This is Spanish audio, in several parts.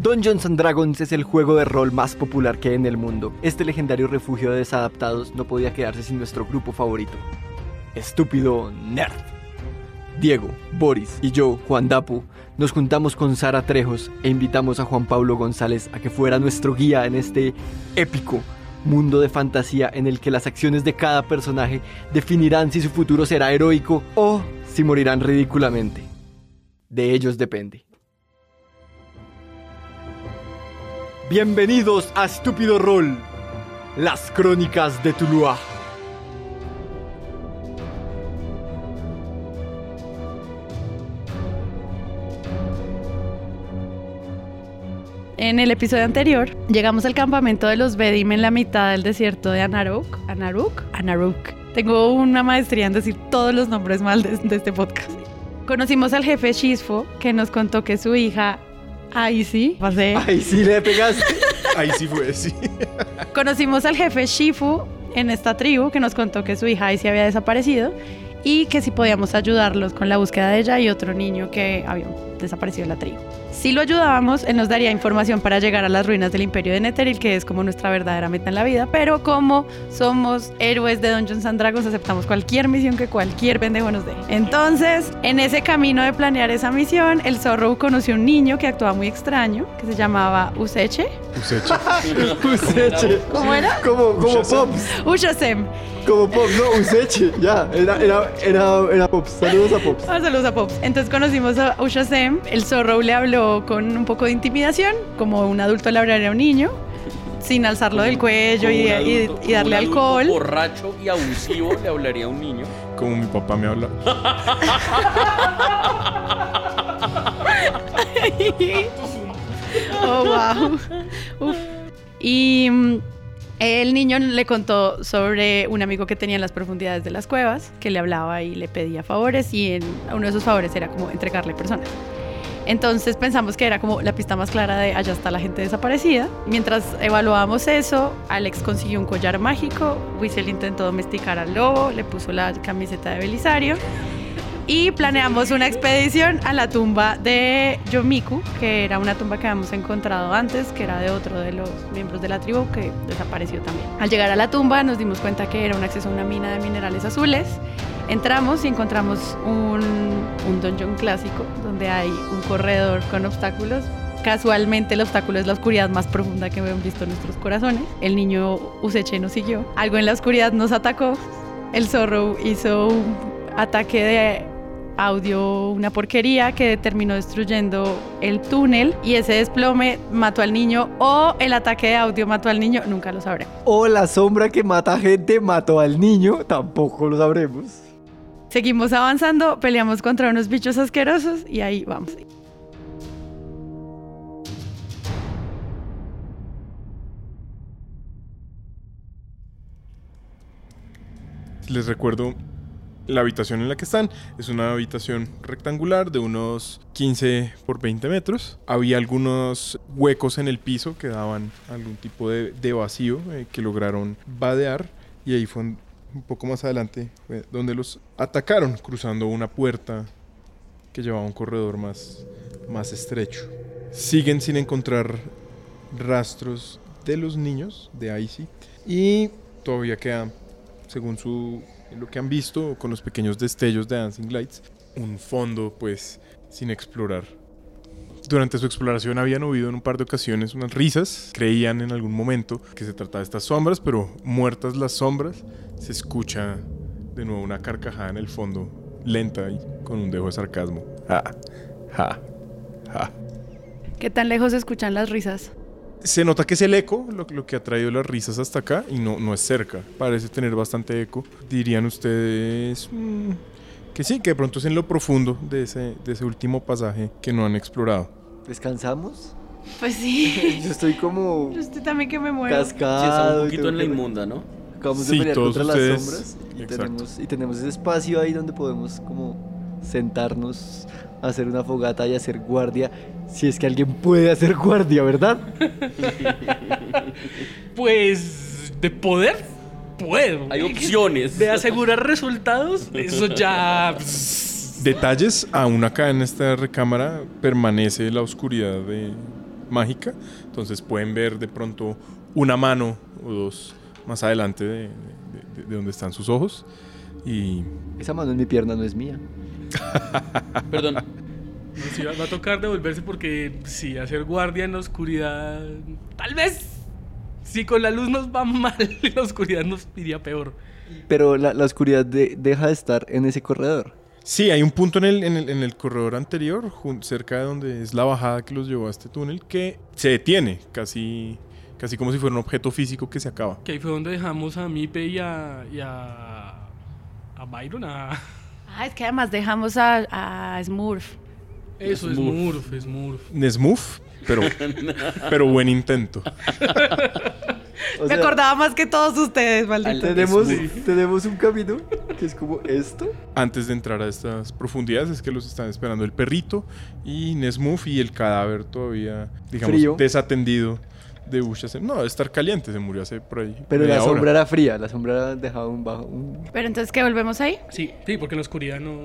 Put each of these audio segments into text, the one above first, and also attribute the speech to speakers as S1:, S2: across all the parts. S1: Dungeons and Dragons es el juego de rol más popular que hay en el mundo. Este legendario refugio de desadaptados no podía quedarse sin nuestro grupo favorito. Estúpido nerd. Diego, Boris y yo, Juan Dapo, nos juntamos con Sara Trejos e invitamos a Juan Pablo González a que fuera nuestro guía en este épico mundo de fantasía en el que las acciones de cada personaje definirán si su futuro será heroico o si morirán ridículamente. De ellos depende. Bienvenidos a Estúpido Roll, las crónicas de Tuluá.
S2: En el episodio anterior, llegamos al campamento de los Bedim en la mitad del desierto de Anaruk. ¿Anaruk? Anaruk. Tengo una maestría en decir todos los nombres mal de, de este podcast. Conocimos al jefe Shisfo, que nos contó que su hija, Aisi, pasé.
S1: Ay, sí le pegaste.
S3: Ahí sí fue, sí.
S2: Conocimos al jefe Shifu en esta tribu que nos contó que su hija Aisy había desaparecido y que si podíamos ayudarlos con la búsqueda de ella y otro niño que había desaparecido de la tribu. Si lo ayudábamos, él nos daría información para llegar a las ruinas del Imperio de Netheril, que es como nuestra verdadera meta en la vida, pero como somos héroes de Dungeons and Dragons, aceptamos cualquier misión que cualquier pendejo nos dé. Entonces, en ese camino de planear esa misión, el zorro conoció un niño que actuaba muy extraño, que se llamaba Useche.
S3: Useche.
S1: Useche.
S2: ¿Cómo era?
S1: Como, como
S3: Useche.
S1: Pops,
S2: Ushasem.
S1: como Pops, no, Useche, ya, era, era, era, era Pops, saludos a Pops.
S2: Ah, Saludos a Pops. Entonces conocimos a Ushasem. El zorro le habló con un poco de intimidación, como un adulto le hablaría a un niño, sin alzarlo del cuello
S4: Como
S2: y,
S4: un
S2: y-
S4: adulto-
S2: y
S4: como
S2: darle
S4: un adulto
S2: alcohol.
S4: Borracho y abusivo le hablaría a un niño.
S3: Como mi papá me habla.
S2: Oh, wow. Uf. Y mm, el niño le contó sobre un amigo que tenía en las profundidades de las cuevas, que le hablaba y le pedía favores, y en- uno de esos favores era como entregarle personas. Entonces pensamos que era como la pista más clara de allá está la gente desaparecida. Mientras evaluábamos eso, Alex consiguió un collar mágico, Whistle intentó domesticar al lobo, le puso la camiseta de Belisario y planeamos una expedición a la tumba de Yomiku, que era una tumba que habíamos encontrado antes, que era de otro de los miembros de la tribu que desapareció también. Al llegar a la tumba nos dimos cuenta que era un acceso a una mina de minerales azules. Entramos y encontramos un, un dungeon clásico donde hay un corredor con obstáculos. Casualmente el obstáculo es la oscuridad más profunda que hemos visto en nuestros corazones. El niño Useche nos siguió. Algo en la oscuridad nos atacó. El zorro hizo un ataque de audio, una porquería que terminó destruyendo el túnel y ese desplome mató al niño o el ataque de audio mató al niño, nunca lo sabremos.
S1: O la sombra que mata gente mató al niño, tampoco lo sabremos.
S2: Seguimos avanzando, peleamos contra unos bichos asquerosos y ahí vamos.
S3: Les recuerdo la habitación en la que están. Es una habitación rectangular de unos 15 por 20 metros. Había algunos huecos en el piso que daban algún tipo de, de vacío eh, que lograron vadear. Y ahí fue un, un poco más adelante fue donde los atacaron cruzando una puerta que llevaba a un corredor más, más estrecho. Siguen sin encontrar rastros de los niños de Icy y todavía queda, según su, lo que han visto con los pequeños destellos de Dancing Lights, un fondo pues sin explorar. Durante su exploración habían oído en un par de ocasiones unas risas. Creían en algún momento que se trataba de estas sombras, pero muertas las sombras, se escucha de nuevo una carcajada en el fondo, lenta y con un dejo de sarcasmo. Ja, ja, ja.
S2: ¿Qué tan lejos se escuchan las risas?
S3: Se nota que es el eco lo, lo que ha traído las risas hasta acá y no, no es cerca. Parece tener bastante eco. Dirían ustedes mm, que sí, que de pronto es en lo profundo de ese, de ese último pasaje que no han explorado.
S1: ¿Descansamos?
S2: Pues sí.
S1: Yo estoy como
S2: Usted también que me muero.
S4: Sí, está
S1: cascado.
S4: un
S1: y
S4: poquito
S1: tengo
S4: en la
S1: que-
S4: inmunda, ¿no?
S1: Acabamos
S3: Sí,
S1: de pelear
S3: todos
S1: contra
S3: ustedes-
S1: las sombras y
S3: exacto.
S1: tenemos, y tenemos ese espacio ahí donde podemos como sentarnos, hacer una fogata y hacer guardia. Si es que alguien puede hacer guardia, ¿verdad?
S5: Pues de poder, puedo.
S4: Hay opciones.
S5: De asegurar resultados, eso ya... pss,
S3: Detalles, aún acá en esta recámara permanece la oscuridad de- mágica, entonces pueden ver de pronto una mano o dos más adelante de, de- de- de donde están sus ojos y
S1: Esa mano en mi pierna no es mía.
S4: Perdón.
S5: no, sí, va va a tocar devolverse porque si hacer guardia en la oscuridad, tal vez... Si con la luz nos va mal, en la oscuridad nos iría peor.
S1: Pero la, la oscuridad de- deja de estar en ese corredor.
S3: Sí, hay un punto en el, en el, en el corredor anterior, jun- cerca de donde es la bajada que los llevó a este túnel, que se detiene, casi, casi como si fuera un objeto físico que se acaba.
S5: Que ahí fue donde dejamos a Mipe y a... y a, a Byron, a...
S2: Ah, es que además dejamos a, a Smurf.
S5: Eso es
S4: Smurf.
S5: Murf, es Murf.
S3: Nesmooth, pero, pero buen intento.
S1: O
S2: me
S1: sea,
S2: acordaba más que todos ustedes,
S4: maldito.
S2: maldito.
S1: Tenemos,
S4: Sí.
S1: tenemos un camino que es como esto.
S3: Antes de entrar a estas profundidades es que los están esperando el perrito y Nesmooth y el cadáver todavía, digamos,
S1: Frío.
S3: desatendido de Usha. Se- No, debe estar caliente, se murió hace por ahí.
S1: Pero
S3: media
S1: la
S3: hora.
S1: sombra era fría, la sombra dejaba un bajo. un-
S2: Pero entonces, ¿qué volvemos ahí?
S5: Sí, sí, porque en la oscuridad no,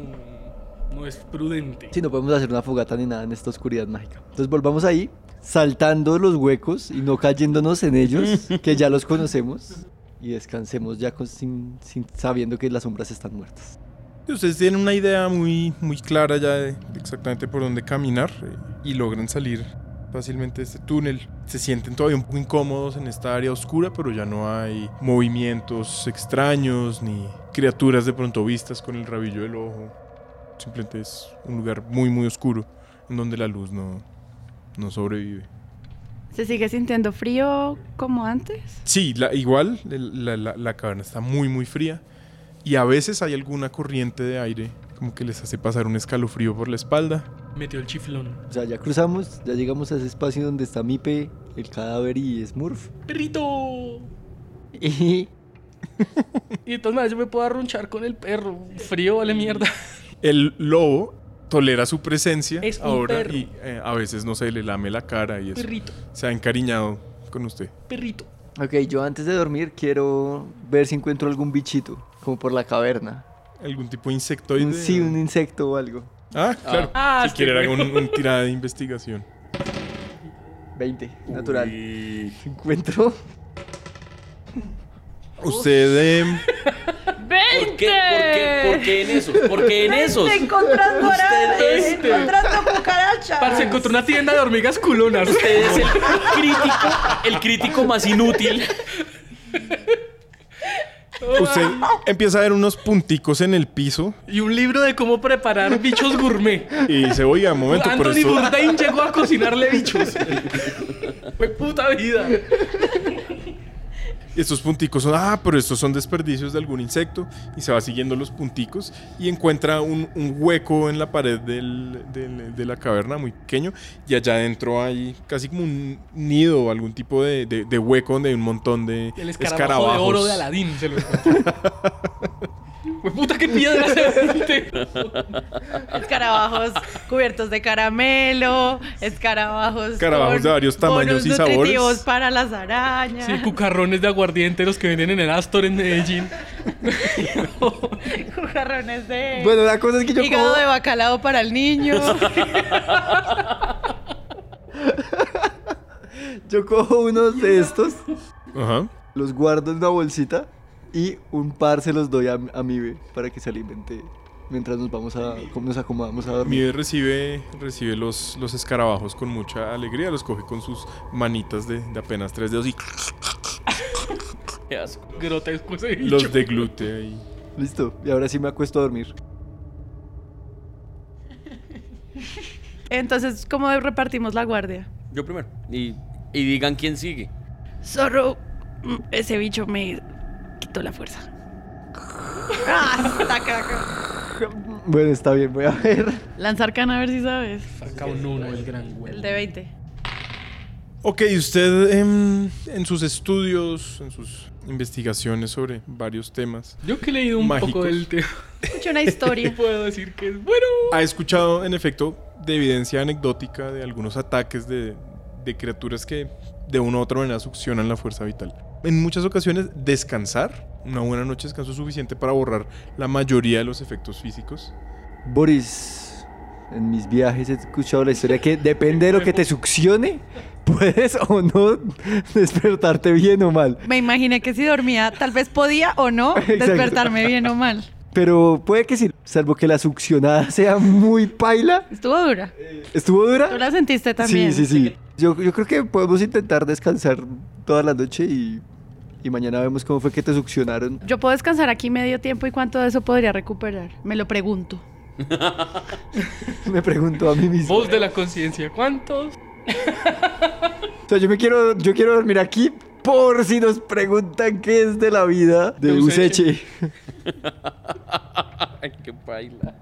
S5: no es prudente.
S1: Sí, no podemos hacer una fogata ni nada en esta oscuridad mágica. Entonces volvamos ahí, saltando los huecos y no cayéndonos en ellos, que ya los conocemos. Y descansemos ya con- sin, sin- sabiendo que las sombras están muertas.
S3: Y Ustedes tienen una idea muy, muy clara ya de de exactamente por dónde caminar eh, y logran salir fácilmente de este túnel. Se sienten todavía un poco incómodos en esta área oscura, pero ya no hay movimientos extraños ni criaturas de pronto vistas con el rabillo del ojo. Simplemente es un lugar muy, muy oscuro en donde la luz no, no sobrevive.
S2: ¿Se sigue sintiendo frío como antes?
S3: Sí, la- igual el- la, la- la caverna está muy muy fría y a veces hay alguna corriente de aire como que les hace pasar un escalofrío por la espalda.
S5: Metió el chiflón.
S1: O sea, ya cruzamos, ya llegamos a ese espacio donde está Mipe, el cadáver y Smurf.
S5: ¡Perrito!
S1: Y
S5: Y de todas maneras yo me puedo arrunchar con el perro. Frío vale mierda.
S3: El lobo tolera su presencia
S5: Es un
S3: ahora
S5: perro.
S3: y eh, a veces no se le lame la cara y eso.
S5: Perrito,
S3: Se ha encariñado con usted.
S5: perrito.
S1: Ok, yo antes de dormir quiero ver si encuentro algún bichito, como por la caverna.
S3: ¿Algún tipo
S1: Un,
S3: de insectoide?
S1: sí, un insecto o algo.
S3: Ah, claro.
S5: Ah,
S3: si quiere haga un, un tirada de investigación.
S1: 20, natural.
S4: Uy.
S1: Encuentro.
S3: Usted eh,
S2: ¡Veinte!
S4: ¿Por qué, por qué, por qué en eso? ¿Por qué en esos?
S2: encontrando
S4: arañas,
S5: este.
S2: encontrando cucarachas.
S5: Parce, encontré una tienda de hormigas culonas.
S4: Usted es el crítico, el crítico más inútil.
S3: usted empieza a ver unos punticos en el piso
S5: Y un libro de cómo preparar bichos gourmet.
S3: y dice, oiga, un momento, pero
S5: Anthony
S3: esto-
S5: Bourdain llegó a cocinarle bichos. Fue puta vida.
S3: Estos punticos son, ah, pero estos son desperdicios de algún insecto y se va siguiendo los punticos y encuentra un, un hueco en la pared del- del- de la caverna muy pequeño y allá adentro hay casi como un nido o algún tipo de, de- de hueco donde hay un montón de
S5: El escarabajo
S3: escarabajos.
S5: de oro de Aladín se lo encontré. Fue puta qué piedra se
S2: Escarabajos cubiertos de caramelo, escarabajos.
S3: Escarabajos de varios tamaños
S2: bonos
S3: y sabores.
S2: nutritivos para las arañas.
S5: Sí, cucarrones de aguardiente los que venden en el Astor en Medellín.
S2: cucarrones de.
S1: Bueno, la cosa es que Pues, yo
S2: Hígado
S1: como-
S2: de bacalao para el niño.
S1: Yo cojo unos de estos,
S3: Ajá.
S1: los guardo en una bolsita y un par se los doy a, a Mibe para que se alimente mientras nos vamos a, nos acomodamos a dormir.
S3: Mide recibe, recibe los, los escarabajos con mucha alegría, los coge con sus manitas de, de apenas tres dedos y
S4: Qué asco.
S5: Grotesco ese bicho.
S3: los deglute ahí.
S1: Listo, y ahora sí me acuesto a dormir.
S2: Entonces, ¿cómo repartimos la guardia?
S4: Yo primero. Y, y digan quién sigue.
S2: Zorro, mm, ese bicho me quitó la fuerza. Ah, está caca.
S1: Bueno, está bien, voy a ver.
S2: Lanzar cana a ver si sabes.
S5: Saca un uno, el gran
S2: El
S5: huevo.
S2: de 20.
S3: Ok, usted em, en sus estudios, en sus investigaciones sobre varios temas,
S5: Yo que he leído un
S3: Mágicos.
S5: poco del tema,
S2: Escuché una historia.
S5: puedo decir que es bueno.
S3: ha escuchado en efecto de evidencia anecdótica de algunos ataques de, de criaturas que de una u otra manera succionan la fuerza vital. En muchas ocasiones descansar, una buena noche de descanso es suficiente para borrar la mayoría de los efectos físicos.
S1: Boris, en mis viajes he escuchado la historia que depende de lo que te succione, puedes o no despertarte bien o mal.
S2: Me imaginé que si dormía, tal vez podía o no
S1: Exacto.
S2: despertarme bien o mal.
S1: Pero puede que sí, salvo que la succionada sea muy paila.
S2: Estuvo dura.
S1: ¿Estuvo dura?
S2: Tú la sentiste también.
S1: Sí, sí, sí. Yo, yo creo que podemos intentar descansar toda la noche y, y mañana vemos cómo fue que te succionaron.
S2: Yo puedo descansar aquí medio tiempo y cuánto de eso podría recuperar. Me lo pregunto.
S1: Me pregunto a mí mismo.
S5: Voz de la conciencia, ¿cuántos?
S1: O sea, yo me quiero, yo quiero dormir aquí por si nos preguntan qué es de la vida de,
S5: De Useche.
S1: Useche.
S4: Ay, qué baila.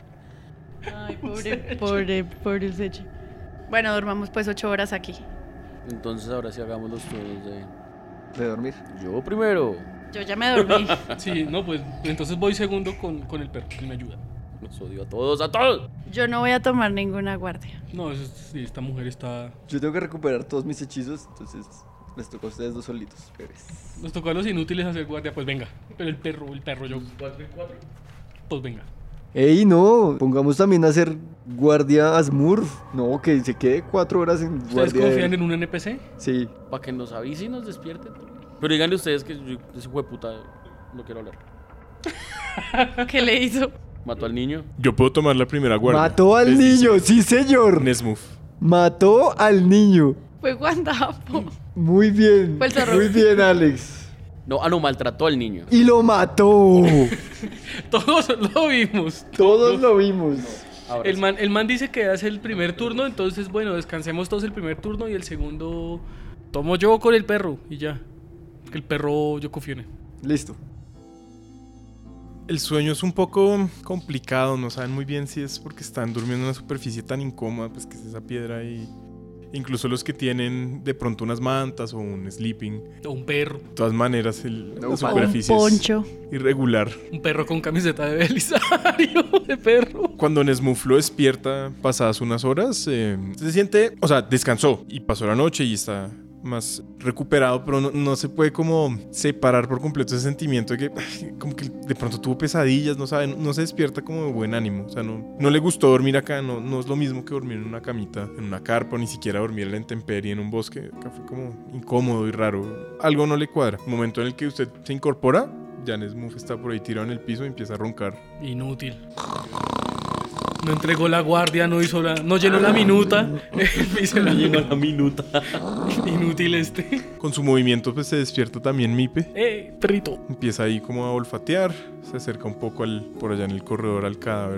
S2: Ay, pobre, pobre, pobre Useche. Bueno, dormamos pues ocho horas aquí.
S4: Entonces ahora sí hagamos los turnos de.
S1: De dormir.
S4: Yo primero.
S2: Yo ya me dormí.
S5: Sí, no, pues entonces voy segundo con, con el perro, que me ayuda.
S4: Los odio a todos, a todos.
S2: Yo no voy a tomar ninguna guardia.
S5: No, eso es- sí, esta mujer está...
S1: Yo tengo que recuperar todos mis hechizos, entonces les tocó a ustedes dos solitos. bebés.
S5: Nos tocó a los inútiles hacer guardia, pues venga. Pero el perro, el perro, yo... Pues venga.
S1: Ey, no, pongamos también a hacer guardia a Smurf. No, que se quede cuatro horas en
S5: ¿Ustedes
S1: guardia.
S5: confían en un NPC?
S1: Sí.
S4: Para que nos avise y nos despierte. Pero díganle ustedes que yo, ese hueputa no quiero hablar.
S2: ¿Qué le hizo?
S4: Mató al niño.
S3: Yo puedo tomar la primera guardia.
S1: Mató al
S3: Les dice
S1: niño, sí señor.
S3: Nesmuf.
S1: Mató al niño.
S2: Fue guandapo.
S1: Muy bien.
S2: Fue el zorro.
S1: Muy bien, Alex.
S4: No, ah, no, maltrató al niño.
S1: Y lo mató.
S5: Todos lo vimos.
S1: Todos lo vimos.
S4: Ahora
S5: El
S4: sí.
S5: man, el man dice que hace el primer turno, entonces bueno, descansemos todos el primer turno y el segundo tomo yo con el perro y ya. Que el perro yo confío en él.
S1: Listo.
S3: El sueño es un poco complicado, no saben muy bien si es porque están durmiendo en una superficie tan incómoda, pues que es esa piedra y incluso los que tienen de pronto unas mantas o un sleeping, de
S5: O un perro.
S3: todas maneras
S1: No,
S3: el, la
S1: pa-
S2: Un
S3: superficie es
S2: poncho.
S3: irregular.
S5: Un perro con camiseta de Belisario, de perro.
S3: Cuando Nesmuf lo despierta pasadas unas horas, eh, se siente, o sea, descansó y pasó la noche y está más recuperado, pero no, no se puede como separar por completo ese sentimiento de que ay, como que de pronto tuvo pesadillas, no sabe, no se despierta como de buen ánimo, o sea, no, no le gustó dormir acá, no, no es lo mismo que dormir en una camita, en una carpa, ni siquiera dormir en la intemperie, en un bosque, acá fue como incómodo y raro, algo no le cuadra. Momento en el que usted se incorpora, ya Nesmuf está por ahí tirado en el piso y empieza a roncar.
S5: Inútil. No entregó la guardia, no hizo la. No llenó la minuta. Hice la minuta.
S4: la minuta.
S5: Inútil este.
S3: Con su movimiento pues se despierta también Mipe.
S5: Eh, perrito.
S3: Empieza ahí como a olfatear, se acerca un poco al, por allá en el corredor al cadáver.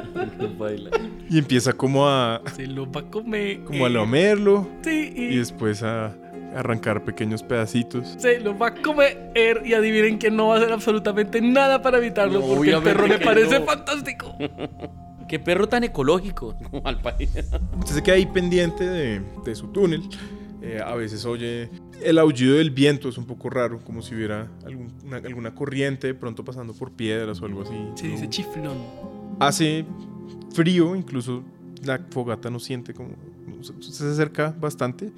S4: Baila.
S3: y empieza como a,
S5: Se lo va a comer. Eh,
S3: como a lamerlo
S5: Sí,
S3: y después a arrancar pequeños pedacitos.
S5: se lo va a comer y adivinen que no va a hacer absolutamente nada para
S4: No,
S5: evitarlo porque el
S4: obviamente
S5: perro le
S4: que
S5: parece
S4: no.
S5: fantástico.
S4: Qué perro tan ecológico. No, al país.
S3: Usted se queda ahí pendiente de, de su túnel. Eh, a veces oye el aullido del viento, es un poco raro, como si hubiera algún- una- alguna corriente de pronto pasando por piedras o algo así.
S5: Se
S3: No-
S5: dice chiflón.
S3: Hace frío, incluso la fogata no siente como. se- Se acerca bastante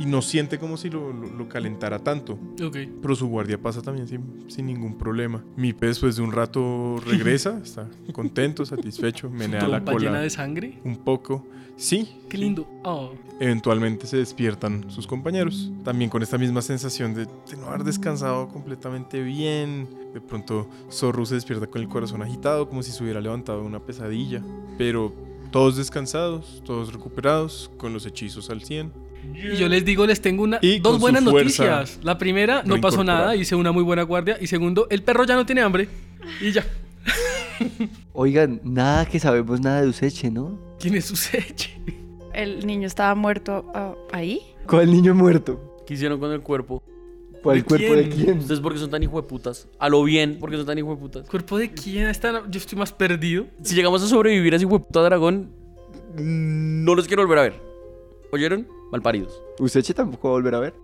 S3: y no siente como si lo, lo- lo calentara tanto.
S5: Ok.
S3: Pero su guardia pasa también sin, sin ningún problema. Mipe después de un rato regresa, está contento, satisfecho, menea la
S5: Trompa llena
S3: cola
S5: de sangre.
S3: un poco. Sí,
S5: Qué lindo. Oh,
S3: Eventualmente se despiertan sus compañeros, también con esta misma sensación de, de no haber descansado completamente bien. De pronto Zorro se despierta con el corazón agitado, como si se hubiera levantado de una pesadilla. Pero todos descansados, todos recuperados, con los hechizos al 100.
S5: Y yo les digo, les tengo una,
S3: Y con
S5: dos
S3: su
S5: buenas
S3: fuerza
S5: noticias. La primera, no pasó
S3: reincorporada.
S5: nada, hice una muy buena guardia. Y segundo, el perro ya no tiene hambre. Y ya.
S1: Oigan, nada que sabemos nada de Useche, ¿no?
S5: ¿Quién es Useche?
S2: El niño estaba muerto ah, ahí.
S1: ¿Cuál niño muerto?
S4: ¿Qué hicieron con el cuerpo?
S1: ¿Cuál
S5: ¿De
S1: cuerpo de
S5: quién?
S1: quién?
S4: Ustedes porque son tan hijueputas. A lo bien, porque son tan hijueputas.
S5: ¿Cuerpo de quién? Están, yo estoy más perdido.
S4: Si llegamos a sobrevivir a ese hijueputa dragón, no los quiero volver a ver. ¿Oyeron? Malparidos.
S1: Useche tampoco va a volver a ver.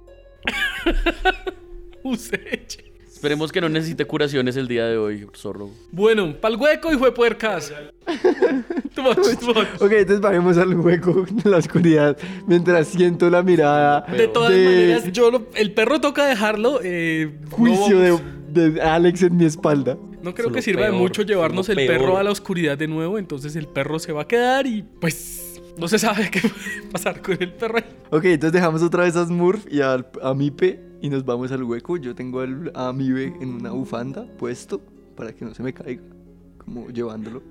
S5: Useche.
S4: Esperemos que no necesite curaciones el día de hoy, zorro.
S5: Bueno, pa'l hueco, hijo de puercas. Too much, too much.
S1: Ok, entonces bajemos al hueco de la oscuridad mientras siento la mirada
S5: De todas maneras, yo lo- el perro toca dejarlo. eh, no
S1: juicio
S5: vamos-
S1: de, de Alex en mi espalda.
S5: No creo
S4: Solo
S5: que sirva de
S4: peor,
S5: mucho llevarnos el
S4: solo
S5: perro
S4: peor.
S5: a la oscuridad de nuevo, entonces el perro se va a quedar y pues no se sabe qué puede pasar con el perro. ahí.
S1: Ok, entonces dejamos otra vez a Smurf y al- a, Mipe y nos vamos al hueco. Yo tengo al- a Mipe en una bufanda puesto para que no se me caiga, como llevándolo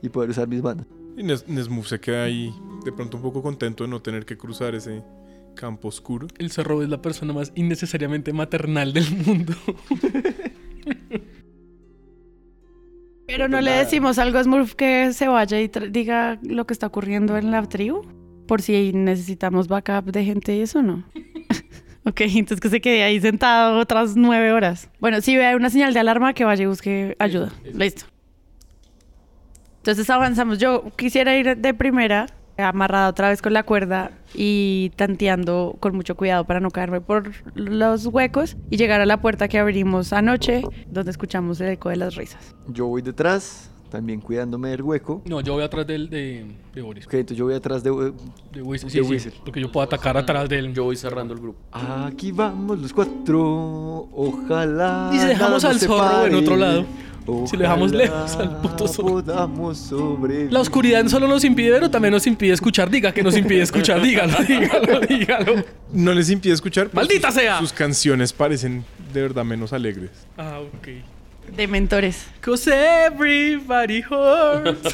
S1: y poder usar mis bandas.
S3: Y Nes- Nesmuf se queda ahí, de pronto un poco contento de no tener que cruzar ese campo oscuro.
S5: El zorro es la persona más innecesariamente maternal del mundo.
S2: Pero no le decimos algo a Smurf que se vaya y tra- diga lo que está ocurriendo en la tribu. Por si necesitamos backup de gente y eso no. ok, entonces que se quede ahí sentado otras nueve horas. Bueno, si ve una señal de alarma, que vaya y busque ayuda. Listo. Entonces avanzamos. Yo quisiera ir de primera, amarrada otra vez con la cuerda y tanteando con mucho cuidado para no caerme por los huecos y llegar a la puerta que abrimos anoche, donde escuchamos el eco de las risas.
S1: Yo voy detrás, también cuidándome del hueco.
S5: No, yo voy atrás del, de, de Boris.
S1: Ok, entonces yo voy atrás de... eh,
S5: De Whistle.
S1: De
S5: Sí, sí,
S1: Whistle.
S5: porque yo puedo atacar atrás de él.
S4: Yo voy cerrando el grupo.
S1: Aquí vamos los cuatro, ojalá...
S5: Y si dejamos
S1: nada
S5: al
S1: nos
S5: zorro en
S1: separe.
S5: otro lado, si lo dejamos
S1: Ojalá
S5: lejos al puto zorro.
S1: podamos sobrevivir.
S5: La oscuridad solo nos impide ver o también nos impide escuchar. Diga que nos impide escuchar. Dígalo, dígalo, dígalo.
S3: No les impide escuchar. pero
S5: ¡Maldita
S3: sus-
S5: sea!
S3: Sus canciones parecen de verdad menos alegres.
S5: Ah, ok.
S2: De mentores.
S5: Cause everybody hurts.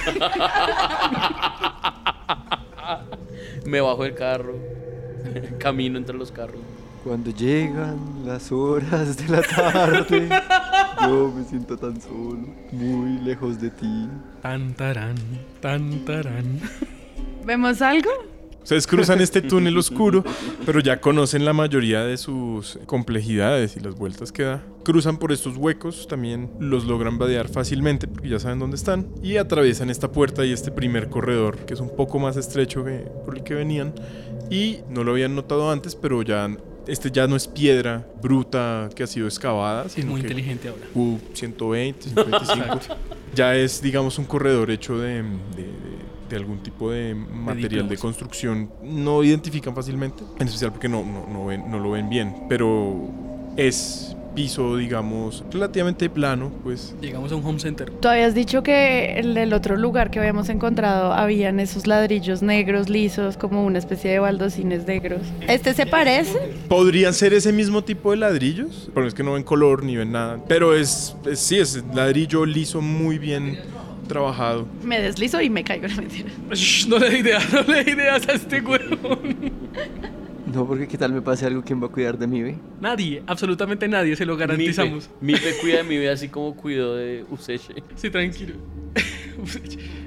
S4: Me bajo del carro. Camino entre los carros.
S1: Cuando llegan las horas de la tarde, yo me siento tan solo, muy lejos de ti.
S5: Tan tarán, tan tarán.
S2: ¿Vemos algo?
S3: Ustedes cruzan este túnel oscuro, pero ya conocen la mayoría de sus complejidades y las vueltas que da. Cruzan por estos huecos, también los logran vadear fácilmente porque ya saben dónde están. Y atraviesan esta puerta y este primer corredor, que es un poco más estrecho que por el que venían. Y no lo habían notado antes, pero ya este ya no es piedra bruta que ha sido excavada,
S5: Sí, es
S3: sino
S5: muy
S3: que
S5: inteligente ahora.
S3: Q120, 125 ya es, digamos, un corredor hecho de, de- de- de algún tipo de material de
S5: diplomas.
S3: construcción. No identifican fácilmente, en especial porque no, no, no ven- no lo ven bien, pero es piso, digamos, relativamente plano, pues
S5: Llegamos a un home center.
S2: Tú habías dicho que en el otro lugar que habíamos encontrado habían esos ladrillos negros, lisos, como una especie de baldocines negros. ¿Este se parece?
S3: Podrían ser ese mismo tipo de ladrillos, pero es que no ven color ni ven nada. Pero es, es- sí, es ladrillo liso, muy bien trabajado.
S2: Me deslizo y me caigo en la mentira.
S5: Shh, no le di ideas, no le di ideas a este huevón.
S1: No, porque qué tal me pase algo, ¿quién va a cuidar de mí, ve?
S5: Nadie, absolutamente nadie, se lo garantizamos.
S4: Mi fe cuida de mi vida así como cuidó de Useche.
S5: Sí, tranquilo.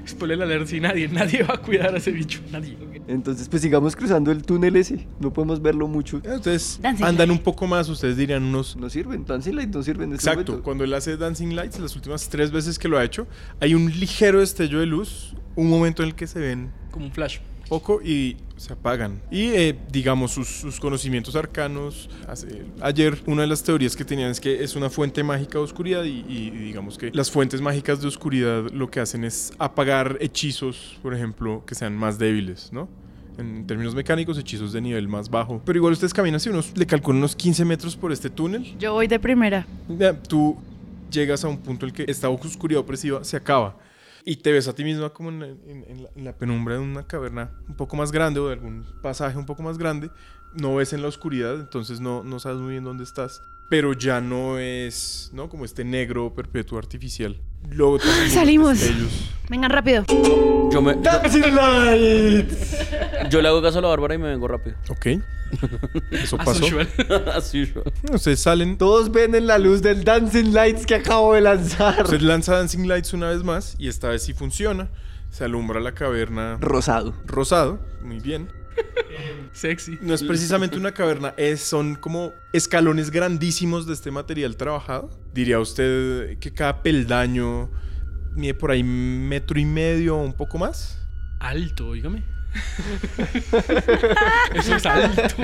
S5: Spoiler alert, si nadie, nadie va a cuidar a ese bicho, nadie.
S1: Entonces, pues sigamos cruzando el túnel ese. No podemos verlo mucho.
S3: Eh, Ustedes
S2: Dancing
S3: andan un poco más, ustedes dirían unos...
S1: No sirven, tan light no sirven este de
S3: Exacto, cuando él hace Dancing Lights, las últimas tres veces que lo ha hecho, hay un ligero destello de luz, un momento en el que se ven
S5: Como un flash.
S3: poco y se apagan. Y eh, digamos sus, sus conocimientos arcanos. hace- ayer una de las teorías que tenían es que es una fuente mágica de oscuridad y, y digamos que las fuentes mágicas de oscuridad lo que hacen es apagar hechizos, por ejemplo, que sean más débiles, ¿no? En términos mecánicos, hechizos de nivel más bajo. Pero igual ustedes caminan así, unos, le calculan unos 15 metros por este túnel.
S2: Yo voy de primera.
S3: Ya, Tú llegas a un punto en el que esta oscuridad opresiva se acaba y te ves a ti misma como en, en- en la, en la penumbra de una caverna un poco más grande o de algún pasaje un poco más grande. No ves en la oscuridad, entonces no, no sabes muy bien dónde estás. Pero ya no es, ¿no? Como este negro perpetuo artificial. Luego te hacen unos
S2: Salimos.
S3: destellos.
S2: Vengan rápido.
S4: Yo me.
S5: ¡Ah!
S3: ¡Dancing Lights!
S4: Yo le hago caso a la Bárbara y me vengo rápido.
S3: Ok. Eso
S5: As
S3: pasó.
S5: usual.
S4: As usual.
S3: Ustedes salen.
S1: Todos ven en la luz del Dancing Lights que acabo de lanzar.
S3: Usted lanza Dancing Lights una vez más y esta vez sí funciona. Se alumbra la caverna
S1: Rosado.
S3: rosado, muy bien.
S5: Sexy.
S3: No es precisamente una caverna, es, son como escalones grandísimos de este material trabajado. Diría usted que cada peldaño mide por ahí metro y medio o un poco más.
S5: Alto, oígame. Eso es alto.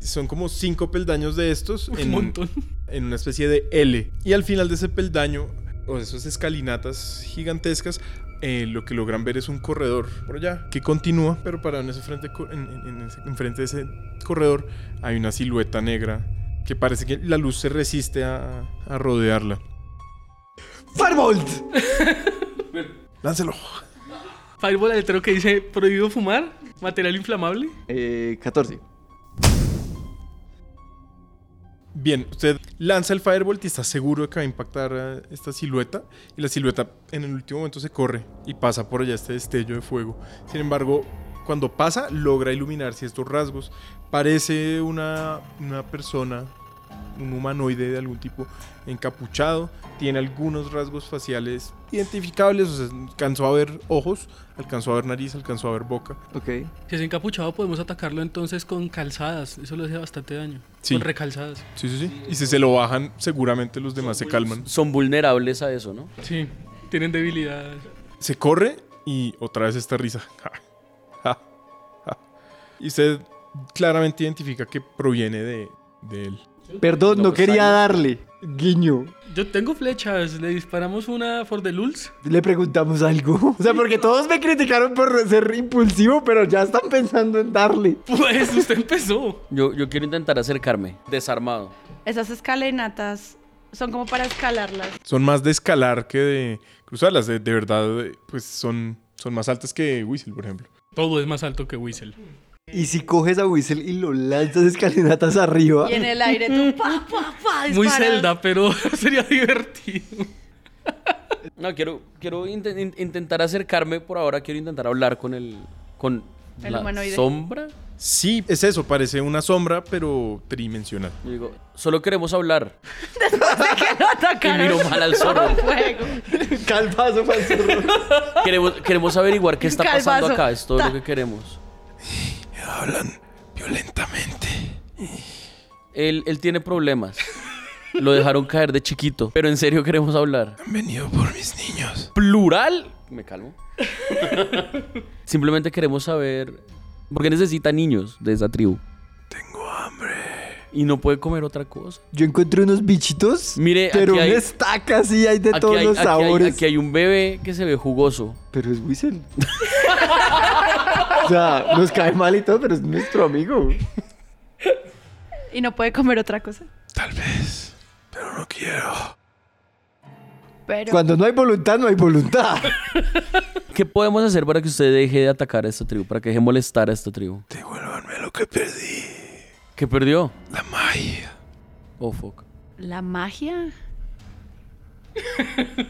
S3: Son como cinco peldaños de estos
S5: Un
S3: en,
S5: montón.
S3: en una especie de L. Y al final de ese peldaño, o de esas escalinatas gigantescas, eh, lo que logran ver es un corredor por allá que continúa, pero para en ese frente, co- en, en- en ese- enfrente de ese corredor hay una silueta negra que parece que la luz se resiste a, a rodearla.
S1: ¡Firebolt!
S3: Láncelo.
S5: Fireball letrero que dice prohibido fumar, material inflamable.
S1: Eh, 14.
S3: Bien, usted lanza el Firebolt y está seguro de que va a impactar a esta silueta. Y la silueta en el último momento se corre y pasa por allá este destello de fuego. Sin embargo, cuando pasa, logra iluminar ciertos rasgos. Parece una, una persona, un humanoide de algún tipo, encapuchado. Tiene algunos rasgos faciales identificables. O sea, alcanzó a ver ojos, alcanzó a ver nariz, alcanzó a ver boca.
S1: Ok.
S5: Si es encapuchado podemos atacarlo entonces con calzadas. Eso le hace bastante daño.
S3: Sí.
S5: Con recalzadas.
S3: Sí, sí, sí. Y si se lo bajan, seguramente los demás se calman.
S4: Son vulnerables a eso, ¿no?
S5: Sí. Tienen debilidad.
S3: Se corre y otra vez esta risa. Ja, ja, ja. Y usted claramente identifica que proviene de, de él.
S1: Perdón, no,
S4: No, pues,
S1: quería
S4: ahí-
S1: darle. Guiño.
S5: Yo tengo flechas. Le disparamos una for the lulz.
S1: Le preguntamos algo. O sea, porque todos me criticaron por ser impulsivo, pero ya están pensando en darle.
S5: Pues usted empezó.
S4: Yo, yo quiero intentar acercarme, desarmado.
S2: Esas escalinatas son como para escalarlas.
S3: Son más de escalar que de cruzarlas. De, de verdad, eh, pues son, son más altas que Whistle, por ejemplo.
S5: Todo es más alto que Whistle.
S1: Y si coges a Whistle y lo lanzas escalinatas arriba.
S2: Y en el aire tú pa, pa, pa,
S5: Muy
S2: disparas.
S5: Zelda, pero sería divertido.
S4: No, quiero, quiero inte- in- intentar acercarme por ahora. Quiero intentar hablar con el. con
S2: El
S4: la
S2: humanoide.
S4: sombra.
S3: Sí, es eso. Parece una sombra, pero tridimensional.
S4: Yo digo, solo queremos hablar.
S2: Que lo
S4: Y
S2: atacaron.
S4: miro mal al zorro.
S2: Con fuego.
S1: Calvazo para el zorro.
S4: Queremos, queremos averiguar qué está pasando
S2: Calvazo.
S4: acá. Es todo lo que queremos.
S3: Hablan violentamente.
S4: Él, él tiene problemas. Lo dejaron caer de chiquito. Pero en serio queremos hablar.
S3: Han venido por mis niños.
S4: plural. Me calmo. Simplemente queremos saber por qué necesita niños de esa tribu.
S3: Tengo hambre.
S4: Y no puede comer otra cosa.
S1: Yo encontré unos bichitos.
S4: Mire, aquí
S1: pero
S4: hay-
S1: una estaca así hay de todos
S4: hay,
S1: los
S4: hay-
S1: sabores.
S4: aquí hay un bebé que se ve jugoso.
S1: Pero es Whistle. o sea, nos cae mal y todo, pero es nuestro amigo.
S2: Y no puede comer otra cosa.
S3: Tal vez, pero no quiero.
S2: Pero
S1: Cuando no hay voluntad, no hay voluntad.
S4: ¿Qué podemos hacer para que usted deje de atacar a esta tribu? Para que deje de molestar a esta tribu.
S3: Devuélvanme lo que perdí.
S4: ¿Qué perdió?
S3: La magia.
S4: Oh, fuck.
S2: la magia.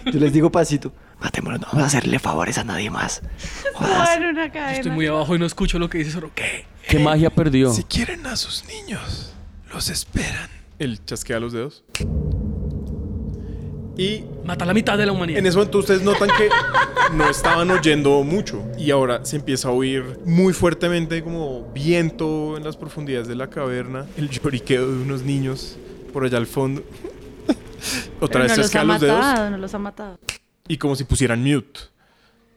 S1: Yo les digo pasito. Matémonos, no vamos a hacerle favores a nadie más. Jodas.
S2: Bueno, una cadena.
S5: Estoy muy abajo y no escucho lo que dice Zoro. ¿Qué?
S4: ¿Qué magia perdió?
S3: Si quieren a sus niños, los esperan. Él chasquea los dedos. Y
S5: Mata a la mitad de la humanidad.
S3: en ese momento ustedes notan que no estaban oyendo mucho. Y ahora se empieza a oír muy fuertemente como viento en las profundidades de la caverna. El lloriqueo de unos niños por allá al fondo. Otra
S2: Pero
S3: vez
S2: no los ha
S3: chasquea los dedos.
S2: matado, no los ha matado.
S3: y como si pusieran mute.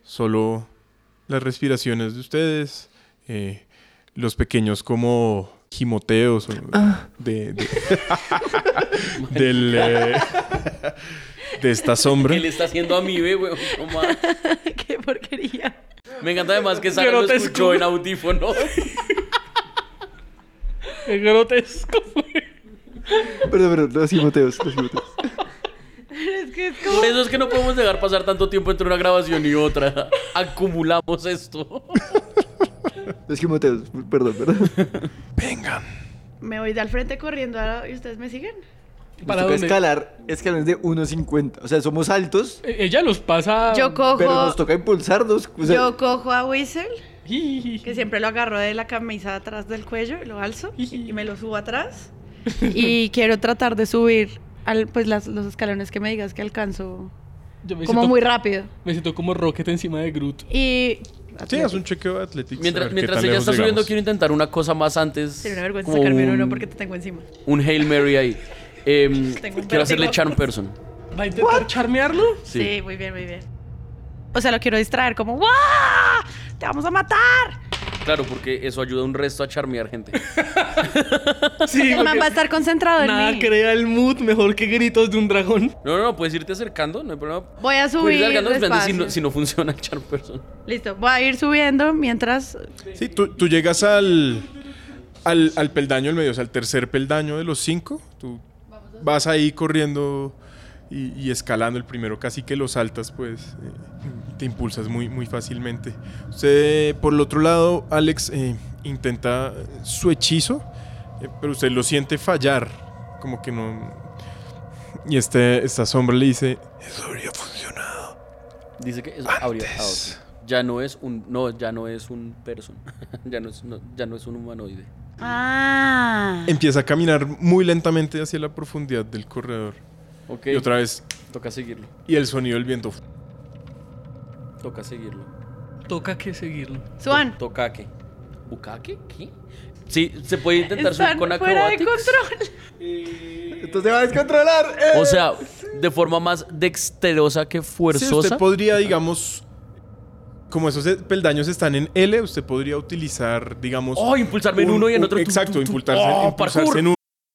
S3: Solo las respiraciones de ustedes, eh, los pequeños como gimoteos o-
S2: Ah.
S3: de, de- del, eh, de esta sombra.
S4: ¿Qué le está haciendo a mi bebé, weón? No mames.
S2: Qué porquería.
S4: Me encanta además que Sara
S5: Yo no
S4: lo
S5: te
S4: escuchó
S5: escucho.
S4: en audífono.
S5: Es grotesco.
S1: Perdón, perdón, los gimoteos, los gimoteos.
S2: Es que es como
S4: Por eso es que no podemos dejar pasar tanto tiempo entre una grabación y otra. Acumulamos esto.
S1: Los gimoteos, perdón, perdón.
S3: Vengan.
S2: me voy de al frente corriendo ahora y ustedes me siguen.
S1: Nos toca
S5: ¿Para dónde?
S1: escalar escalones de 1.50. O sea, somos altos,
S5: E- Ella los pasa.
S2: Yo cojo
S1: pero nos toca impulsarnos. O sea,
S2: yo cojo a Whistle,
S5: Jiji.
S2: que siempre lo agarro de la camisa atrás del cuello y lo alzo y me lo subo atrás. Y quiero tratar de subir al, pues las- los escalones que me digas que alcanzo
S5: Yo me
S2: como
S5: siento-
S2: muy rápido.
S5: Me siento como Rocket encima de Groot.
S2: Y
S3: Sí, haz un chequeo atlético.
S4: Mientras, mientras ella está subiendo, quiero intentar una cosa más antes.
S2: sería una vergüenza
S4: como
S2: sacarme
S4: un-
S2: uno porque te tengo encima.
S4: un Hail Mary ahí. Em,
S2: Tengo un
S4: quiero hacerle
S2: vértigo.
S4: charm person.
S5: ¿Va a intentar charmearlo?
S4: Sí.
S2: Sí. muy bien, muy bien. O sea, lo quiero distraer como ¡guau! ¡Te vamos a matar!
S4: Claro, porque eso ayuda un resto a charmear gente.
S5: Sí,
S2: El man
S5: porque
S2: va a estar concentrado en
S5: nada
S2: mí.
S5: crea el mood mejor que gritos de un dragón.
S4: No, no, no, puedes irte acercando, no hay problema.
S2: Voy a
S4: Puedes
S2: subir
S4: irte acercando esperando si Pues, no,
S2: despacio.
S4: si no funciona el charm person.
S2: Listo, voy a ir subiendo mientras...
S3: Sí, tú, tú llegas al, al, al peldaño del medio, o sea, al tercer peldaño de los cinco. Tú vas ahí corriendo y, y escalando el primero, casi que lo saltas, pues eh, te impulsas muy, muy fácilmente. Usted, por el otro lado, Alex eh, intenta su hechizo, eh, pero usted lo siente fallar, como que no... Y este, esta sombra le dice, eso habría funcionado.
S4: Dice que eso habría. ah,
S3: Antes.
S4: ok. Ya no es un. No, ya no es un person. ya, no es, no- ya no es un humanoide.
S2: Ah.
S3: Empieza a caminar muy lentamente hacia la profundidad del corredor.
S4: Ok.
S3: Y otra vez
S4: Toca seguirlo.
S3: y el sonido del viento.
S4: Toca seguirlo. To-
S5: Toca que seguirlo.
S2: Swan,
S4: Tokake. ¿Bukake? ¿Qué? Sí, se puede intentar subir
S2: están
S4: con
S2: fuera de
S4: acrobatics.
S2: control.
S1: entonces va a descontrolar. ¡Eh!
S4: O sea, de forma más dexterosa que
S3: Sí,
S4: fuerzosa.
S3: usted podría, digamos, como esos eh, peldaños están en L, usted podría utilizar, digamos,
S4: Oh, impulsarme en
S3: un-
S4: uno y en
S3: un-
S4: otro.
S3: Exacto, impulsarse,
S4: Oh,
S3: impulsarse
S4: parkour.
S3: en uno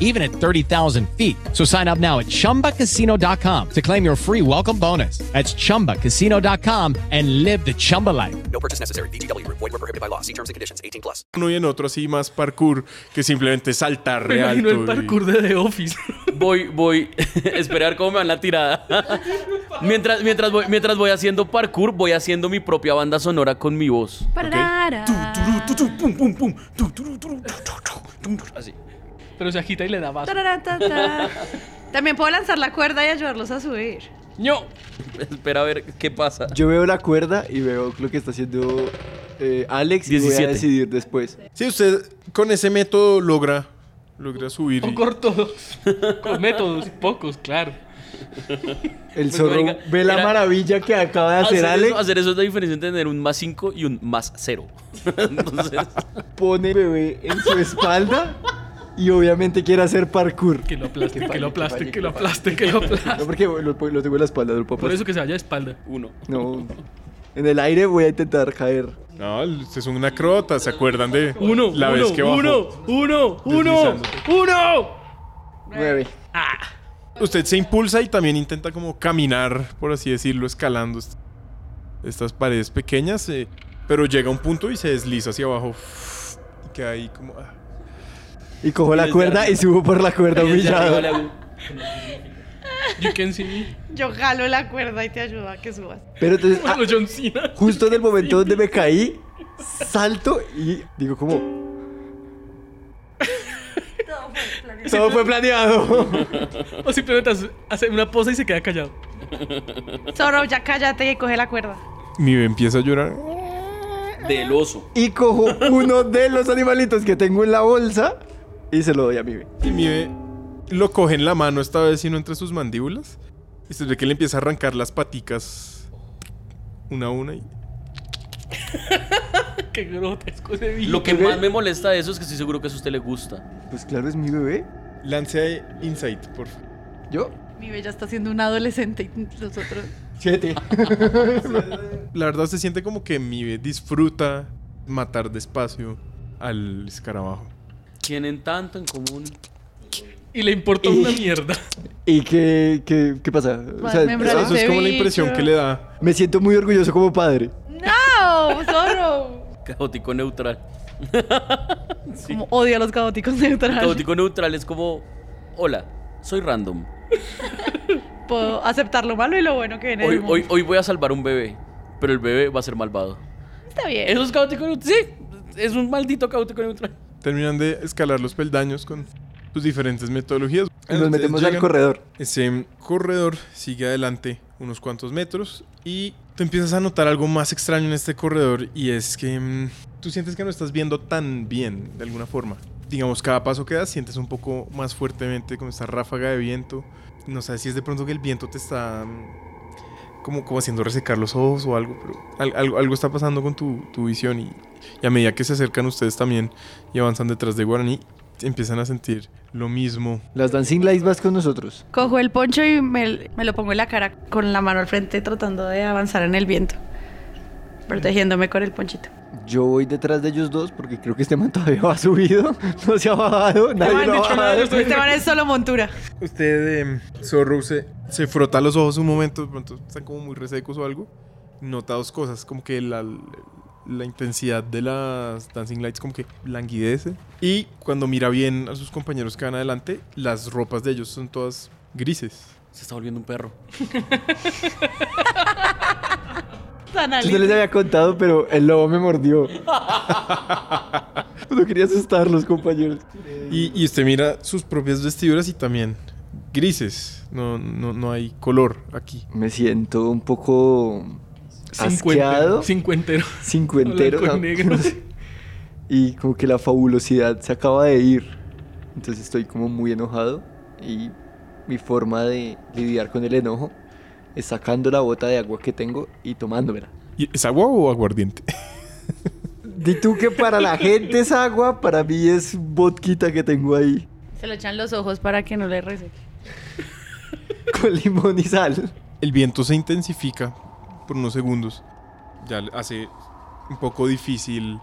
S6: even at 30,000 feet. So sign up now at ChumbaCasino.com to claim your free welcome bonus. That's ChumbaCasino.com and live the Chumba life.
S7: No purchase necessary. VGW Group. Void were prohibited by law. See terms and conditions. 18 plus.
S3: Uno y en otro así más parkour que simplemente saltar
S5: Me
S3: de
S5: imagino
S3: alto y-
S5: el parkour de The Office.
S4: Voy, voy. Esperar cómo me van la tirada. mientras, mientras, voy, mientras voy haciendo parkour, voy haciendo mi propia banda sonora con mi voz.
S2: Parara.
S4: Así.
S5: Pero se agita y le da vaso.
S2: Tarara, ta, ta. También puedo lanzar la cuerda y ayudarlos a subir.
S4: ¡No! Espera a ver qué pasa.
S1: Yo veo la cuerda y veo lo que está haciendo eh, Alex y voy a
S4: 17.
S1: decidir después.
S3: Si usted con ese método logra, logra subir. y-
S5: Con cortos. Con métodos pocos, claro.
S1: El zorro
S4: marica,
S1: ve la
S4: era-
S1: maravilla que acaba de hacer, Alex,
S4: eso, hacer eso es la diferencia entre tener un más 5 y un más 0. Entonces,
S1: pone el bebé en su espalda y obviamente quiere hacer parkour.
S5: Que lo aplasten, que
S1: falle,
S5: lo
S1: que
S5: aplasten,
S1: falle,
S5: que lo
S1: que falle.
S5: aplasten, que lo
S1: No,
S5: aplasten.
S1: porque lo, lo tengo en la espalda, lo puedo
S5: Por
S1: pasar.
S5: eso que se vaya de espalda.
S4: uno.
S1: No. En el aire voy a intentar caer.
S3: No, usted es una crota, ¿se acuerdan de
S5: Uno,
S3: la
S5: uno,
S3: vez que bajó?
S5: uno, uno, uno,
S3: Deslizándose.
S5: uno.
S1: Nueve.
S3: Usted se impulsa y también intenta como caminar, por así decirlo, escalando est- estas paredes pequeñas, eh, pero llega a un punto y se desliza hacia abajo. Y queda ahí como... ah.
S1: Y cojo la
S4: desde
S1: cuerda y
S4: arriba.
S1: subo por la cuerda
S4: Desde arriba le
S1: humillado.
S4: hago-
S5: You can see me.
S2: Yo jalo la cuerda y te ayudo a que subas.
S1: Pero entonces, ah,
S5: Bueno, John Cena.
S1: justo en el momento donde me caí, salto y digo como... Todo fue planeado.
S5: O simplemente hace- hace una posa y se queda callado.
S2: Zorro, ya cállate y coge la cuerda.
S3: Mi bebé empieza a llorar.
S4: Del oso.
S1: Y cojo uno de los animalitos que tengo en la bolsa y se lo doy a mi bebé.
S3: Y Mibe lo coge en la mano esta vez, sino entre sus mandíbulas. Y se ve que le empieza a arrancar las paticas una a una. Y...
S5: Qué grotesco ese video.
S4: Lo que más me molesta de eso es que estoy seguro que eso a usted le gusta.
S1: Pues claro, es mi bebé.
S3: Lance Insight, por favor.
S1: Yo,
S2: Mi bella está siendo una adolescente y nosotros.
S1: siete.
S3: La verdad se siente como que Mibe disfruta matar despacio al escarabajo.
S4: Tienen tanto en común.
S5: Y le importa una mierda.
S1: ¿Y qué, qué, qué pasa? O sea,
S2: Me
S3: Eso, eso es
S2: Ese
S3: como la impresión
S2: bicho.
S3: que le da.
S1: me siento muy orgulloso como padre.
S2: ¡No! ¡Zorro!
S4: Caótico neutral.
S2: Como odio a los caóticos neutrales.
S4: Caótico neutral es como. Hola, soy random.
S2: Puedo aceptar lo malo y lo bueno que viene. del
S4: Hoy,
S2: mundo.
S4: hoy, hoy voy a salvar un bebé, pero el bebé va a ser malvado.
S2: Está bien.
S4: Eso es caótico neutral. Sí, es un maldito caótico neutral.
S3: Terminan de escalar los peldaños con sus diferentes metodologías.
S1: Y nos
S3: Ustedes
S1: metemos al
S3: llegan-
S1: corredor.
S3: Ese corredor sigue adelante unos cuantos metros y tú empiezas a notar algo más extraño en este corredor y es que mm, tú sientes que no estás viendo tan bien de alguna forma. Digamos, cada paso que das sientes un poco más fuertemente como esta ráfaga de viento. No sabes si es de pronto que el viento te está mm, como, como haciendo resecar los ojos o algo, pero al- algo, algo está pasando con tu, tu visión y, y a medida que se acercan ustedes también y avanzan detrás de Guaraní, empiezan a sentir lo mismo
S1: Las Dancing Lights vas con nosotros.
S2: Cojo el poncho y me, me lo pongo en la cara con la mano al frente tratando de avanzar en el viento. Protegiéndome con el ponchito.
S1: Yo voy detrás de ellos dos porque creo que este man todavía ha subido. No se ha bajado. Nadie
S5: man,
S1: lo
S5: de
S1: ha
S5: hecho, nadie
S1: bajado.
S5: lo estoy-
S2: Este man es solo montura.
S3: Usted, em, Zorro, se, se frota los ojos un momento, de pronto están como muy resecos o algo. Nota dos cosas, como que la, la intensidad de las Dancing Lights como que languidece. Y cuando mira bien a sus compañeros que van adelante, las ropas de ellos son todas grises.
S4: Se está volviendo un perro.
S2: Tan
S1: Yo no les había contado, pero el lobo me mordió. No quería asustar los compañeros.
S3: Y, y usted mira sus propias vestiduras y también grises. No, no, no hay color aquí.
S1: Me siento un poco asqueado,
S5: Cincuentero.
S1: cincuentero. Ah.
S5: Blanco y
S1: o sea,
S5: negro.
S1: no sé. Y como que la fabulosidad se acaba de ir. Entonces estoy como muy enojado. Y mi forma de lidiar con el enojo es sacando la bota de agua que tengo y tomándomela.
S3: ¿Y ¿Es agua o aguardiente?
S1: Di tú que para la gente es agua, para mí es vodquita que tengo ahí
S2: Se lo echan los ojos para que no le reseque.
S1: con limón y sal.
S3: El viento se intensifica por unos segundos. Ya le- hace un poco difícil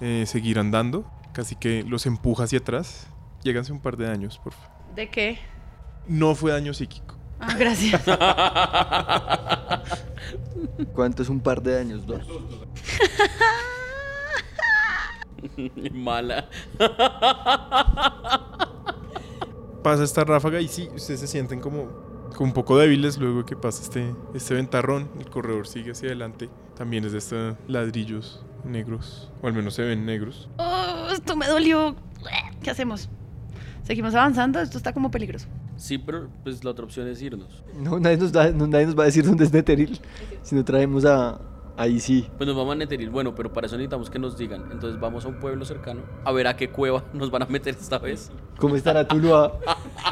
S3: eh, seguir andando. Casi que los empuja hacia atrás. Lléganse un par de daños, por favor.
S2: ¿De qué?
S3: No fue daño psíquico.
S2: Ah, gracias.
S1: ¿Cuánto es un par de daños? Dos.
S4: Mala.
S3: Pasa esta ráfaga y sí, ustedes se sienten como, como un poco débiles luego que pasa este, este ventarrón. El corredor sigue hacia adelante. También es de estos ladrillos negros, o al menos se ven negros.
S2: Oh, esto me dolió. ¿Qué hacemos? Seguimos avanzando, esto está como peligroso.
S4: Sí, pero pues la otra opción es irnos.
S1: No, nadie nos, da- no, nadie nos va a decir dónde es Netheril. Si no traemos a. Ahí sí.
S4: Pues nos vamos a Neteril. Bueno, pero para eso necesitamos que nos digan. Entonces vamos a un pueblo cercano a ver a qué cueva nos van a meter esta vez.
S1: ¿Cómo estará Tuluá?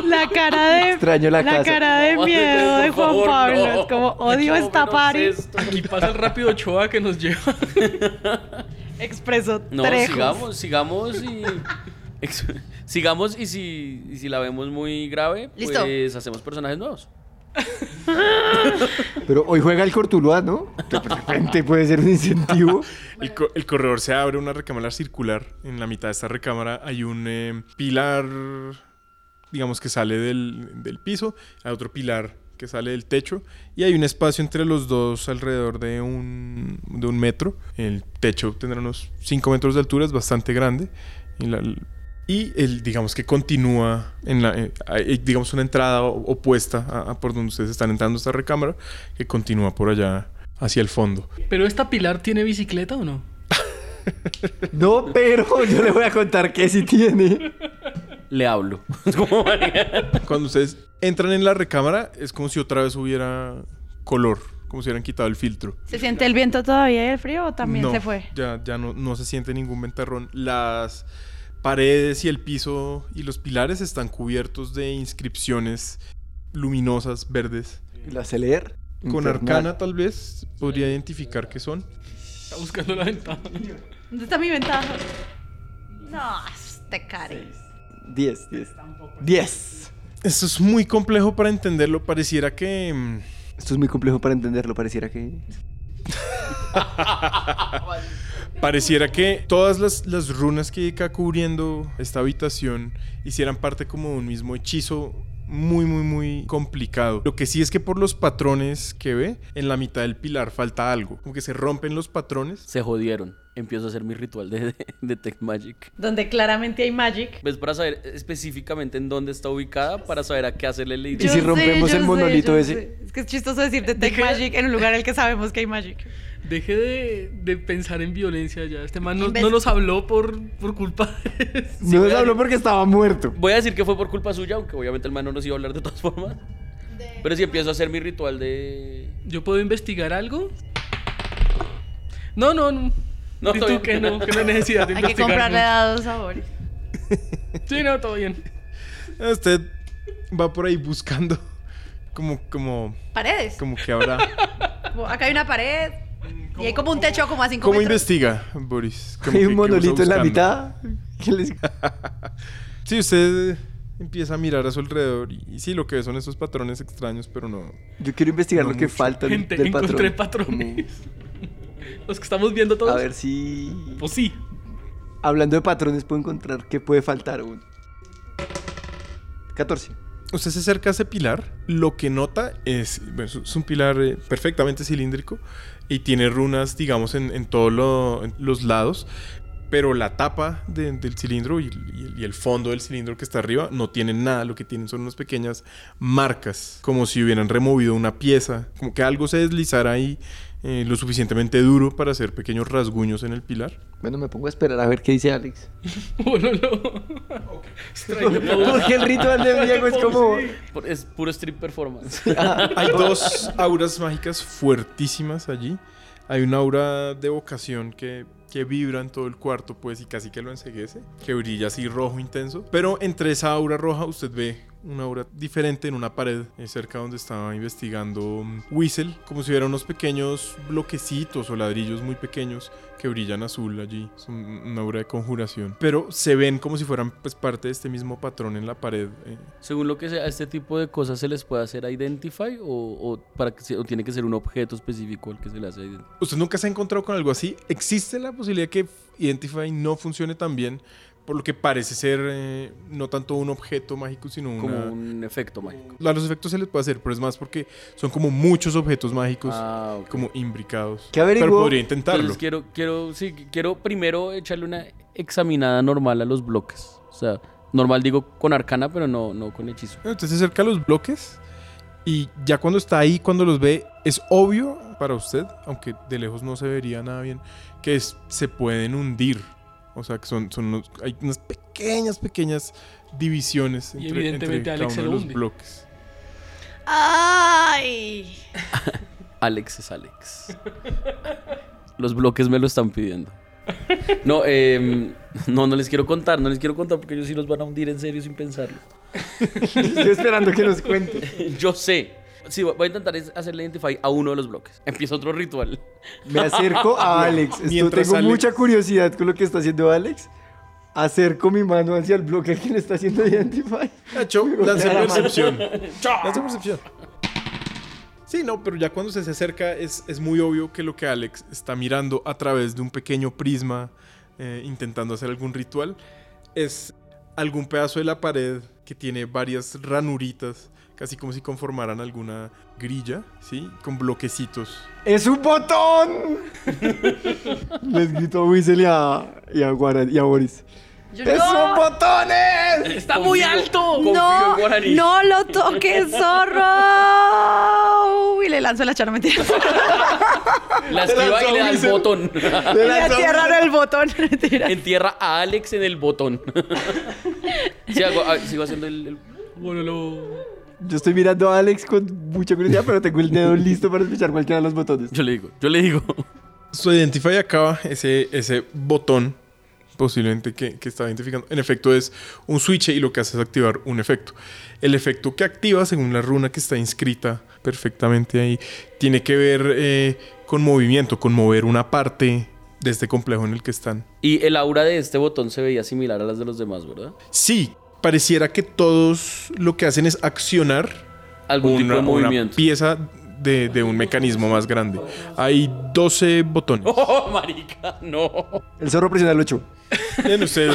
S2: La cara de.
S1: Extraño la casa.
S2: cara de miedo de
S4: Por
S2: Juan
S4: favor,
S2: Pablo.
S4: no.
S2: Es como odio
S4: Mucho
S2: esta
S4: menos
S2: party.
S4: esto.
S5: Aquí pasa el rápido Ochoa que nos lleva.
S2: Expreso
S4: No,
S2: Trejos.
S4: sigamos, sigamos y. ex- sigamos y si, y si la vemos muy grave,
S2: Listo.
S4: pues hacemos personajes nuevos.
S1: Pero hoy juega el Cortuluá, ¿no? De repente puede ser un incentivo.
S3: El, co- el corredor se abre una recámara circular. En la mitad de esta recámara hay un eh, pilar, digamos que sale del, del piso, hay otro pilar que sale del techo y hay un espacio entre los dos alrededor de un, de un metro. El techo tendrá unos 5 metros de altura, es bastante grande. Y, la- y el, digamos que continúa en la, eh, hay, digamos una entrada o- opuesta a, a por donde ustedes están entrando a esta recámara, que continúa por allá hacia el fondo.
S5: ¿Pero esta Pilar tiene bicicleta o no?
S1: No, pero yo le voy a contar que sí tiene.
S4: Le hablo. Es como,
S3: Cuando ustedes entran en la recámara, es como si otra vez hubiera color, como si hubieran quitado el filtro.
S2: ¿Se siente el viento todavía y el frío o también
S3: No,
S2: se fue?
S3: Ya, ya no, no se siente ningún ventarrón. Las paredes y el piso y los pilares están cubiertos de inscripciones luminosas, verdes.
S1: La Celer.
S3: Con
S1: Infernal.
S3: arcana tal vez podría identificar qué son.
S5: Está buscando la ventana.
S2: ¿Dónde está mi ventaja? No, este cari.
S1: 10, 10. 10.
S3: Esto es muy complejo para entenderlo. Pareciera que... mm,
S1: Esto es muy complejo para entenderlo, pareciera que.
S3: Pareciera que todas las, las runas que acá cubriendo esta habitación hicieran parte como de un mismo hechizo muy, muy, muy complicado. Lo que sí es que por los patrones que ve, en la mitad del pilar falta algo. Como que se rompen los patrones.
S4: se jodieron. Empiezo a hacer mi ritual de, de, de Tech Magic.
S2: Donde claramente hay magic.
S4: Pues para saber específicamente en dónde está ubicada, para saber a qué hacerle el
S1: ¿Y si rompemos el monolito
S2: yo
S1: ese?
S2: sé. Es que es chistoso decir de Tech Magic en un lugar en el que sabemos que hay magic.
S5: Deje de, de pensar en violencia ya. Este man no,
S2: Inves-
S5: no nos habló por, por culpa de eso.
S1: no les habló porque estaba muerto.
S4: Voy a decir que fue por culpa suya, aunque obviamente el man no nos iba a hablar de todas formas. Pero si empiezo a hacer mi ritual de.
S5: ¿Yo puedo investigar algo? No, no, no.
S4: No,
S5: ¿Y
S4: está
S5: tú
S4: bien.
S5: que no? ¿Qué no hay necesidad de
S2: Hay que
S5: investigar?
S2: comprarle
S5: ¿no?
S2: a dos sabores.
S5: Sí, no, todo bien.
S3: Ah, Usted va por ahí buscando como, como,
S2: Paredes.
S3: como que habrá...
S2: Como Acá hay una pared y hay como un techo como a cinco
S3: ¿Cómo
S2: metros.
S3: investiga, Boris? Como
S1: Hay
S3: que-
S1: un
S3: que usa
S1: monolito en la
S3: buscando.
S1: mitad. ¿Qué les-
S3: Sí, usted empieza a mirar a su alrededor y, y sí, lo que ve son esos patrones extraños, pero no...
S1: Yo quiero investigar
S3: No
S1: lo que
S3: mucho.
S1: falta del-
S5: Gente,
S1: del
S5: encontré
S1: patrón.
S5: patrones. Los que estamos viendo
S1: Como-
S5: todos.
S1: A ver si.
S5: Pues sí.
S1: Hablando de patrones, puedo encontrar qué puede faltar aún. 14.
S3: Usted se acerca a ese pilar, lo que nota es, bueno, es es un pilar eh, perfectamente cilíndrico y tiene runas, digamos, en, en todos los lados, pero la tapa de- del cilindro y, y el- y el fondo del cilindro que está arriba no tienen nada, lo que tienen son unas pequeñas marcas, como si hubieran removido una pieza, como que algo se deslizara ahí eh, lo suficientemente duro para hacer pequeños rasguños en el pilar.
S1: Bueno, me pongo a esperar a ver qué dice Alex.
S5: Bueno, no.
S1: Porque el ritual de Diego es como.
S4: Por- Es puro strip performance.
S3: Hay dos auras mágicas fuertísimas allí. Hay una aura de vocación que, que vibra en todo el cuarto, pues, y casi que lo enseguece, que brilla así rojo intenso. Pero entre esa aura roja usted ve una aura diferente en una pared eh, cerca donde estaba investigando mm, Whistle, como si hubiera unos pequeños bloquecitos o ladrillos muy pequeños que brillan azul allí. Es un- una aura de conjuración. Pero se ven como si fueran pues, parte de este mismo patrón en la pared. eh,
S4: Según lo que sea, ¿a este tipo de cosas se les puede hacer identify o, o para que se- o tiene que ser un objeto específico al que se le hace identify?
S3: ¿Usted nunca se ha encontrado con algo así? ¿Existe la posibilidad que Identify no funcione tan bien, por lo que parece ser eh, no tanto un objeto mágico, sino
S4: Como
S3: una...
S4: un efecto mágico.
S3: A los efectos se les puede hacer, pero es más porque son como muchos objetos mágicos,
S4: Ah, ok. Pues
S3: como imbricados.
S1: ¿Qué averiguó?
S3: Pero podría intentarlo.
S4: Entonces quiero, quiero, sí, quiero primero echarle una examinada normal a los bloques. O sea, normal digo con arcana, pero no, no con hechizo.
S3: Entonces eh, se acerca a los bloques y ya cuando está ahí, cuando los ve, es obvio para usted, aunque de lejos no se vería nada bien, que es- se pueden hundir. O sea, que son, son unos- hay unas pequeñas, pequeñas divisiones
S5: Y
S3: entre,
S5: evidentemente
S3: entre cada
S5: Alex se
S3: uno de
S5: lo
S3: los
S5: hunde.
S3: bloques.
S2: ¡Ay!
S4: Alex es Alex. Los bloques me lo están pidiendo. No, em, no, no les quiero contar, no les quiero contar porque ellos sí los van a hundir en serio sin pensarlo.
S1: Estoy esperando que nos cuente.
S4: Yo sé. Sí, voy a intentar es hacerle identify a uno de los bloques. Empieza otro ritual.
S1: Me acerco a Alex. Esto-
S3: Mientras
S1: tengo
S3: Alex-
S1: mucha curiosidad con lo que está haciendo Alex. Acerco mi mano hacia el bloque al que le está haciendo Identify.
S3: Nacho,
S1: golpea
S3: lance
S1: la mano.
S3: percepción. Lance percepción. Sí, no, pero ya cuando se, se acerca es, es muy obvio que lo que Alex está mirando a través de un pequeño prisma, eh, intentando hacer algún ritual, es algún pedazo de la pared que tiene varias ranuritas, casi como si conformaran alguna grilla, ¿sí? Con bloquecitos.
S1: ¡Es un botón! Les grito a Weasel y a, y a, Guara- y a Boris.
S2: Yo-
S1: ¡Es un botones!
S5: ¡Está muy alto!
S4: Confío
S2: ¡No!
S4: en Guarani.
S2: ¡No lo toques, zorro! Y le lanzo la charla, mentira.
S4: La esquiva y le da el
S1: Lanza un
S4: botón.
S1: Le
S2: Y le
S1: lanzo-
S2: entierran el botón, mentira.
S4: Entierra a Alex en el botón. Sí, hago- ah, sigo haciendo el- el
S5: Bueno, lo...
S1: Yo estoy mirando a Alex con mucha curiosidad, pero tengo el dedo listo para escuchar cualquiera de los botones.
S4: Yo le digo, yo le digo.
S3: Su Identify acaba ese, ese botón posiblemente que, que estaba identificando. En efecto es un switch y lo que hace es activar un efecto. El efecto que activa, según la runa que está inscrita perfectamente ahí, tiene que ver eh, con movimiento, con mover una parte de este complejo en el que están.
S4: Y el aura de este botón se veía similar a las de los demás, ¿verdad?
S3: Sí, pareciera que todos lo que hacen es accionar
S4: Algún tipo de
S3: una
S4: movimiento.
S3: pieza de, de un mecanismo más grande. Hay 12 botones.
S4: Oh, marica, no.
S1: El zorro presiona el 8.
S3: Bien, usted.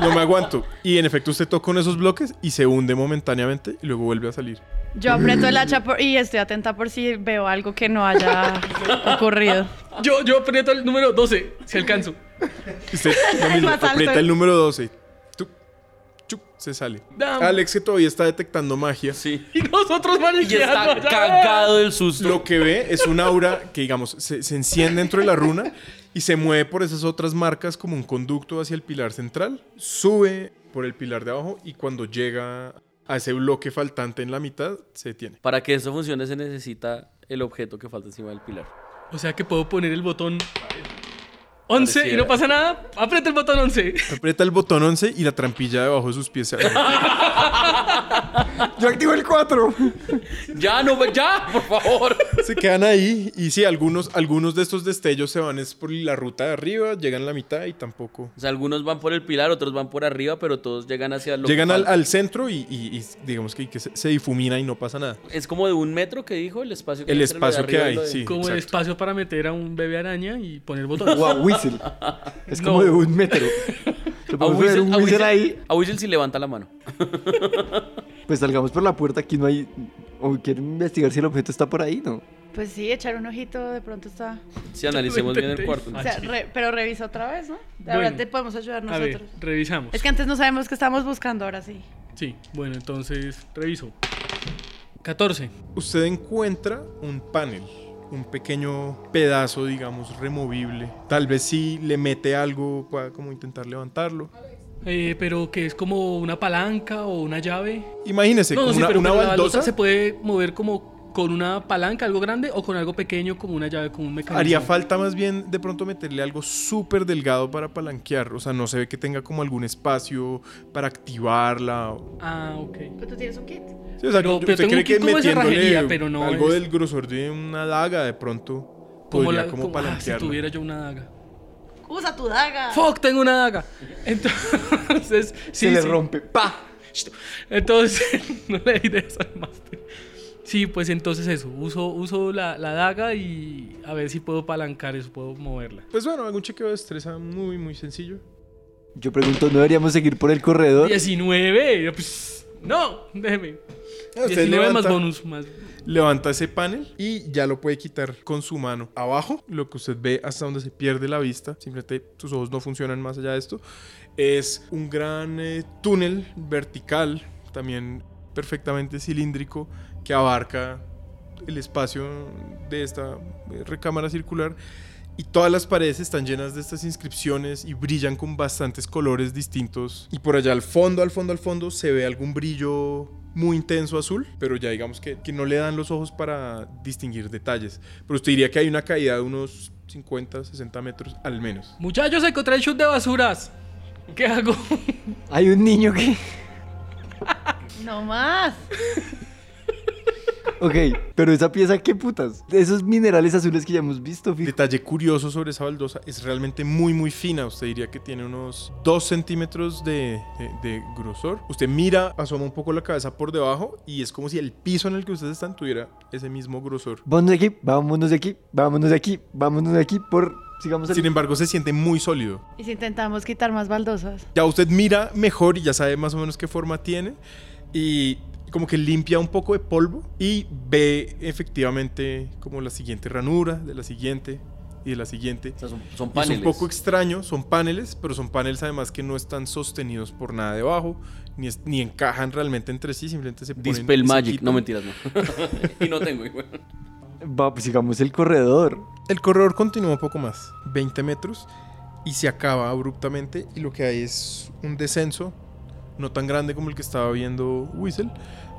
S3: No me aguanto. Y en efecto, usted toca uno de esos bloques y se hunde momentáneamente y luego vuelve a salir.
S2: Yo aprieto el hacha por- y estoy atenta por si veo algo que no haya ocurrido.
S5: Yo, yo aprieto el número 12, si alcanzo.
S3: Usted lo mismo,
S2: más alto.
S3: aprieta el número 12. Tuc, chuc, se sale.
S5: Dame.
S3: Alex, que todavía está detectando magia.
S4: Sí.
S5: Y nosotros
S4: Y está
S5: manejando.
S4: cagado del susto.
S3: Lo que ve es un aura que, digamos, se, se enciende dentro de la runa y se mueve por esas otras marcas como un conducto hacia el pilar central. Sube por el pilar de abajo y cuando llega a ese bloque faltante en la mitad, se detiene.
S4: Para que eso funcione se necesita el objeto que falta encima del pilar.
S5: O sea que puedo poner el botón 11 y
S4: Pareciera.
S5: no pasa nada. Aprieta el botón 11.
S3: Aprieta el botón 11 y la trampilla debajo de sus pies se abre.
S1: Yo activo el 4.
S4: Ya, no, ve- ya, por favor.
S3: Se quedan ahí y sí, algunos, algunos de estos destellos se van es por la ruta de arriba, llegan a la mitad y tampoco.
S4: O sea, algunos van por el pilar, otros van por arriba, pero todos llegan hacia lo que
S3: Llegan al,
S4: falta.
S3: al centro y, y- y digamos que, que se, se difumina y no pasa nada.
S4: Es como de un metro que dijo el espacio que
S3: El
S4: hay entre lo de
S3: espacio que
S4: arriba y
S3: hay,
S4: lo de-
S3: sí.
S5: Como el
S3: exacto.
S5: espacio para meter a un bebé araña y poner botón.
S1: Wow, Whistle. Es como
S5: No.
S1: de un metro. Se puede
S4: A
S1: poner
S4: Whistle,
S1: un
S4: a
S1: Whistle
S4: Whistle-
S1: ahí.
S4: a Whistle sí levanta la mano.
S1: Pues salgamos por la puerta, aquí no hay... O quieren investigar si el objeto está por ahí, ¿no?
S2: Pues sí, echar un ojito de pronto está.
S4: Si analicemos bien el cuarto.
S2: O sea,
S5: Ah, sí.
S2: re- pero revisa otra vez, ¿no? De
S5: Bueno.
S2: verdad te podemos ayudar
S5: A ver,
S2: nosotros.
S5: revisamos.
S2: Es que antes no sabemos qué estamos buscando, ahora sí.
S5: Sí, bueno, entonces reviso. 14.
S3: Usted encuentra un panel, un pequeño pedazo, digamos, removible. Tal vez si le mete algo para como intentar levantarlo.
S5: Eh, pero que es como una palanca o una llave.
S3: Imagínese, como
S5: sí,
S3: una,
S5: pero
S3: una
S5: pero la
S3: baldosa
S5: se puede mover como con una palanca, algo grande, o con algo pequeño, como una llave, como un mecanismo.
S3: Haría falta más bien de pronto meterle algo súper delgado para palanquear. O sea, no se ve que tenga como algún espacio para activarla.
S5: Ah, ok.
S2: Pero tú tienes un kit.
S3: Sí, o sea,
S5: Pero-
S3: que
S5: pero
S3: usted
S5: tengo
S3: cree
S5: un kit
S3: que
S5: como de
S3: metiéndole
S5: cerrajería, pero no
S3: algo
S5: es-
S3: del grosor de una daga de pronto
S5: Como
S3: podría
S5: la-
S3: como,
S5: como- ah, si
S3: palanquearla.
S5: tuviera yo una daga.
S2: Usa tu daga.
S5: ¡Fuck! Tengo una daga. Entonces. sí,
S1: se le
S5: sí.
S1: rompe. ¡Pa!
S5: Entonces. no le ideas al máster. Sí, pues entonces eso. Uso, uso la, la daga y a ver si puedo palancar eso, puedo moverla.
S3: Pues bueno, algún chequeo de destreza muy, muy sencillo.
S1: Yo pregunto, ¿no deberíamos seguir por el corredor?
S5: 19. Pues, no, déjeme.
S1: Ah,
S5: 19 más bonus. Más.
S3: levanta ese panel y ya lo puede quitar con su mano. Abajo, lo que usted ve hasta donde se pierde la vista, simplemente sus ojos no funcionan más allá de esto, es un gran eh, túnel vertical, también perfectamente cilíndrico, que abarca el espacio de esta eh, recámara circular. Y todas las paredes están llenas de estas inscripciones y brillan con bastantes colores distintos. Y por allá al fondo, al fondo, al fondo se ve algún brillo muy intenso azul, pero ya digamos que, que no le dan los ojos para distinguir detalles. Pero usted diría que hay una caída de unos 50, 60 metros al menos.
S5: Muchachos, encontré el chute de basuras. ¿Qué hago? Pues
S1: Hay un niño que...
S2: No más.
S1: Ok, pero esa pieza, ¿qué putas? Esos minerales azules que ya hemos visto, fijo.
S3: Detalle curioso sobre esa baldosa, es realmente muy muy fina, usted diría que tiene unos 2 centímetros de, de- de grosor. Usted mira, asoma un poco la cabeza por debajo y es como si el piso en el que ustedes están tuviera ese mismo grosor.
S1: Vámonos de aquí, vámonos de aquí, vámonos de aquí, vámonos de aquí por... Sigamos el...
S3: Sin embargo, se siente muy sólido.
S2: Y si intentamos quitar más baldosas.
S3: Ya usted mira mejor y ya sabe más o menos qué forma tiene. Y como que limpia un poco de polvo y ve efectivamente como la siguiente ranura, de la siguiente y de la siguiente.
S4: O sea, son, son
S3: Y Es
S4: paneles.
S3: un poco extraño, son paneles, pero son paneles además que no están sostenidos por nada debajo, ni, es- ni encajan realmente entre sí, simplemente se ponen...
S4: Dispel
S3: y se
S4: Magic,
S3: quitan.
S4: no mentiras, no. y no tengo, igual.
S1: Va, pues sigamos el corredor.
S3: El corredor continúa un poco más, 20 metros, y se acaba abruptamente. Y lo que hay es un descenso, no tan grande como el que estaba viendo Whistle.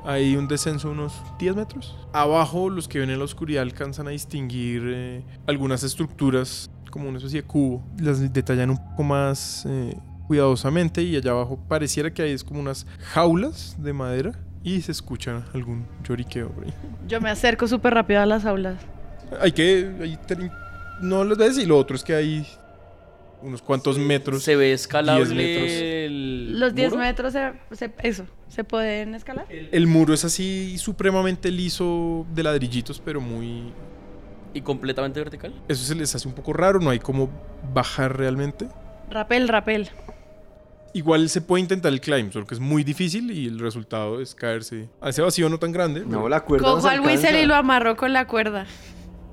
S3: Hay un descenso de unos 10 metros. Abajo, los que ven en la oscuridad alcanzan a distinguir eh, algunas estructuras, como una especie de cubo. Las detallan un poco más eh, cuidadosamente. Y allá abajo pareciera que hay es como unas jaulas de madera. Y se escucha algún lloriqueo por ahí.
S2: Yo me acerco súper rápido a las aulas.
S3: Hay que. hay ter- no les ves y lo otro es que hay unos cuantos metros.
S4: Se ve escalable
S3: 10 metros.
S4: el
S2: Los 10
S4: muro.
S2: metros, se, se- eso, ¿se pueden escalar?
S3: El muro es así supremamente liso de ladrillitos, pero muy.
S4: Y completamente vertical.
S3: Eso se les hace un poco raro, no hay cómo bajar realmente.
S2: Rapel, rapel.
S3: Igual se puede intentar el climb, solo que es muy difícil y el resultado es caerse a ese vacío no tan grande.
S1: No,
S3: pero-
S1: la cuerda nos
S2: Cojo al
S1: alcanza.
S2: whistle y lo amarró con la cuerda.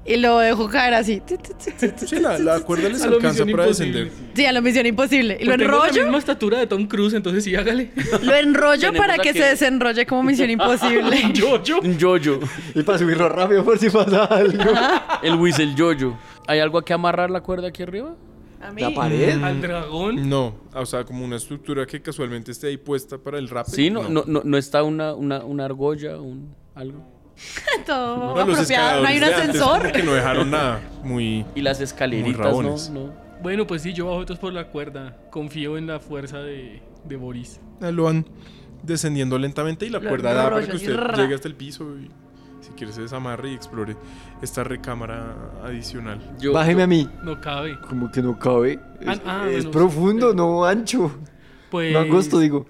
S2: Y lo dejo caer así. Tu, tu, tu, tu, tu.
S3: Sí, la, la cuerda les
S5: A lo
S3: alcanza
S5: Misión
S3: para
S5: Imposible.
S3: descender.
S2: Sí, a la misión imposible. Y lo
S5: Pues tengo la
S2: enrollo.
S5: misma estatura de Tom Cruise, entonces sí, hágale.
S2: Lo enrollo
S4: Tenemos
S2: para
S4: a
S2: que
S4: que-
S2: se desenrolle como misión imposible.
S5: Yo-yo.
S4: Un yoyo.
S1: Y para subirlo rápido por si pasa algo.
S4: El whistle yoyo. ¿Hay algo a que amarrar la cuerda aquí arriba?
S2: A mí.
S1: La pared.
S5: Al dragón.
S3: No, o sea, como una estructura que casualmente esté ahí puesta para el rap.
S4: Sí, no, no, no, no está una, una, una argolla, un algo.
S2: Todo
S3: los
S2: apropiado. No hay un
S3: escaladores de antes
S2: ascensor.
S3: como Que no dejaron nada. Muy.
S4: Y las escaleritas, ¿no?
S3: rabones.
S4: no.
S5: Bueno, pues sí, yo bajo todos por la cuerda. Confío en la fuerza de, de Boris.
S3: Ah, lo van descendiendo lentamente y la
S2: Lo
S3: cuerda da para
S2: enrollo
S3: que
S2: así,
S3: usted
S2: ra.
S3: llegue hasta el piso y si quiere se desamarre y explore esta recámara adicional.
S4: Yo,
S1: Bájeme a mí.
S5: No cabe.
S1: Como que no cabe. Es,
S5: Ah, ah,
S1: es
S5: bueno, sí,
S1: profundo,
S5: pero-
S1: no ancho.
S5: Pues.
S1: No angosto, digo.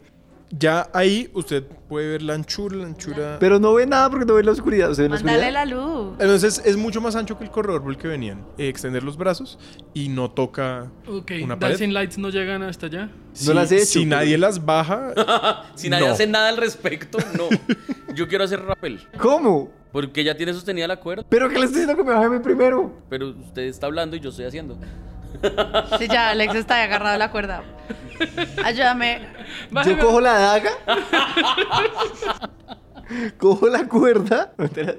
S3: Ya ahí usted puede ver la anchura, la anchura.
S1: Pero no ve nada porque no ve la oscuridad. ¿Usted ve la
S2: Mándale
S1: oscuridad?
S2: la luz.
S3: Entonces es mucho más ancho que el corredor por el que venían. Eh, extender los brazos y no toca.
S5: Ok,
S3: Una pared.
S5: Dancing Lights no llegan hasta allá.
S3: Si,
S1: las he hecho,
S3: si
S1: pero-
S3: nadie las baja,
S4: Si nadie
S3: No.
S4: hace nada al respecto, no. Yo quiero hacer rappel.
S1: ¿Cómo?
S4: Porque ya tiene sostenida la cuerda,
S1: Pero que le estoy diciendo que me baje a mí primero.
S4: pero usted está hablando y yo estoy haciendo.
S2: Sí, ya, Alex está agarrado a la cuerda. Ayúdame.
S1: Yo cojo la daga. cojo la cuerda. ¿me enteras?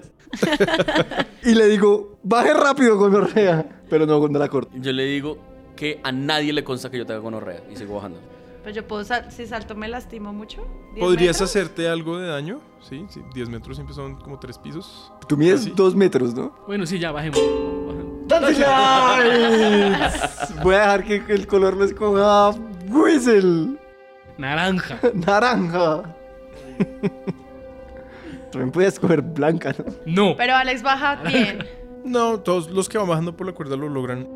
S1: y le digo, baje rápido con orrea. Pero no, cuando la corto.
S4: Yo le digo que a nadie le consta que yo tenga gonorrea y sigo bajando.
S2: Pues yo puedo, sal- si salto me lastimo mucho. ¿Diez
S3: ¿podrías
S2: metros?
S3: hacerte algo de daño? Sí, sí, 10 metros siempre son como 3 pisos.
S1: Tú mides
S3: ¿Sí?
S1: dos metros, ¿no?
S5: Bueno, sí, ya bajemos. Bajando.
S1: ¡Dancing Lights! Voy a dejar que el color lo escoja Whistle.
S5: Naranja.
S1: Naranja. También podías escoger blanca, ¿no?
S5: No.
S2: Pero Alex baja bien.
S3: No, todos los que van bajando por la cuerda lo logran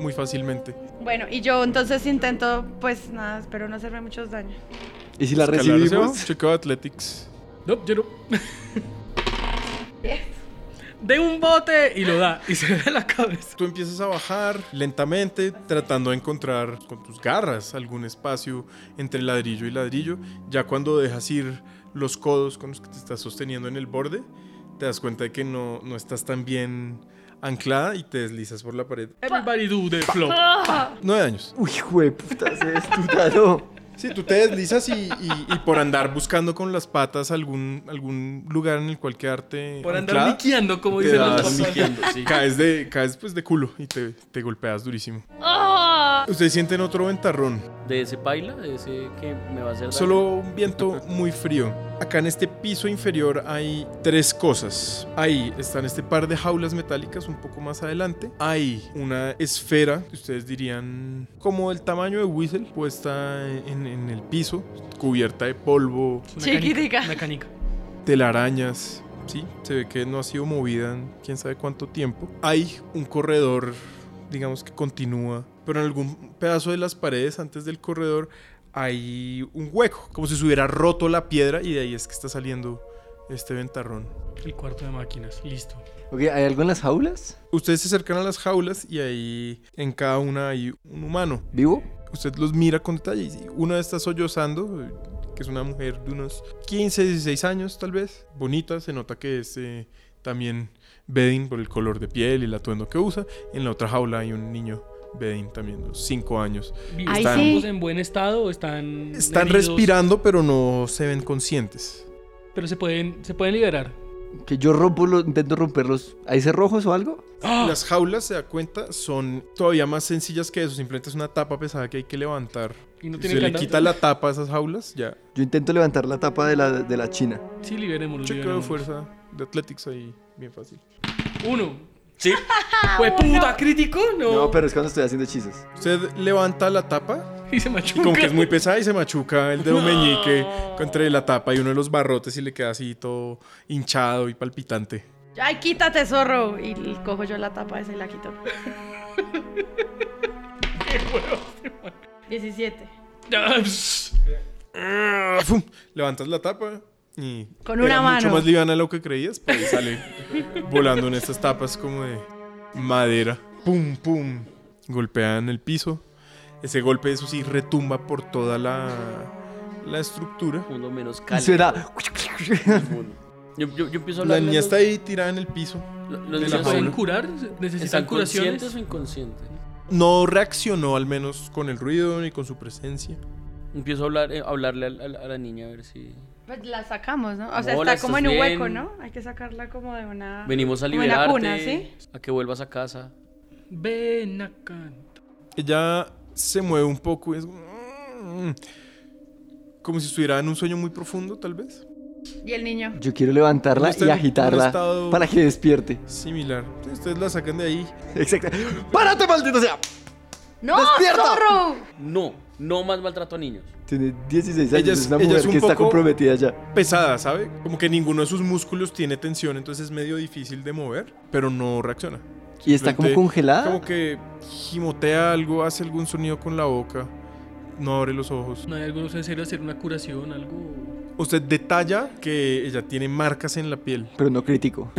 S3: muy fácilmente.
S2: Bueno, y yo entonces intento, pues nada, espero no hacerme muchos daños.
S1: Y si la
S3: Escalar hacia abajo,
S1: recibimos,
S3: Chequeo Athletics.
S5: No, yo no. de un bote y lo da y se ve la cabeza.
S3: Tú empiezas a bajar lentamente, tratando de encontrar con tus garras algún espacio entre ladrillo y ladrillo. Ya cuando dejas ir los codos con los que te estás sosteniendo en el borde, te das cuenta de que no, no estás tan bien anclada y te deslizas por la pared.
S5: Everybody do the flop.
S3: Nueve años.
S1: Uy, jueputa, se destunado.
S3: Sí, tú te deslizas y, y- y por andar buscando con las patas algún, algún lugar en el cual quedarte
S5: Por andar
S3: anclada,
S5: liqueando, como
S3: te
S5: dicen los
S3: das
S5: papás.
S4: liqueando, sí.
S3: Caes, de, caes pues de culo y te, te golpeas durísimo. Ustedes sienten otro ventarrón,
S4: De ese paila, de ese que me va a hacer. daño.
S3: solo un viento muy frío. Acá en este piso inferior hay tres cosas. Ahí están este par de jaulas metálicas un poco más adelante. Hay una esfera, que ustedes dirían como el tamaño de Whistle, puesta en, en el piso, cubierta de polvo,
S5: Es una canica,
S2: Chiquitica.
S5: Una canica.
S3: telarañas. Sí, se ve que no ha sido movida en quién sabe cuánto tiempo. Hay un corredor, digamos que continúa, pero en algún pedazo de las paredes antes del corredor hay un hueco, como si se hubiera roto la piedra y de ahí es que está saliendo este ventarrón.
S5: El cuarto de máquinas, listo.
S1: Ok, ¿hay algo en las jaulas?
S3: Ustedes se acercan a las jaulas y ahí en cada una hay un humano.
S1: ¿Vivo?
S3: Usted los mira con detalle y una está sollozando, eh, que es una mujer de unos 15, 16 años tal vez, bonita, se nota que es eh, también Bedin por el color de piel y el atuendo que usa. En la otra jaula hay un niño Bedin también, de 5 años.
S2: Ay,
S5: ¿Están
S2: sí.
S5: ambos en buen estado o están.
S3: Están
S5: heridos?
S3: respirando pero no se ven conscientes.
S5: Pero se pueden, se pueden liberar.
S1: Que yo rompo, los, intento romperlos. ¿Hay cerrojos o algo?
S5: Ah.
S3: Las jaulas, se da cuenta, son todavía más sencillas que eso, simplemente es una tapa pesada que hay que levantar.
S5: Y no
S3: Si
S5: tienen
S3: se le
S5: candado.
S3: quita la tapa a esas jaulas, ya.
S1: Yo intento levantar la tapa de la, de la china.
S5: Sí, liberémoslo.
S3: Chequeo de
S5: liberémoslo.
S3: fuerza de Athletics ahí, bien fácil.
S5: Uno. Sí. Fue puta crítico, no.
S1: No, pero es cuando estoy haciendo hechizos.
S3: Usted levanta la tapa
S5: Y se
S3: Y
S5: machuca.
S3: como que es muy pesada y se machuca el dedo meñique entre la tapa y uno de los barrotes y le queda así todo hinchado y palpitante.
S2: Ay, quítate, zorro. Y l- cojo yo la tapa esa y la quito. 17.
S5: Ya, pss.
S3: Ah, ¡fum! Levantas la tapa y...
S2: Con una
S3: era
S2: mano.
S3: mucho más liviana de lo que creías, pero ahí sale volando en estas tapas como de madera. ¡Pum, pum! Golpean el piso. Ese golpe, eso sí, retumba por toda la, la estructura.
S4: Mundo menos
S1: Y
S4: cálido.
S1: suena.
S4: del mundo. Yo, yo, yo empiezo a
S3: La
S4: hablar.
S3: niña está ahí tirada en el piso.
S4: Los
S3: de
S4: niños
S3: la
S5: ¿Se pueden
S3: jaula.
S4: son-
S5: curar? ¿Necesitan
S4: están conscientes
S5: curaciones?
S4: o inconscientes.
S3: No reaccionó al menos con el ruido ni con su presencia.
S4: Empiezo a hablar, eh, a hablarle al- al- a, la niña a ver si.
S2: Pues la sacamos, ¿no? O sea,
S4: Hola,
S2: está como en
S4: ¿estás
S2: un hueco,
S4: bien?
S2: ¿no? Hay que sacarla como de una.
S4: Venimos a
S2: como en una
S4: liberarte.
S2: cuna, ¿sí?
S4: A que vuelvas a casa.
S5: Ven acá.
S3: Ella se mueve un poco, es "Mm", como si estuviera en un sueño muy profundo, tal vez.
S2: Y el niño.
S1: Yo quiero levantarla
S3: Está en
S1: y
S3: un
S1: agitarla
S3: estado-
S1: para que despierte.
S3: Similar. Entonces, Ustedes la sacan de ahí.
S1: Exacto. ¡Párate, maldito sea!
S2: ¡No,
S1: ¡Despierta!
S2: zorro!
S4: No, no más maltrato a niños.
S1: Tiene 16 años,
S3: Ella es-
S1: es una
S3: ella
S1: mujer
S3: es un
S1: que está
S3: poco-
S1: comprometida ya.
S3: Pesada, ¿sabe? Como que ninguno de sus músculos tiene tensión, entonces es medio difícil de mover, pero no reacciona.
S1: ¿Y está como
S3: Simplemente
S1: congelada?
S3: Como que gimotea algo, hace algún sonido con la boca, no abre los ojos.
S5: ¿No hay algunos en serio hacer una curación, algo?
S3: Usted detalla que ella tiene marcas en la piel.
S1: Pero no crítico.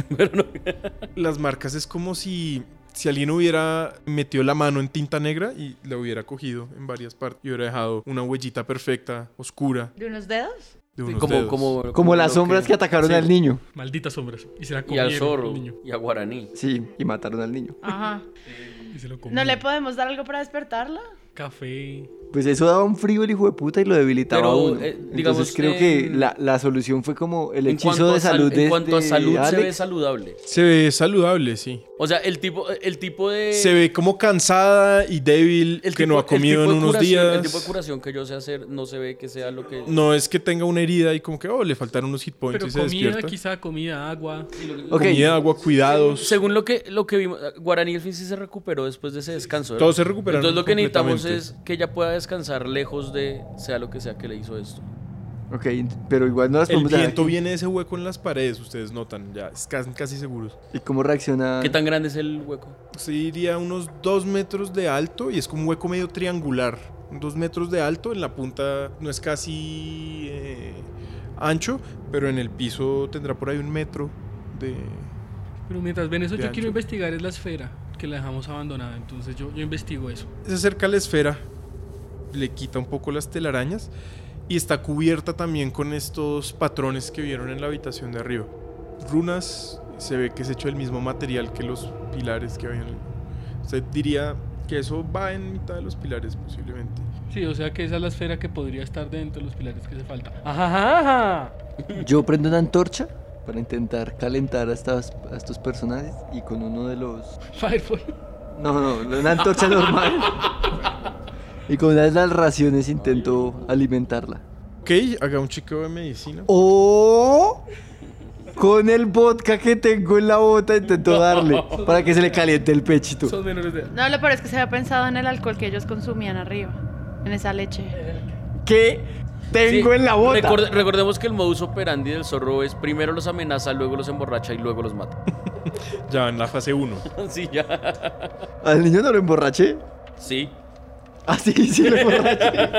S3: Las marcas es como si, si alguien hubiera metido la mano en tinta negra y la hubiera cogido en varias partes y hubiera dejado una huellita perfecta, oscura,
S2: ¿De unos dedos?
S3: de unos
S4: como,
S3: dedos.
S4: como,
S1: Como las
S4: lo
S1: sombras que atacaron al niño.
S5: Malditas sombras. Y se la
S4: Y
S5: comieron.
S4: al zorro.
S5: al niño.
S4: Y a Guaraní.
S1: Sí, y mataron al niño.
S2: Ajá.
S5: Y se lo comieron.
S2: ¿No le podemos dar algo para despertarla?
S5: Café.
S1: Pues eso daba un frío el hijo de puta y lo debilitaba
S4: Pero,
S1: a uno.
S4: eh, digamos,
S1: Entonces creo que
S4: en-
S1: la, la solución fue como el
S4: En
S1: hechizo
S4: cuanto,
S1: de
S4: a, sal-
S1: salud de
S4: en cuanto a
S1: de
S4: salud se ve
S1: Alex.
S4: saludable.
S3: Se ve saludable, sí.
S4: O sea, el tipo, el tipo de.
S3: Se ve como cansada y débil,
S4: Eh, el
S3: que
S4: tipo-
S3: no ha
S4: el tipo
S3: comido en
S4: de
S3: unos
S4: curación- El tipo de
S3: días.
S4: curación que yo sé hacer no se ve que sea lo que.
S3: No es que tenga una herida y como que, oh, le faltaron unos hit points
S5: Pero
S3: y se
S5: comida,
S3: despierta.
S5: quizá comida, agua.
S1: Ok,
S3: Comida, agua, cuidados.
S4: Según lo que, lo que vimos, Guaraní al fin sí se recuperó después de ese descanso. ¿verdad?
S3: Todos se recuperaron
S4: Entonces lo que necesitamos es
S3: completamente.
S4: que ella pueda descansar lejos de sea lo que sea que le hizo esto.
S1: ok, pero igual no las
S3: El
S1: podemos dejar
S3: viento
S1: aquí.
S3: viene de ese hueco en las paredes, ustedes notan, ya es casi, casi seguros.
S1: ¿Y cómo reacciona?
S4: ¿Qué tan grande es el hueco?
S3: Se diría unos 2 metros de alto y es como un hueco medio triangular. 2 metros de alto, en la punta no es casi eh, ancho, pero en el piso tendrá por ahí un metro de,
S5: Pero mientras ven eso,
S3: De
S5: yo quiero
S3: ancho.
S5: investigar es la esfera que la dejamos abandonada. Entonces yo, yo investigo eso.
S3: Se acerca a la esfera, le quita un poco las telarañas y está cubierta también con estos patrones que vieron en la habitación de arriba. Runas, se ve que es hecho del mismo material que los pilares que habían. Usted diría que eso va en mitad de los pilares posiblemente.
S5: Sí, o sea que esa es la esfera que podría estar dentro de los pilares que se falta. Ah, Ajá, ajá.
S1: Yo prendo una antorcha para intentar calentar a, estas- a estos personajes y con uno de los...
S5: Firefall.
S1: No, no, una antorcha normal. Y con una de las raciones intento alimentarla.
S3: Ok, haga un chico de medicina.
S1: O con el vodka que tengo en la bota intento darle para que se le caliente el pechito.
S5: Son menores de edad.
S2: No, lo peor es que se había pensado en el alcohol que ellos consumían arriba, en esa leche.
S1: ¿Qué tengo
S4: Sí,
S1: en la bota?
S4: recorde- recordemos que el modus operandi del zorro es primero los amenaza, luego los emborracha y luego los mata.
S3: Ya en la fase 1.
S4: sí, ya.
S1: Al niño no lo emborraché.
S4: Sí.
S1: Ah, sí, sí, lo emborraché.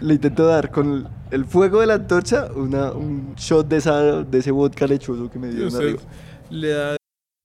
S1: Le intento dar con el fuego de la antorcha una, un shot de, esa, de ese vodka lechoso que me dio
S3: Usted le da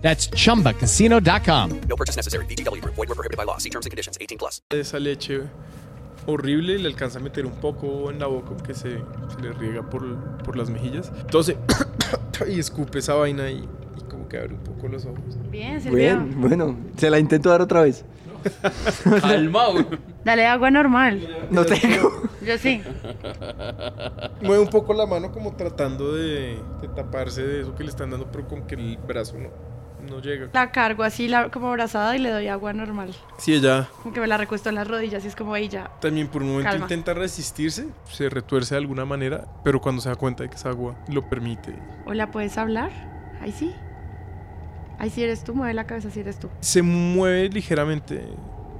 S6: That's chumbacasino.com.
S7: No purchase necessary. VGW Group. Void were prohibited by law. See terms and conditions. 18 plus.
S3: esa leche horrible y le alcanza a meter un poco en la boca que se, se le riega por, por las mejillas. Entonces, y escupe esa vaina y, y como que abre un poco los ojos.
S2: Bien, sirvió.
S1: Bien, bueno, se la intento dar otra vez.
S4: Calma, güey.
S2: Dale agua normal.
S1: No tengo.
S2: Yo sí.
S3: Mueve un poco la mano como tratando de, de taparse de eso que le están dando, pero con que el brazo no, no llega.
S2: La cargo así la, como abrazada y le doy agua normal.
S3: Sí, ella
S2: Como que me la recuesto en las rodillas y es como ahí ya.
S3: también por un momento
S2: Calma.
S3: intenta resistirse, se retuerce de alguna manera, pero cuando se da cuenta de que esa agua lo permite,
S2: Hola, ¿puedes hablar? Ahí sí. Ahí sí eres tú, mueve la cabeza si eres tú.
S3: se mueve ligeramente,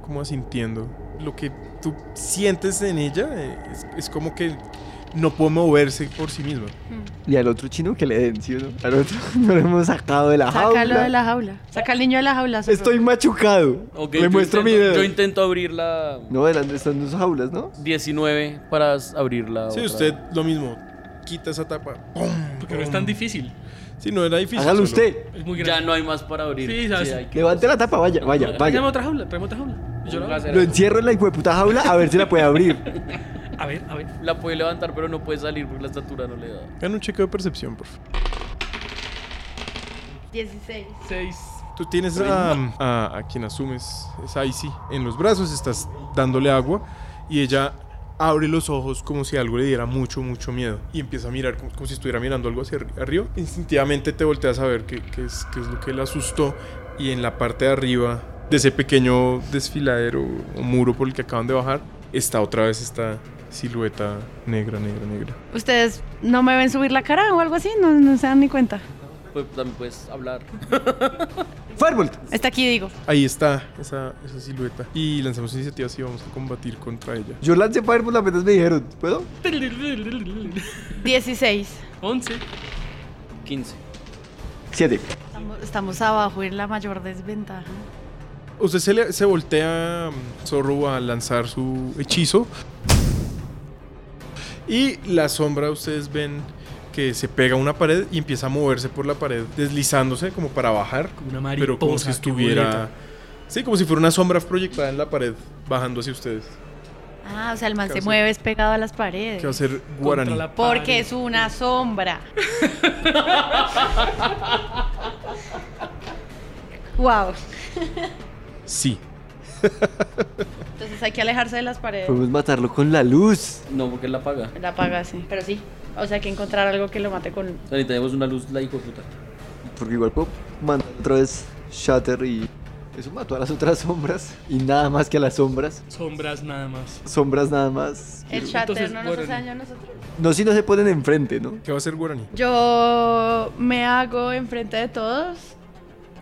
S3: como asintiendo. Lo que tú sientes en ella eh, es, es como que no puede moverse por sí misma.
S1: Y al otro chino que le den, ¿sí o no? Al otro no lo hemos sacado de la
S2: Sácalo
S1: jaula.
S2: de la jaula. Saca al niño de la jaula. zorro.
S1: Estoy machucado.
S4: Ok,
S1: le
S4: yo
S1: muestro mi
S4: intento-
S1: dedo.
S4: Yo intento abrir la
S1: No, eran, están dos jaulas, ¿no?
S4: 19 para s- abrir la.
S3: Sí,
S4: otra.
S3: usted lo mismo. Quita esa tapa. ¡pum!
S5: Porque no es tan difícil.
S3: Sí, no era difícil.
S1: Hágalo
S3: solo-
S1: usted.
S5: Es muy
S4: Ya
S5: grande.
S4: no hay más para abrir.
S5: Sí, sabes.
S4: hay que-
S1: Levante la tapa, vaya, vaya,
S5: Tráeme
S1: vaya.
S5: otra jaula, tráeme otra jaula. Y yo la,
S1: Lo encierro en la hijueputa jaula a ver si la puede abrir.
S5: a ver, a ver.
S4: La puede levantar, pero no puede salir porque la estatura no le da.
S3: Hagan un chequeo de percepción, por favor.
S2: 16.
S5: Seis.
S3: Tú tienes a, a- a quien asumes, es Icy, en los brazos, estás dándole agua y ella abre los ojos como si algo le diera mucho, mucho miedo y empieza a mirar como, como si estuviera mirando algo hacia arri- arriba. Instintivamente te volteas a ver qué, qué es, qué es lo que la asustó y en la parte de arriba de ese pequeño desfiladero o muro por el que acaban de bajar está otra vez esta silueta negra, negra, negra.
S2: ¿Ustedes no me ven subir la cara o algo así? No, no se dan ni cuenta.
S4: Pues también puedes hablar.
S1: Firebolt.
S2: Está aquí, digo.
S3: Ahí está esa, esa silueta y lanzamos iniciativas y vamos a combatir contra ella.
S1: Yo lancé Firebolt apenas me dijeron. ¿Puedo?
S2: 16.
S5: Once.
S4: 15.
S1: Siete.
S2: Estamos, estamos abajo en la mayor desventaja.
S3: Usted se, le- se voltea mm, Zorro a lanzar su hechizo. Y la sombra, ustedes ven que se pega a una pared y empieza a moverse por la pared, deslizándose como para bajar.
S5: Como una
S3: pero como si
S5: mariposa, qué
S3: estuviera.
S5: boleta.
S3: Sí, como si fuera una sombra proyectada en la pared, bajando hacia ustedes.
S2: Ah, o sea, el man
S3: ¿Qué
S2: se
S3: va a
S2: mueve es pegado a las paredes.
S3: ¿Qué va a hacer Guarani?
S5: Contra la pared.
S2: Porque es una sombra. wow.
S3: Sí.
S2: Entonces hay que alejarse de las paredes.
S1: Podemos matarlo con la luz.
S4: No, porque él la paga.
S2: La paga, sí. Pero sí. O sea, hay que encontrar algo que lo mate con.
S4: O sea, necesitamos una luz, la hijo de puta.
S1: Porque igual puedo mandar otra vez Shatter y. Eso mató a las otras sombras. Y nada más que a las sombras.
S5: Sombras nada más.
S1: Sombras nada más.
S2: El
S5: Entonces,
S2: shatter no nos hace
S5: bueno.
S2: daño a nosotros.
S1: No, si no se ponen enfrente, ¿no?
S3: ¿Qué va a hacer Guarani?
S2: Yo me hago enfrente de todos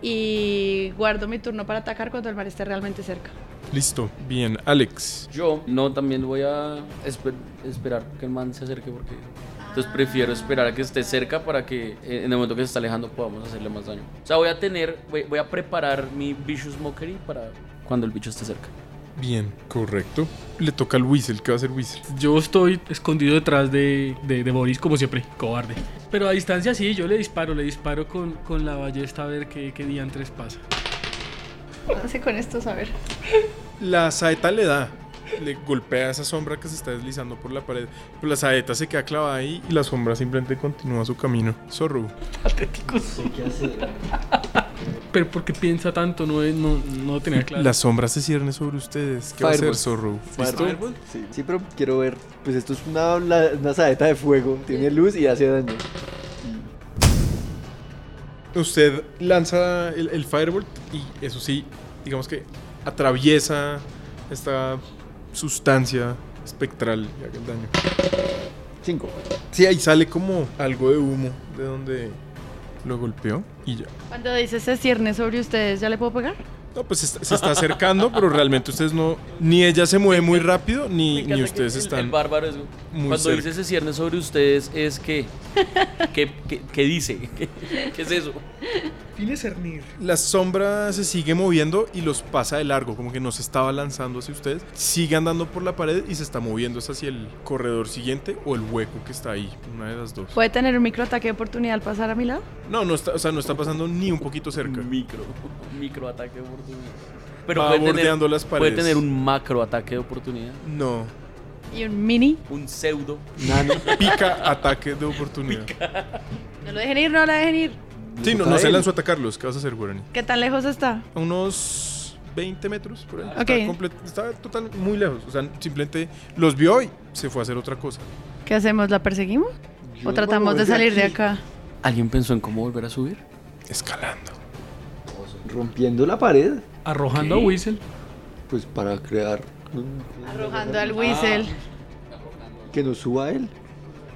S2: y guardo mi turno para atacar cuando el mar esté realmente cerca.
S3: Listo. Bien, Alex.
S4: Yo, no, también voy a esper- esperar que el man se acerque porque... Entonces prefiero esperar a que esté cerca para que eh, en el momento que se está alejando podamos hacerle más daño. O sea, voy a tener, voy, voy a preparar mi Vicious Mockery para cuando el bicho esté cerca.
S3: Bien, correcto. Le toca al Whistle. ¿Qué va a hacer Whistle?
S5: Yo estoy escondido detrás de, de- de Boris, como siempre, cobarde. Pero a distancia sí, yo le disparo, le disparo con, con la ballesta a ver qué, qué diantres pasa.
S2: Hace con esto, a ver.
S3: La saeta le da. Le golpea esa sombra que se está deslizando por la pared. Pero la saeta se queda clavada ahí y la sombra simplemente continúa su camino. Zorro.
S5: Patético soy. Pero ¿por qué piensa tanto? No, es- no, no tenía claro.
S3: La sombra se cierne sobre ustedes. ¿Qué va a hacer
S1: Fireball.
S3: Zorro?
S1: ¿Listo? Sí, sí, pero quiero ver. Pues esto es una, la- una saeta de fuego. Tiene luz y hace daño.
S3: Usted lanza el, el Firebolt y eso sí, digamos que atraviesa esta sustancia espectral y haga el daño.
S1: Cinco.
S3: Sí, ahí sale como algo de humo de donde lo golpeó y ya.
S2: Cuando dices se cierne sobre ustedes, ¿ya le puedo pegar?
S3: No, pues se está, se está acercando, pero realmente ustedes no. Ni ella se mueve muy rápido,
S4: Me
S3: ni,
S4: encanta
S3: ni
S4: que
S3: ustedes
S4: el-
S3: están.
S4: El bárbaro es- Cuando
S3: cerca.
S4: dice se cierne sobre ustedes es que... ¿Qué qué- qué dice? ¿Qué, qué es eso?
S3: La sombra se sigue moviendo y los pasa de largo, como que no se estaba lanzando hacia ustedes. Sigue andando por la pared y se está moviendo es hacia el corredor siguiente o el hueco que está ahí, una de las dos.
S2: ¿Puede tener un microataque de oportunidad al pasar a mi lado?
S3: No, no está, o sea, no está pasando ni un poquito cerca.
S4: Micro. Micro ataque de oportunidad. Pero
S3: Va
S4: puede
S3: bordeando
S4: tener,
S3: las
S4: puede
S3: paredes.
S4: tener un macro ataque de oportunidad.
S3: No.
S2: ¿Y un mini?
S4: Un pseudo.
S1: Nano.
S3: Pica ataque de oportunidad.
S2: No lo dejen ir, no la dejen ir.
S3: Sí, no, no se lanzó a atacarlos. ¿Qué vas a hacer, Guarani?
S2: ¿Qué tan lejos está?
S3: A unos 20 metros por ahí.
S2: Ok.
S3: Está, comple- está total, muy lejos. O sea, simplemente los vio y se fue a hacer otra cosa.
S2: ¿Qué hacemos? ¿La perseguimos? ¿O tratamos de salir de acá?
S4: ¿Alguien pensó en cómo volver a subir?
S3: Escalando.
S1: Rompiendo la pared.
S5: Arrojando a Whistle.
S1: Pues para crear. un-
S2: Arrojando al whistle.
S1: Que nos suba él.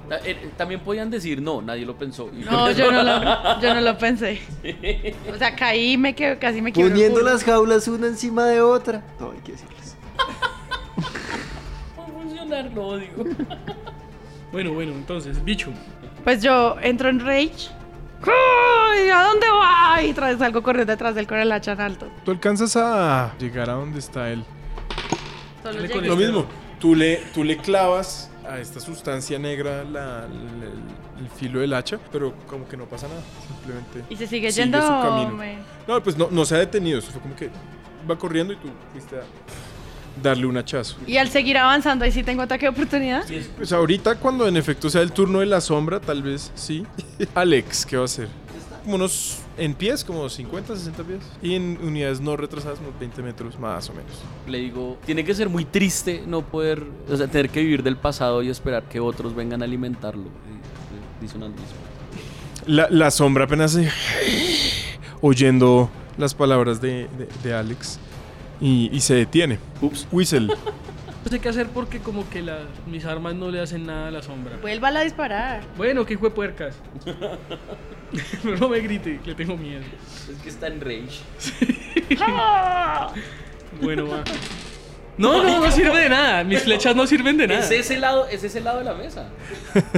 S4: Ta- eh, También podían decir, no, nadie lo pensó. Y-
S2: No, yo no lo, yo no lo pensé. O sea, caí, me quedo, casi me quedo.
S1: Poniendo las jaulas una encima de otra. No, hay que decirles.
S4: Va a funcionar, lo
S5: Oh,
S4: odio.
S5: Bueno, bueno, entonces, bicho.
S2: Pues yo entro en rage. ¡Uy! ¿A dónde va? Y tra- salgo corriendo detrás del con el hacha en alto.
S3: Tú alcanzas a llegar a donde está él.
S2: Solo
S5: Dale
S2: llegué.
S5: con
S3: Lo
S5: Este-
S3: mismo, tú le, tú le clavas a esta sustancia negra la- la- la- el filo del hacha, pero como que no pasa nada. Simplemente.
S2: Y se sigue
S3: Sigue
S2: yendo.
S3: su
S2: o
S3: camino.
S2: me-
S3: No, pues no, no se ha detenido. Eso fue como que va corriendo y tú fuiste a darle un hachazo.
S2: Y al seguir avanzando, ahí sí tengo ataque de oportunidad.
S3: Pues ahorita cuando en efecto sea el turno de la sombra, tal vez sí. Alex, ¿qué va a hacer? Como unos en pies, como 50, 60 pies. Y en unidades no retrasadas, como 20 metros más o menos.
S4: Le digo, tiene que ser muy triste no poder, o sea, tener que vivir del pasado y esperar que otros vengan a alimentarlo. Y- y Dice una misma.
S3: La, la sombra apenas se- oyendo las palabras de, de- de Alex y, y se detiene.
S4: Ups.
S3: Whistle,
S5: No sé qué hacer porque como que la- mis armas no le hacen nada a la sombra.
S2: Vuelva a disparar.
S5: Bueno, qué hijo de puercas. Pero no me grite, le tengo miedo.
S4: Es que está en rage.
S5: Bueno, va. No, no, no sirve de nada. Mis flechas no sirven de nada.
S4: Es ese lado, es ese lado de la mesa.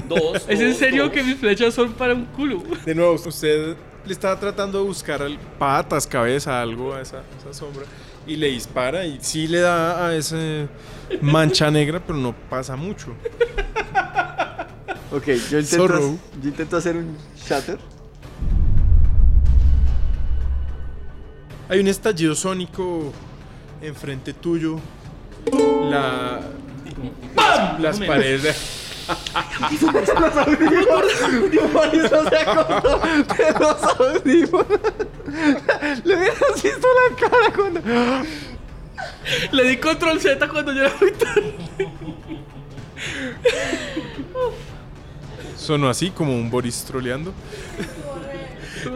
S4: Dos.
S5: ¿Es en
S4: dos,
S5: serio
S4: dos.
S5: que mis flechas son para un culo?
S3: de nuevo, usted le está tratando de buscar al- patas, cabeza, algo a esa, a esa sombra. y le dispara y sí le da a ese mancha negra, pero no pasa mucho.
S1: Ok, yo intento,
S3: Zorro.
S1: yo intento hacer un shatter.
S3: Hay un estallido sónico enfrente tuyo. La. Las paredes. de-
S1: Los audífonos. Dios mío, eso se acordó de los audífonos. Le hubieras visto la cara cuando.
S5: Le di control Z cuando yo era habitante.
S3: Sonó así como un Boris troleando.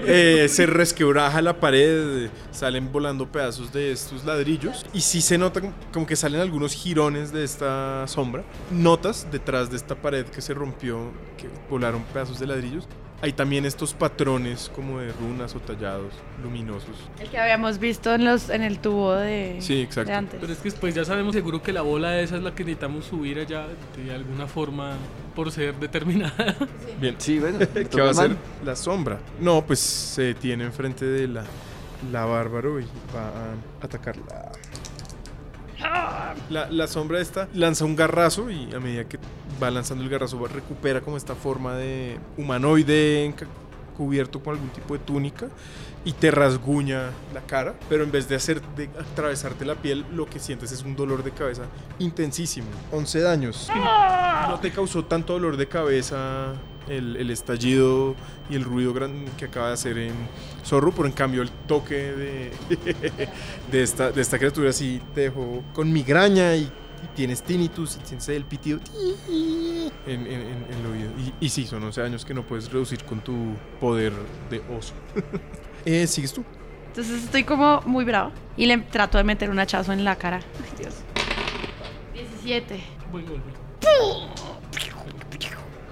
S3: Eh, se resquebraja la pared, salen volando pedazos de estos ladrillos y sí se nota como- como que salen algunos jirones de esta sombra. Notas detrás de esta pared que se rompió, que volaron pedazos de ladrillos. Hay también estos patrones como de runas o tallados luminosos.
S2: El que habíamos visto en, los, en el tubo de,
S3: Sí, exacto.
S2: de antes.
S5: Pero es que después ya sabemos seguro que la bola esa es la que necesitamos subir allá de alguna forma por ser determinada.
S3: Bien,
S1: Sí, bueno. me
S3: ¿Qué va
S1: toca
S3: a hacer?
S1: mal.
S3: La sombra. No, pues se detiene enfrente de la, la bárbaro y va a atacarla. La, la sombra esta lanza un garrazo y a medida que va lanzando el garrazo va- recupera como esta forma de humanoide enca- cubierto con algún tipo de túnica y te rasguña la cara, pero en vez de hacer de atravesarte la piel, lo que sientes es un dolor de cabeza intensísimo. 11 daños. No te causó tanto dolor de cabeza el, el estallido y el ruido gran que acaba de hacer en Zorro, pero en cambio el toque de, de, esta, de esta criatura sí te dejó con migraña y, y tienes tinnitus y tienes el pitido en, en- en- en el oído. Y, y sí, son 11 años que no puedes reducir con tu poder de oso. Eh, ¿Sigues tú?
S2: Entonces estoy como muy bravo y le trato de meter un hachazo en la cara. Ay, Dios. 17.
S5: Buen golpe.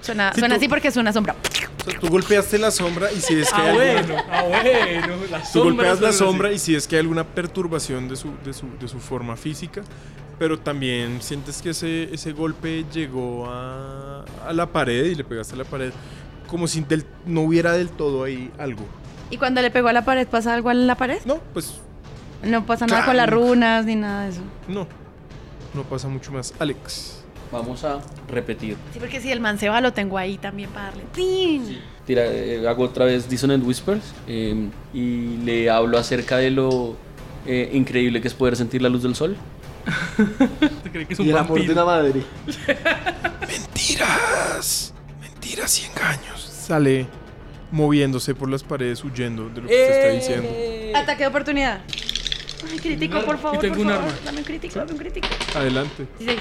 S2: Suena,
S3: Sí,
S2: suena
S3: tú-
S2: así porque es una sombra.
S3: O sea, tú golpeaste la sombra y si ves que
S5: Ah,
S3: hay alguna-
S5: bueno, ah, bueno. La
S3: Tú
S5: sombra.
S3: golpeas la
S5: suena así.
S3: sombra y si es que hay alguna perturbación de su, de su, de su forma física, pero también sientes que ese, ese golpe llegó a, a la pared y le pegaste a la pared como si del- no hubiera del todo ahí algo.
S2: ¿Y cuando le pegó a la pared pasa algo en la pared?
S3: No, pues
S2: No pasa nada con las
S3: Claro.
S2: runas ni nada de eso.
S3: no. No pasa mucho más. Alex.
S4: Vamos a repetir.
S2: Sí, porque si el man se va lo tengo ahí también para darle. ¡Tin!
S4: Tira, eh, hago otra vez Dissonant Whispers eh, y le hablo acerca de lo eh, increíble que es poder sentir la luz del sol.
S5: ¿Te crees que es
S1: Y
S5: un
S1: el amor de
S5: vampiro?
S1: una madre.
S3: Mentiras. Mentiras y engaños. Sale moviéndose por las paredes, huyendo de lo que
S5: Eh.
S3: te está diciendo.
S2: Ataque de oportunidad. Ay, crítico, por favor,
S5: Y tengo
S2: por
S5: un
S2: favor.
S5: arma.
S2: Dame un crítico, dame un crítico.
S3: Adelante.
S2: 16.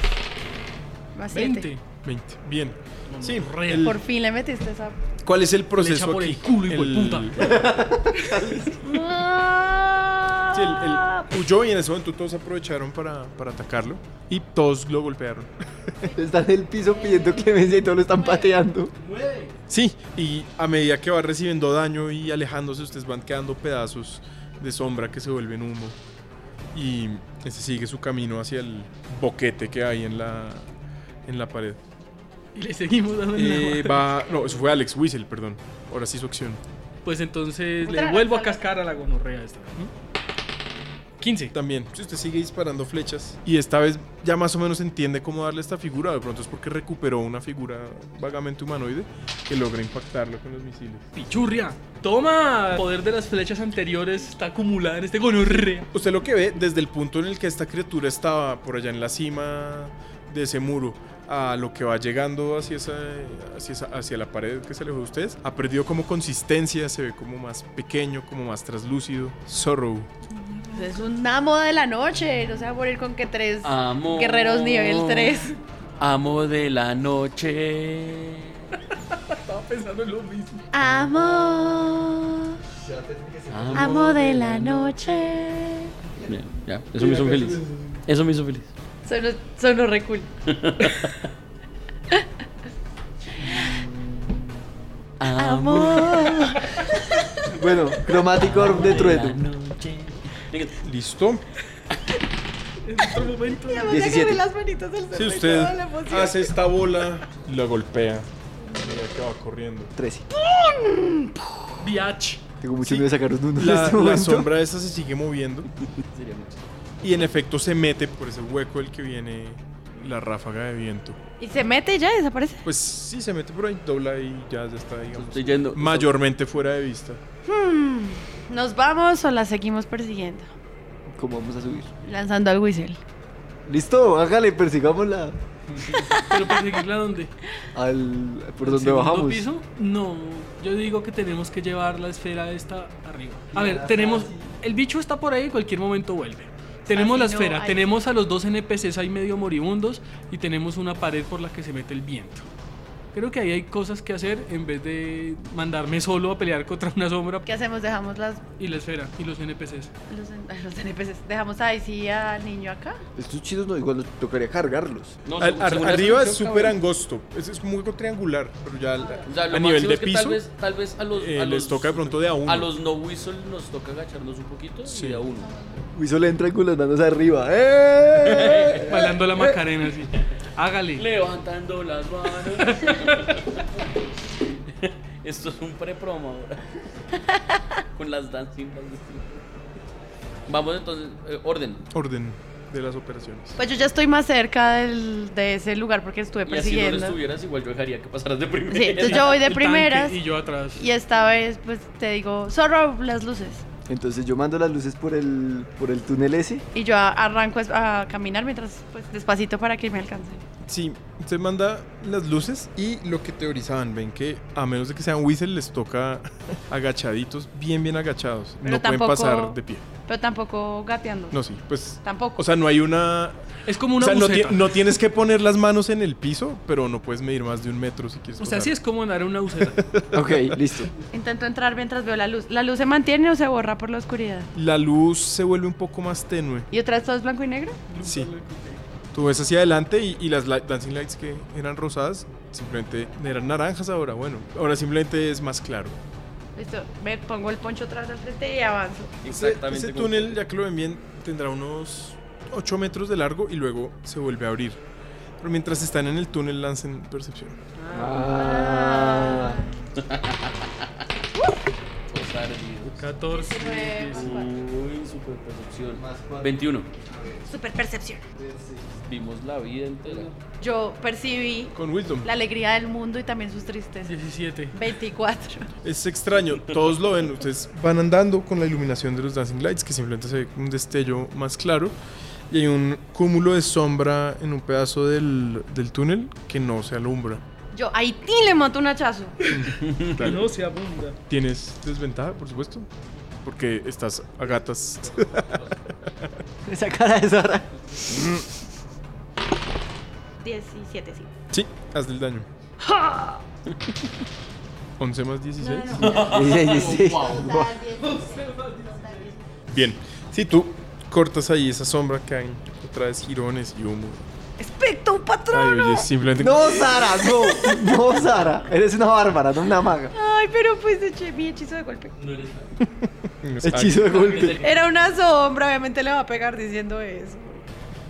S2: Más
S5: 20.
S2: 7.
S3: 20. Bien. Sí,
S5: re-
S3: el-
S2: Por fin le metiste esa.
S3: ¿Cuál es el proceso
S5: por
S3: aquí?
S5: el culo, hijo de puta.
S3: Sí, el- el- huyó y en ese momento todos aprovecharon para, para atacarlo y todos lo golpearon.
S1: Está en el piso pidiendo clemencia y todos lo están pateando.
S3: Sí, y a medida que va recibiendo daño y alejándose, ustedes van quedando pedazos de sombra que se vuelven humo. Y ese sigue su camino hacia el boquete que hay en la, en la pared.
S5: Y le seguimos dando en la
S3: Eh,
S5: madre.
S3: va, no, eso fue Alex Whistle, perdón. Ahora sí su acción.
S5: Pues entonces
S2: Otra
S5: le vuelvo a
S2: lanza.
S5: cascar a la gonorrea esta. ¿Mm? 15.
S3: También, si usted sigue disparando flechas y esta vez ya más o menos entiende cómo darle esta figura, de pronto es porque recuperó una figura vagamente humanoide que logra impactarlo con los misiles.
S5: Pichurria. Toma. El poder de las flechas anteriores está acumulada en este gonorrea.
S3: Usted lo que ve desde el punto en el que esta criatura estaba por allá en la cima de ese muro a lo que va llegando hacia, esa, hacia, esa- hacia la pared que se alejó de ustedes, ha perdido como consistencia, se ve como más pequeño, como más traslúcido. Sorrow.
S2: Es una moda de la noche. No se va a morir con que tres
S4: Amor.
S2: guerreros nivel 3.
S4: Amo de la noche.
S5: Estaba pensando en lo mismo.
S2: Amor,
S4: Amo,
S2: amo de la noche.
S4: Ya, ya, eso me hizo feliz. Eso me hizo feliz.
S2: Son los, son los re cool. Amor.
S1: Bueno, cromático Orb de trueno.
S4: noche.
S3: Listo.
S2: Le
S1: 17.
S2: agarré las manitas del
S3: Si
S2: cerro y
S3: usted
S2: toda la emoción.
S3: hace esta bola, la golpea. Mira que va corriendo.
S1: 13.
S5: Biatch.
S1: Tengo mucho miedo de sacar un uno en
S3: La,
S1: este
S3: la
S1: momento.
S3: sombra esa se sigue moviendo. Y en efecto se mete por ese hueco el que viene la ráfaga de viento.
S2: Y se mete y ya desaparece.
S3: Pues sí, se mete por ahí, dobla y ya, ya está, digamos.
S4: Estoy yendo.
S3: Mayormente fuera de vista.
S2: Hmm. ¿Nos vamos o la seguimos persiguiendo?
S1: ¿Cómo vamos a subir?
S2: Lanzando al whistle.
S1: Listo, hágale, persigámosla.
S5: ¿Pero para seguirla dónde?
S1: Al, por donde
S5: ¿Segundo
S1: bajamos.
S5: piso? No, yo digo que tenemos que llevar la esfera esta arriba. A ver, tenemos. El bicho está por ahí, en cualquier momento vuelve.
S2: Así
S5: Tenemos la
S2: Ah, no,
S5: esfera,
S2: ahí.
S5: tenemos a los dos NPCs ahí medio moribundos y tenemos una pared por la que se mete el viento. Creo que ahí hay cosas que hacer en vez de mandarme solo a pelear contra una sombra
S2: ¿Qué hacemos? Dejamos las,
S5: y la esfera y los NPCs.
S2: los, los NPCs. Dejamos a sí al niño acá.
S1: Estos chinos no, igual nos tocaría cargarlos.
S4: No,
S3: Al-
S4: según-
S3: ar-
S4: según la
S3: arriba es
S4: descripción,
S3: súper
S4: cabrón. Ah,
S3: angosto. Es, es un hueco triangular, pero ya al-
S4: O sea, lo
S3: a nivel
S4: máximo
S3: de
S4: es que
S3: piso
S4: Tal vez, tal vez a los.
S3: eh,
S4: a
S3: les
S4: los-
S3: toca de pronto de a uno.
S4: A los no whistle nos toca agacharnos un poquito
S3: Sí.
S4: y de a uno.
S1: Wiso le entra con las manos arriba. ¡Eh!
S5: Bailando la Macarena así. Hágale.
S4: Levantando las manos. Esto es un pre-promo ahora. Con las dancing. Vamos entonces, eh, orden.
S3: orden de las operaciones.
S2: Pues yo ya estoy más cerca del- de ese lugar porque estuve
S4: Y así no lo
S2: persiguiendo.
S4: estuvieras, igual yo dejaría que pasaras de primero.
S2: Sí, entonces yo voy de
S5: El tanque
S2: primeras
S5: Y
S2: y,
S5: yo atrás.
S2: esta vez pues te digo, zorro, las luces.
S1: Entonces yo mando las luces por el, por el túnel ese.
S2: Y yo a- arranco es- a caminar mientras pues despacito para que me alcance.
S3: Sí, se manda las luces y lo que teorizaban, ven que a menos de que sean whistle les toca agachaditos, bien bien agachados.
S2: Pero
S3: no pueden
S2: tampoco-
S3: pasar de pie.
S2: Pero tampoco gateando.
S3: No, sí, pues
S2: Tampoco.
S3: o sea, no hay una,
S5: Es como una
S3: o sea, no,
S5: buceta.
S3: ti- no tienes que poner las manos en el piso, pero no puedes medir más de un metro si quieres.
S5: O sea,
S3: pasar.
S5: sí es como andar en una buceta.
S1: Ok, listo.
S2: Intento entrar mientras veo la luz. ¿La luz se mantiene o se borra por la oscuridad?
S3: La luz se vuelve un poco más tenue.
S2: ¿Y otra vez todo es blanco y negro?
S3: Sí. Tú ves hacia adelante y, y las li- dancing lights que eran rosadas simplemente eran naranjas ahora. Bueno, ahora simplemente es más claro.
S2: Listo, me pongo el poncho atrás al frente y avanzo.
S3: Ese,
S4: Exactamente.
S3: ese
S4: como-
S3: túnel, ya que lo ven bien, tendrá unos 8 metros de largo y luego se vuelve a abrir. Pero mientras están en el túnel, lancen percepción.
S1: Ah,
S4: Todos ardidos.
S5: 14.
S4: Uy, super percepción. 21.
S2: Super percepción.
S4: Vimos la vida entera.
S2: Yo percibí
S3: Con Wilton.
S2: la alegría del mundo y también sus tristezas.
S5: 17.
S2: 24.
S3: Es extraño, todos lo ven, ustedes van andando con la iluminación de los dancing lights, que simplemente se ve un destello más claro, y hay un cúmulo de sombra en un pedazo del, del túnel que no se alumbra.
S2: Yo a Haití le mato un hachazo.
S5: No se abunda.
S3: Tienes desventaja, por supuesto, porque estás a gatas.
S1: esa cara de Sara.
S2: 17, sí.
S3: Sí, hazle el daño. 11 más 16.
S1: Sí, sí, sí.
S3: Bien, si tú cortas ahí esa sombra que hay, traes girones y humo.
S2: ¡Especto, un
S3: Ay,
S2: patrón!
S3: oye, simplemente...
S1: No, Sara, no. No, Sara. Eres una bárbara, no una maga.
S2: Ay, pero pues eché mi hechizo de golpe.
S1: Hechizo de golpe.
S2: Era una sombra, obviamente le va a pegar diciendo eso.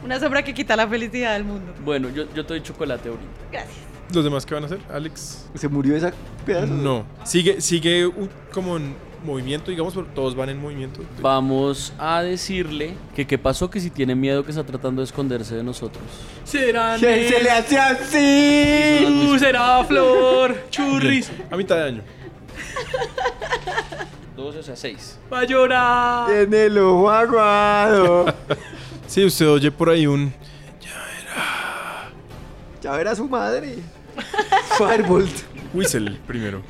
S2: Una sombra que quita la felicidad del mundo.
S4: Bueno, yo, yo te doy chocolate ahorita.
S2: Gracias.
S3: ¿Los demás qué van a hacer? Alex.
S1: ¿Se murió esa pedazo?
S3: No. Sigue, sigue u- como en movimiento, digamos, pero todos van en movimiento.
S4: Vamos a decirle que qué pasó, que si tiene miedo que está tratando de esconderse de nosotros.
S5: Será
S1: ¿Qué se le hace así?
S5: Chu, será flor, churris,
S3: A mitad de año.
S4: 12, o sea, 6.
S5: va a llorar.
S1: Tiene el ojo aguado.
S3: Sí, usted oye por ahí un.
S1: Ya verá su madre. Firebolt.
S3: Whistle primero.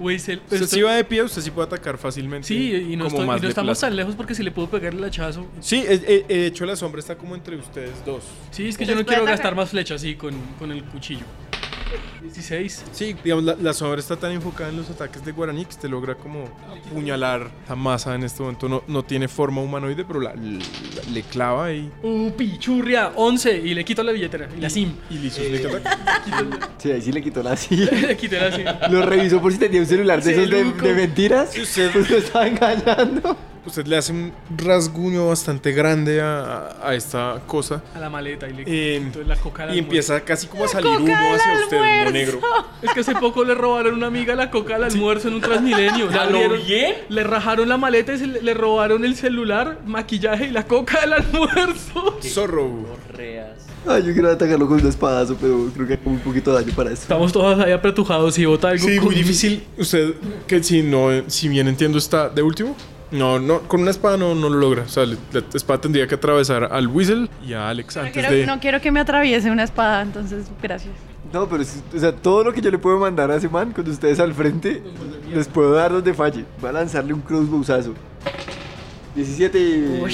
S5: Whistle.
S3: Usted
S5: Pero esto-
S3: si va de pie, usted sí puede atacar fácilmente.
S5: Sí, y no,
S3: como
S5: estoy-
S3: más
S5: y no
S3: le
S5: estamos
S3: plazca.
S5: tan lejos porque si le puedo pegar el hachazo.
S3: Sí, eh, eh, de hecho la sombra está como entre ustedes dos.
S5: Sí, es que yo no
S2: Entonces,
S5: quiero
S2: puede
S5: gastar
S2: atacar.
S5: más flechas así con, con el cuchillo. 16.
S3: Sí, digamos, la, la sombra está tan enfocada en los ataques de Guaraní que usted logra como apuñalar la masa en este momento. No, no tiene forma humanoide, pero la, la- le clava y.
S5: Uh, pichurria, 11. Y le quito la billetera. Y la sim.
S3: Y listo, es de que ataca.
S1: Sí, ahí sí le quitó la silla.
S5: le quité la sim.
S1: Lo revisó por si tenía un celular de esos de,
S5: Celuco.
S1: de mentiras.
S3: Sí, usted-
S1: Pues lo estaba engañando.
S3: Usted le hace un rasguño bastante grande a- a- a esta cosa
S5: A la maleta y le
S3: Eh,
S5: quito la coca a la
S3: Y empieza casi como a salir
S2: coca
S3: humo
S2: del
S3: hacia usted, humo
S2: almuerzo.
S3: negro.
S5: Es que hace poco le robaron a una amiga la coca al almuerzo en un transmilenio. Le
S4: ¿A lo
S5: abrieron-
S4: bien?
S5: Le rajaron la maleta y se le, le robaron el celular, maquillaje y la coca del almuerzo.
S3: Zorro.
S4: Reas.
S1: Ay, yo quiero atacarlo con un espadazo, pero creo que hago un poquito de daño para eso.
S5: Estamos todos ahí apretujados y bota algo.
S3: Sí,
S5: con-
S3: muy difícil. Usted, que si no, si bien entiendo, está de último. No, no, con una espada no, no lo logra. O sea, le- la espada tendría que atravesar al Whistle y a Alex
S2: No
S3: antes
S2: quiero,
S3: de.
S2: no quiero que me atraviese una espada, entonces gracias.
S1: No, pero es- o sea, todo lo que yo le puedo mandar a ese man con ustedes al frente, les puedo dar donde falle. Voy a lanzarle un crossbowzazo. 17.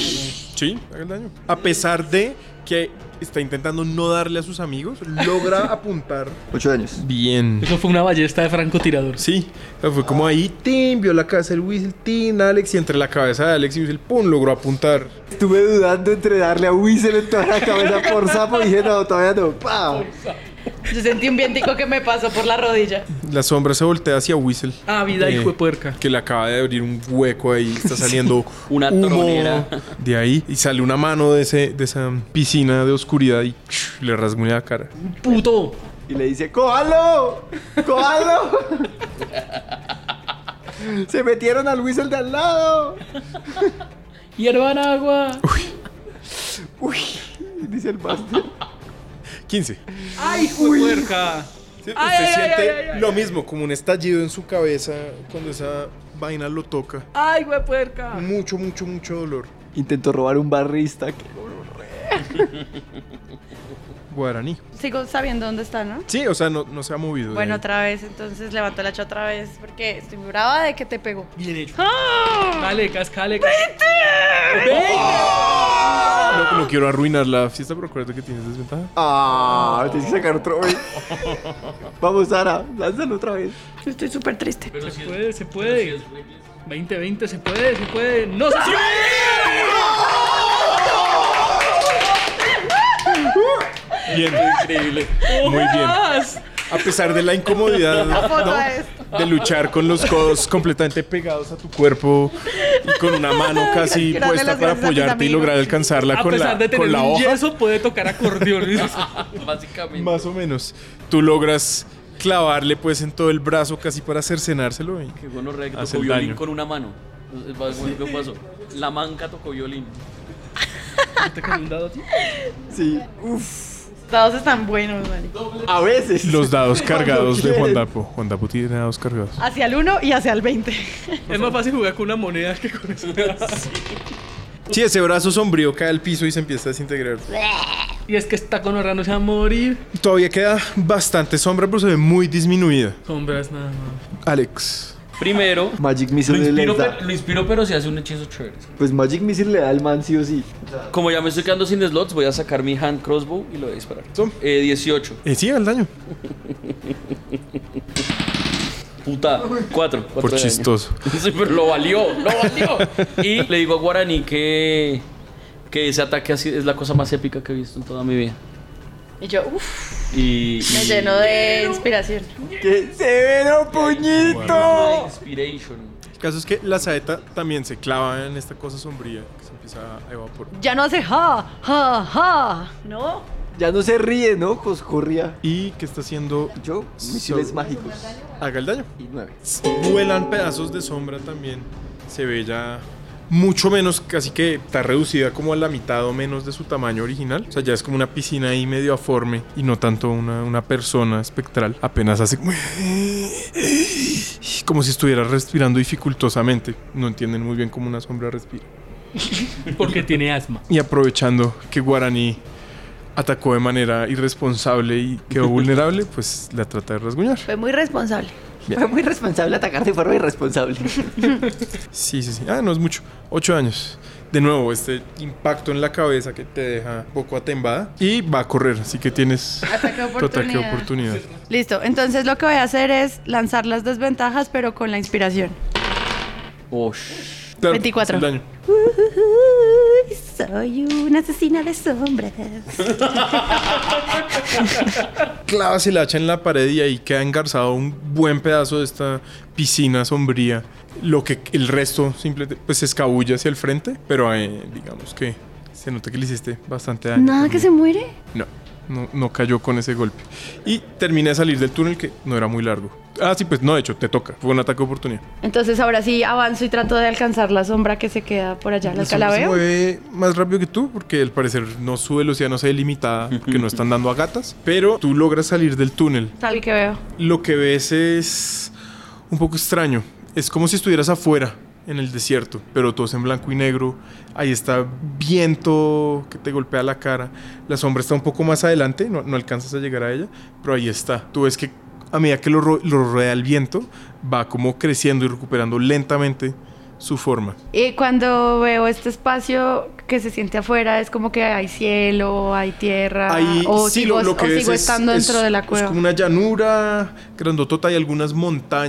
S3: Sí, haga el daño. A pesar de que está intentando no darle a sus amigos, logra apuntar
S1: 8 daños.
S3: bien.
S5: Eso fue una ballesta de francotirador.
S3: Sí, o sea, fue como ahí, Tim, vio la cabeza del Whistle, Tim, Alex, y entre la cabeza de Alex y Whistle, pum, logró apuntar.
S1: Estuve dudando entre darle a Whistle en toda la cabeza por sapo y dije, no, todavía no. ¡Pam!
S2: Yo sentí un vientico que me pasó por la rodilla.
S3: La sombra se voltea hacia Whistle.
S5: Ah, vida,
S3: Eh,
S5: hijo de puerca.
S3: que le acaba de abrir un hueco ahí, está saliendo
S4: Una
S3: humo
S4: tronera.
S3: de ahí y sale una mano de, ese, de esa piscina de oscuridad y ¡ch! le rasguña la cara.
S5: Puto.
S1: Y le dice, ¡cójalo! ¡Cójalo! ¡Se metieron al Whistle de al lado!
S5: Hierba en agua.
S1: Uy, dice el máster.
S3: 15.
S5: Ay, hijo de puerca.
S3: Usted
S5: Ay, ay,
S3: pues, siente
S5: ay, ay, ay,
S3: lo mismo, como un estallido en su cabeza cuando esa vaina lo toca.
S5: Ay, hijo de puerca.
S3: Mucho, mucho, mucho dolor.
S1: Intentó robar un barrista.
S3: Guaraní.
S2: Sigo sabiendo dónde está, ¿no?
S3: Sí, o sea, no, no se ha movido. de
S2: Bueno,
S3: ahí.
S2: otra vez, entonces levanto el hacha otra vez porque estoy muy brava de que te pegó.
S5: Bien hecho.
S2: ¡Ah!
S5: Dale, cascale. ¡Vete!
S3: no, no quiero arruinar la fiesta, pero acuérdate que tienes desventaja.
S1: Ah, tienes que sacar otro hoy. Vamos, Sara, lánzalo otra vez.
S2: Estoy súper triste.
S5: Se puede, se puede. 20, 20, se puede, se puede. ¡No se puede!
S3: Bien,
S4: Increíble.
S3: muy bien. A pesar de la incomodidad
S2: Foto
S3: ¿no?
S2: a esto.
S3: de luchar con los codos completamente pegados a tu cuerpo y con una mano casi
S2: Gracias,
S3: puesta
S2: gracias
S3: para
S2: a mis
S3: apoyarte y
S2: amigos.
S3: lograr alcanzarla
S5: A
S3: con la,
S5: pesar de tener
S3: con la
S5: un
S3: hoja.
S5: yeso, puede tocar acordeones.
S4: Básicamente.
S3: Más o menos. Tú logras clavarle pues en todo el brazo casi para cercenárselo. y-
S4: Qué bueno que
S3: Hace
S4: tocó
S3: el
S4: violín
S3: daño.
S4: con una mano. Es más bueno que pasó. La manca tocó violín.
S5: Te cayó un dado a ti.
S1: Sí, uff.
S2: Los dados están buenos, marica.
S1: A veces.
S3: Los dados
S1: Cuando
S3: cargados de Juan
S1: quieren.
S3: Dapo. Juan Dapo tiene dados cargados.
S2: Hacia el 1 y hacia el 20.
S5: Es más fácil jugar con una moneda que con eso.
S3: Sí, ese brazo sombrío cae al piso y se empieza a desintegrar.
S5: Y es que está con no se va a morir.
S3: Todavía queda bastante sombra, pero se ve muy disminuida.
S5: Sombras nada más.
S3: Alex.
S4: Primero,
S1: Magic
S4: lo
S1: Missile
S4: inspiro,
S1: le da.
S4: pero, lo inspiro, pero se hace un hechizo chévere.
S1: Pues Magic Missile le da al man sí o sí.
S4: Como ya me estoy quedando sin slots, voy a sacar mi hand crossbow y lo voy a disparar.
S3: Tom.
S4: Eh, 18.
S3: Eh, sí, haga el daño.
S4: Puta. 4.
S3: Por chistoso.
S4: Sí, pero lo valió, lo valió. Y le digo a Guaraní que, que ese ataque así es la cosa más épica que he visto en toda mi vida.
S2: Y yo, uff,
S4: Y,
S2: me
S4: y-
S2: lleno de inspiración.
S1: ¡Qué severo puñito!
S4: Inspiration.
S3: El caso es que la saeta también se clava en esta cosa sombría que se empieza a evaporar.
S2: Ya no hace ja, ja, ja. ¿No?
S1: Ya no se ríe, ¿no? Coscorría.
S3: ¿Y qué está haciendo?
S1: Yo, misiles
S3: So-
S1: mágicos.
S3: Haga el daño.
S1: Y nueve.
S3: Vuelan pedazos de sombra también. Se ve ya mucho menos, casi que está reducida como a la mitad o menos de su tamaño original. O sea, ya es como una piscina ahí medio aforme y no tanto una, una persona espectral. Apenas hace como... como si estuviera respirando dificultosamente. No entienden muy bien cómo una sombra respira.
S5: Porque tiene asma.
S3: Y aprovechando que Guaraní atacó de manera irresponsable y quedó vulnerable, pues la trata de rasguñar.
S2: Fue muy responsable.
S1: Fue muy responsable atacar de forma irresponsable.
S3: Sí, sí, sí. Ah, no es mucho. Ocho años. De nuevo, este impacto en la cabeza que te deja un poco atembada. Y va a correr, así que tienes
S2: Ataque
S3: tu ataque de
S2: oportunidad.
S3: oportunidad.
S2: Listo, entonces lo que voy a hacer es lanzar las desventajas, pero con la inspiración.
S4: Oh, sh-
S3: Claro,
S2: 24.
S3: el daño.
S2: Uy, soy una asesina de sombras.
S3: clavas el hacha en la pared y ahí queda engarzado un buen pedazo de esta piscina sombría. Lo que el resto simplemente pues, se escabulle hacia el frente, pero eh, digamos que se nota que le hiciste bastante daño.
S2: Nada que se muere.
S3: No, no, no cayó con ese golpe. Y terminé de salir del túnel que no era muy largo. Ah, sí, pues no, de hecho, te toca. Fue un ataque de oportunidad.
S2: Entonces ahora sí avanzo y trato de alcanzar la sombra que se queda por allá. ¿La
S3: La sombra se
S2: escalaveo?
S3: mueve más rápido que tú porque al parecer no su velocidad no se ve limitada porque no están dando a gatas. Pero tú logras salir del túnel.
S2: Tal que veo.
S3: Lo que ves es un poco extraño. Es como si estuvieras afuera en el desierto, pero todo es en blanco y negro. Ahí está viento que te golpea la cara. La sombra está un poco más adelante, no, no alcanzas a llegar a ella, pero ahí está. Tú ves que a medida que lo, ro- lo rodea el viento, va como creciendo y recuperando lentamente su forma.
S2: Y cuando veo este espacio que se siente afuera, es como que hay cielo, hay tierra.
S3: Ahí
S2: o
S3: sí,
S2: sigo,
S3: lo, lo
S2: o
S3: que ves
S2: sigo
S3: es-
S2: estando
S3: es-
S2: dentro de la
S3: Es
S2: cueva.
S3: como una llanura grandotota y algunas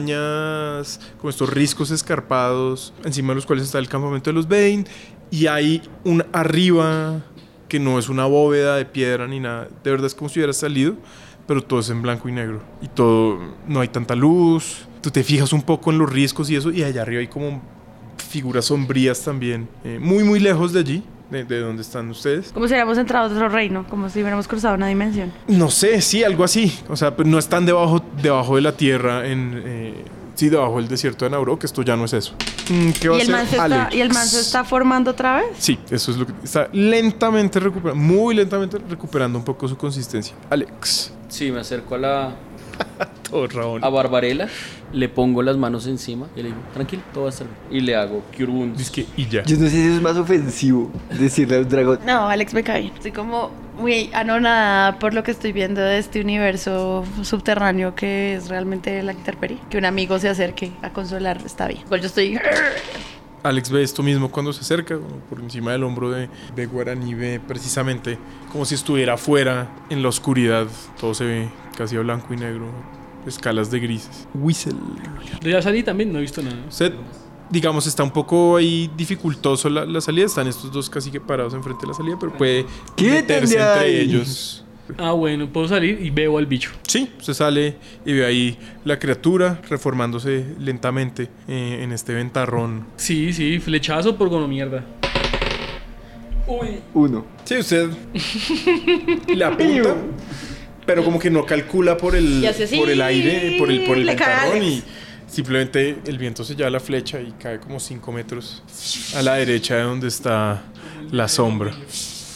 S3: montañas con estos riscos escarpados encima de los cuales está el campamento de los Bane y hay un arriba que no es una bóveda de piedra ni nada. De verdad es como si hubieras salido, pero todo es en blanco y negro y todo no hay tanta luz. Tú te fijas un poco en los riscos y eso y allá arriba hay como figuras sombrías también, eh, muy muy lejos de allí, de- de donde están ustedes.
S2: Como si hubiéramos entrado a otro reino, como si hubiéramos cruzado una dimensión.
S3: No sé, sí, algo así. O sea, pues, no están debajo, debajo de la tierra, en, eh, sí, debajo del desierto de Nauro, que esto ya no es eso. Mm, ¿Qué va
S2: ¿Y
S3: a
S2: el,
S3: ser
S2: man se está,
S3: Alex?
S2: ¿Y el man se está formando otra vez?
S3: Sí, eso es lo que está lentamente recuperando, muy lentamente recuperando un poco su consistencia. Alex,
S4: Sí, me acerco a la
S3: todo rabón.
S4: a Barbarella, le pongo las manos encima y le digo, tranquilo, todo va a estar bien. Y le hago Cure Wounds.
S3: Dice que y ya.
S1: Yo no sé si es más ofensivo decirle a un dragón.
S2: No, Alex me cae bien. Estoy como muy anonada por lo que estoy viendo de este universo subterráneo que es realmente la interperie. Que un amigo se acerque a consolar está bien. Igual yo estoy.
S3: Alex ve esto mismo cuando se acerca, como por encima del hombro de, de Guaraní, ve precisamente como si estuviera afuera, en la oscuridad. Todo se ve casi a blanco y negro, escalas de grises. Whistle.
S5: Yo ya salí también, no he visto nada.
S3: Usted, digamos, está un poco ahí dificultoso la, la salida. Están estos dos casi que parados enfrente de la salida, pero puede
S1: ¡Quítenle
S3: meterse entre
S1: ahí!
S3: ellos.
S5: Ah, bueno, puedo salir y veo al bicho.
S3: Sí, se sale y ve ahí la criatura reformándose lentamente eh, en este ventarrón.
S5: Sí, sí, flechazo por gono mierda. Uy.
S1: Uno.
S3: Sí, usted la apunta, pero como que no calcula por el,
S2: Y hace así.
S3: por el aire, por el, por el
S2: Le cae a
S3: ventarrón
S2: Alex.
S3: y simplemente el viento se lleva la flecha y cae como 5 metros a la derecha de donde está la sombra.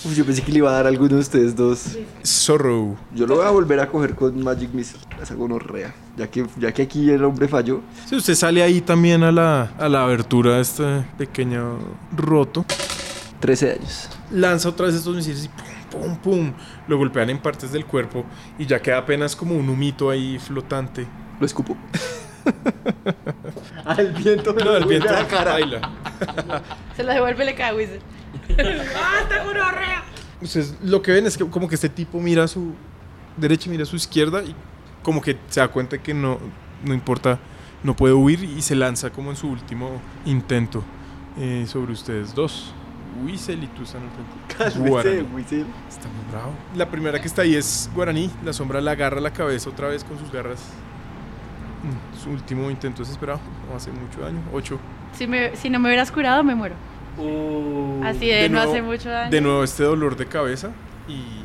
S1: Uf, yo pensé que le iba a dar a alguno de ustedes dos.
S3: Sorrow.
S1: Yo lo voy a volver a coger con Magic Missile. Esa gonorrea. Ya que, ya que aquí el hombre falló.
S3: Si usted sale ahí también a la, a la abertura de este pequeño roto,
S1: 13 años.
S3: lanza otra vez estos misiles y pum, pum, pum, lo golpean en partes del cuerpo y ya queda apenas como un humito ahí flotante.
S1: Lo escupo. Al viento me
S3: No, el viento
S1: la cara.
S3: baila.
S2: Se la devuelve y le cae a Wizard.
S3: Ustedes lo que ven es que como que este tipo mira a su derecha, mira a su izquierda y como que se da cuenta que no, no importa, no puede huir y se lanza como en su último intento eh, sobre ustedes dos. Whistle y tú están al frente.
S1: Cálmese,
S3: Guarani.
S1: Whistle.
S3: Está muy bravo. La primera que está ahí es Guaraní. La sombra la agarra la cabeza otra vez con sus garras. Mm, Su último intento desesperado. No hace mucho daño. 8.
S2: Si, me- si no me hubieras curado, me muero.
S5: Oh.
S2: Así de,
S3: de
S2: no
S3: nuevo-
S2: hace mucho daño.
S3: De nuevo este dolor de cabeza y,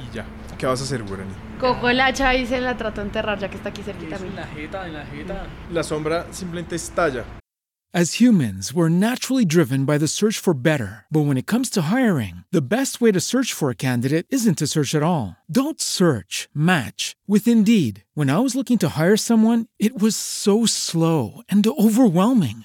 S3: y ya. ¿Qué vas a hacer, Guaraní?
S2: Cojo el hacha y se la trato de enterrar, ya que está aquí cerquita a mí.
S5: En la jeta, en la jeta.
S3: La sombra simplemente estalla.
S8: As humans, we're naturally driven by the search for better. But when it comes to hiring, the best way to search for a candidate isn't to search at all. Don't search, match with Indeed. When I was looking to hire someone, it was so slow and overwhelming.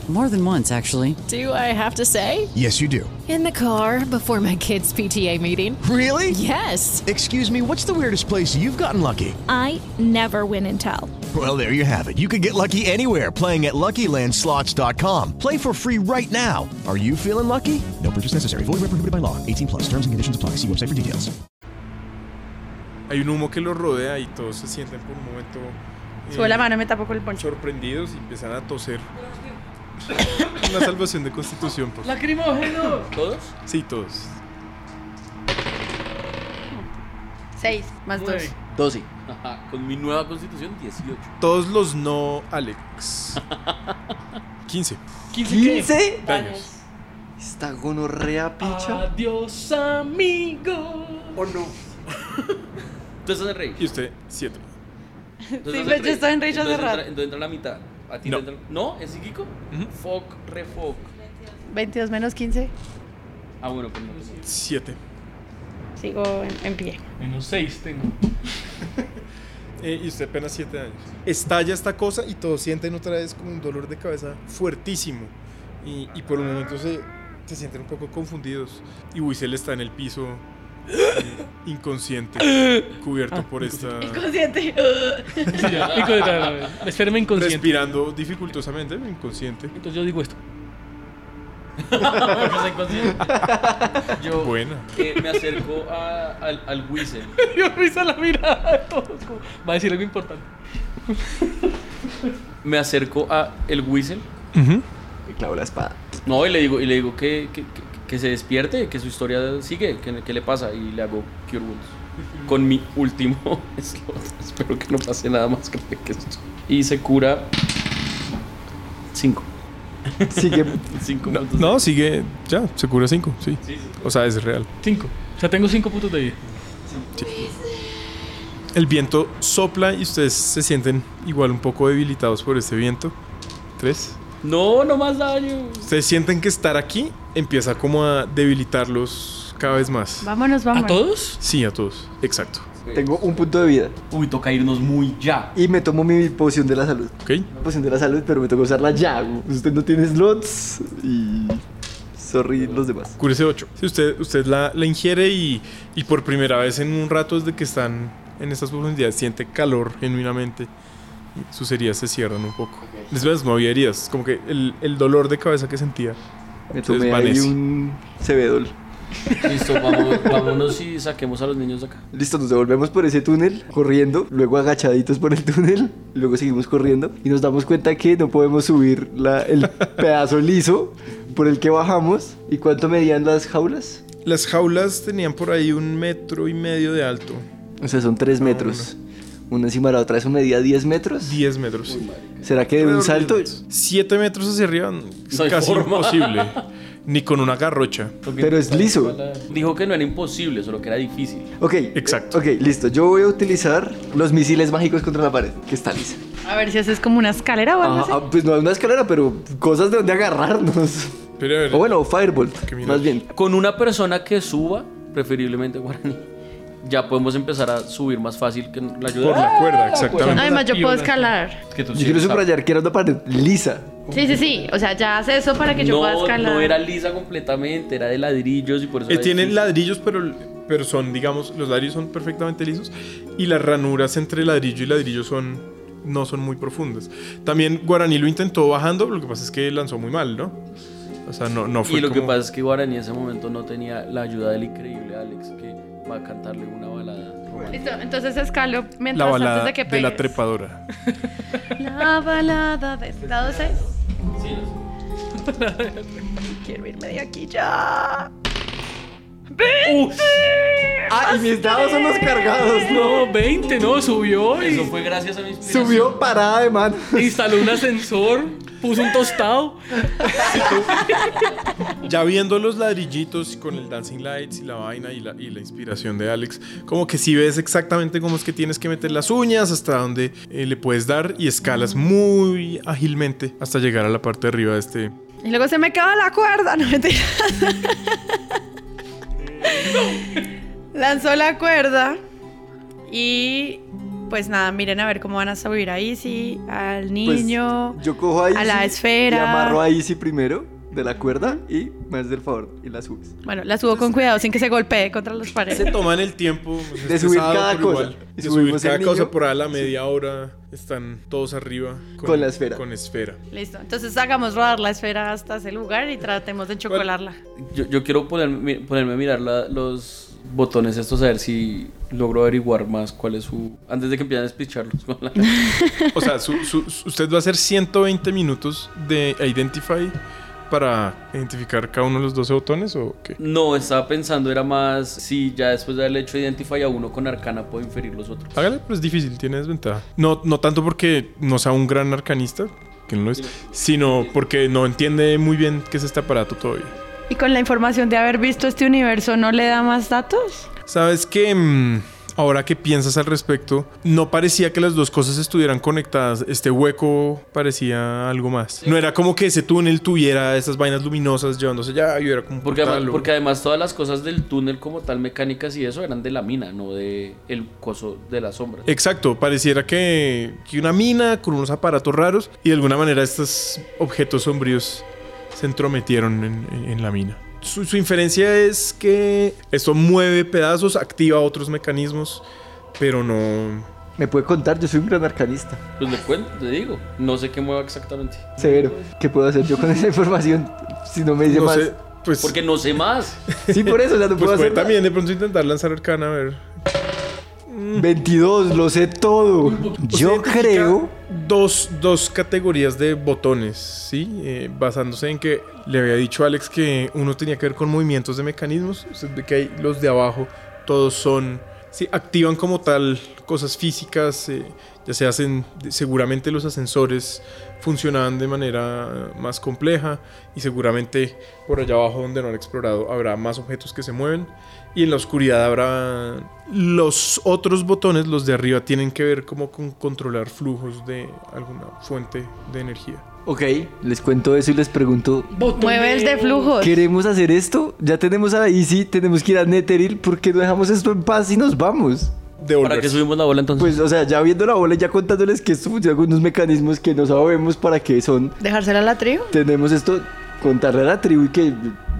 S9: More than once, actually.
S10: Do I have to say?
S11: Yes, you do.
S10: In the car before my kids' PTA meeting.
S11: Really?
S10: Yes.
S11: Excuse me, what's the weirdest place you've gotten lucky?
S12: I never win and tell.
S11: Well, there you have it. You can get lucky anywhere playing at LuckyLandSlots.com. Play for free right now. Are you feeling lucky? No purchase necessary. Void where prohibited by law. 18 plus. Terms and conditions apply. See website for details.
S3: Hay un humo que los rodea y todos se sienten por un momento eh,
S2: Sube la mano y me tapo con el poncho.
S3: sorprendidos y empiezan a toser. Una salvación de constitución, por favor.
S5: ¡Lacrimógeno!
S4: ¿Todos?
S3: Sí, todos.
S2: Seis, más dos.
S5: Pues,
S4: 12. Ajá, con mi nueva constitución, 18.
S3: Todos los no Alex. 15
S1: ¿15?
S3: daños.
S1: Esta gonorrea picha.
S5: Adiós, amigo.
S1: ¿O no?
S4: Tú estás en rey.
S3: Y usted, 7.
S4: Tú estás
S2: Sí, pero
S4: en
S2: yo
S4: rey.
S2: estaba en rey ya hace
S4: Entonces entra-
S2: rato.
S4: Entonces entra la mitad. ¿A ti
S3: No.
S4: te entra- ¿No? ¿Es psíquico? Fuck, refuck.
S2: 22 menos 15.
S4: Ah, bueno, pues no.
S3: 7.
S2: Sigo en, en pie.
S5: Menos 6 tengo.
S3: Eh, y usted apenas 7 años. Estalla esta cosa y todos sienten otra vez como un dolor de cabeza fuertísimo. Y, y por un momento se, se sienten un poco confundidos. Y Wiesel está en el piso, eh, inconsciente, cubierto por esta.
S2: Inconsciente.
S5: Sí, ya. Inconsciente. Espérame inconsciente.
S3: Respirando dificultosamente, inconsciente.
S5: Entonces yo digo esto.
S4: Porque soy consciente. Yo
S3: Buena.
S4: eh, me acerco a- al, al Wizard.
S5: Me dio risa la mirada de todos. como, Va a decir algo importante.
S4: Me acerco a el Whistle.
S1: Me clavo la espada.
S4: No, y le digo, y le digo que, que, que- que se despierte, que su historia sigue, que, que le pasa. Y le hago Cure Wounds. Con mi último slot. Espero que no pase nada más grave que esto. Y se cura 5.
S1: Sigue.
S4: 5
S3: No, no, sigue. Ya, se cura 5, sí.
S4: Sí, sí.
S3: O sea, es real.
S5: 5. O sea, tengo 5 puntos de vida.
S3: El viento sopla y ustedes se sienten igual un poco debilitados por este viento. 3.
S4: No, no más daño.
S3: Ustedes sienten que estar aquí empieza como a debilitarlos cada vez más.
S2: Vámonos,
S5: ¿A
S2: vámonos.
S5: todos?
S3: Sí, a todos. Exacto.
S1: Tengo un punto de vida.
S4: Uy, toca irnos muy ya.
S1: Y me tomo mi poción de la salud.
S3: ¿Ok?
S1: Poción de la salud, pero me toca usarla ya. güey. Usted no tiene slots. Y. Sorry, los demás.
S3: Cúrese 8. Si usted, usted la, la ingiere y, y por primera vez en un rato desde que están en estas profundidades siente calor genuinamente. Y Sus heridas se cierran un poco. Es más, no había heridas. Como que el, el dolor de cabeza que sentía.
S1: Me
S3: Se
S1: tomé ahí
S3: desvanece.
S1: un Cebedol.
S4: Listo, vamos- vámonos y saquemos a los niños de acá.
S1: Listo, nos devolvemos por ese túnel, corriendo, luego agachaditos por el túnel, luego seguimos corriendo y nos damos cuenta que no podemos subir la- el pedazo liso por el que bajamos. ¿Y cuánto medían las jaulas?
S3: Las jaulas tenían por ahí un metro y medio de alto.
S1: O sea, son
S3: Ah,
S1: 3 metros. Una encima de la otra, ¿eso medía 10 metros?
S3: 10 metros.
S1: ¿Será que de un salto?
S3: 7 metros hacia arriba.
S4: Soy
S3: casi
S4: forma.
S3: imposible. Ni con una garrocha.
S1: Pero es liso.
S4: Dijo que no era imposible, solo que era difícil.
S1: Ok.
S3: Exacto.
S1: Ok, listo. Yo voy a utilizar los misiles mágicos contra la pared, que está lisa.
S2: A ver si haces como una escalera o algo
S1: Ah,
S2: así.
S1: ah, pues no hay una escalera, pero cosas de donde agarrarnos.
S3: Pero a ver,
S1: O
S4: Oh,
S1: bueno, Firebolt,
S3: Que mira.
S1: más bien.
S4: Con una persona que suba, preferiblemente guaraní, ya podemos empezar a subir más fácil que la ayuda.
S3: por la
S2: Ah,
S3: cuerda, exactamente.
S2: Además, yo puedo
S5: Viola.
S2: escalar.
S4: Es que tú
S1: Yo
S4: sí
S1: quiero
S4: sabes.
S1: subrayar que era una pared lisa.
S2: Sí, sí, sí. O sea, ya hace eso para que yo pueda
S4: No,
S2: escalar.
S4: no era lisa completamente, era de ladrillos y por eso.
S3: Eh,
S4: era
S3: tienen
S4: difícil.
S3: ladrillos, pero, pero son, digamos, los ladrillos son perfectamente lisos y las ranuras entre ladrillo y ladrillo son no son muy profundas. También Guaraní lo intentó bajando, lo que pasa es que lanzó muy mal, ¿no? O sea, no, no fue
S4: Y lo que
S3: como-
S4: pasa es que Guaraní en ese momento no tenía la ayuda del increíble Alex que va a cantarle una balada. romántica.
S2: Listo, entonces escalo
S3: la
S2: mientras
S3: balada
S2: antes de
S3: de,
S2: que
S3: la
S2: pegues.
S3: trepadora.
S2: La balada de dado 6. Quiero irme de aquí ya.
S5: Oh,
S1: Ah, y mis dados son los cargados, ¿no?
S5: No, 20, no, subió
S4: Eso
S5: y
S4: fue gracias a mi inspiración.
S1: Subió parada de mano.
S5: instaló un ascensor, puso un tostado.
S3: Ya viendo los ladrillitos con el Dancing Lights y la vaina y la, y la inspiración de Alex, como que si ves exactamente cómo es que tienes que meter las uñas, hasta dónde eh, le puedes dar y escalas muy ágilmente hasta llegar a la parte de arriba de este.
S2: Y luego se me cae la cuerda. No mentira. Lanzó la cuerda. Y pues nada, miren a ver cómo van a subir a Izzy, al niño,
S1: Pues, Yo cojo ahí
S2: a la esfera.
S1: Y amarro a Izzy primero de la cuerda y me haces el favor y la subes.
S2: Bueno, la subo con cuidado sin que se golpee contra las paredes.
S3: Se toman el tiempo pues, es
S1: De subir
S3: pesado,
S1: cada
S3: pero
S1: cosa.
S3: igual,
S1: Y
S3: de subir
S1: subimos
S3: cada
S1: el
S3: cosa
S1: niño.
S3: por ahí a la media hora. Están todos arriba
S1: Con la esfera.
S3: Con esfera.
S2: Listo. Entonces hagamos rodar la esfera hasta ese lugar y tratemos de chocolarla.
S4: Yo, yo quiero ponerme, ponerme a mirar la- los botones estos a ver si logro averiguar más cuál es su... Antes de que empiecen a despicharlos con la...
S3: O sea, su- su- su- usted va a hacer 120 minutos de Identify para identificar cada uno de los 12 botones o qué?
S4: No, estaba pensando, era más si ya después de haberle hecho Identify a uno con Arcana puedo inferir los otros.
S3: Hágale, pero es difícil, tiene desventaja. No, no tanto porque no sea un gran arcanista, que no lo es, sino porque no entiende muy bien qué es este aparato todavía.
S2: ¿Y con la información de haber visto este universo no le da más datos?
S3: Sabes que mm, ahora que piensas al respecto, no parecía que las dos cosas estuvieran conectadas. Este hueco parecía algo más. No era como que ese túnel tuviera esas vainas luminosas llevándose ya, y era como un
S4: Porque, además-
S3: portal o-
S4: porque además todas las cosas del túnel como tal, mecánicas y eso, eran de la mina, no de el coso de la sombra.
S3: Exacto, pareciera que, que una mina con unos aparatos raros y de alguna manera estos objetos sombríos se entrometieron en, en- en la mina. Su, su inferencia es que esto mueve pedazos, activa otros mecanismos, pero no...
S1: Me puede contar, yo soy un gran arcanista.
S4: Pues le cuento, te digo, no sé qué mueva exactamente.
S1: Severo. ¿Qué puedo hacer yo con esa información si no me dice
S3: No
S1: más?
S3: sé, pues-
S4: Porque no sé más.
S1: Sí, por eso, o sea, no puedo
S3: Pues puede
S1: hacer nada.
S3: también de pronto intentar lanzar arcana, a ver.
S1: 22, lo sé todo. Yo
S3: Usted Pues identifica
S1: creo.
S3: Dos, dos categorías de botones, ¿sí? Eh, basándose en que le había dicho a Alex que uno tenía que ver con movimientos de mecanismos. Usted ve que hay los de abajo, todos son. Sí, activan como tal cosas físicas, eh, ya se hacen. Seguramente los ascensores funcionaban de manera eh, más compleja y seguramente por allá abajo donde no han explorado habrá más objetos que se mueven y en la oscuridad habrá los otros botones, los de arriba tienen que ver como con controlar flujos de alguna fuente de energía.
S1: Ok, les cuento eso y les pregunto.
S2: Mueve el de flujos.
S1: ¿Queremos hacer esto? Ya tenemos a Izzy, tenemos que ir a Netheril. ¿Por qué no dejamos esto en paz y nos vamos?
S4: ¿Para qué subimos la bola entonces?
S1: Pues, o sea, ya viendo la bola y ya contándoles que esto funciona con unos mecanismos que no sabemos para qué son.
S2: ¿Dejársela a la tribu?
S1: Tenemos esto, contarle a la tribu y que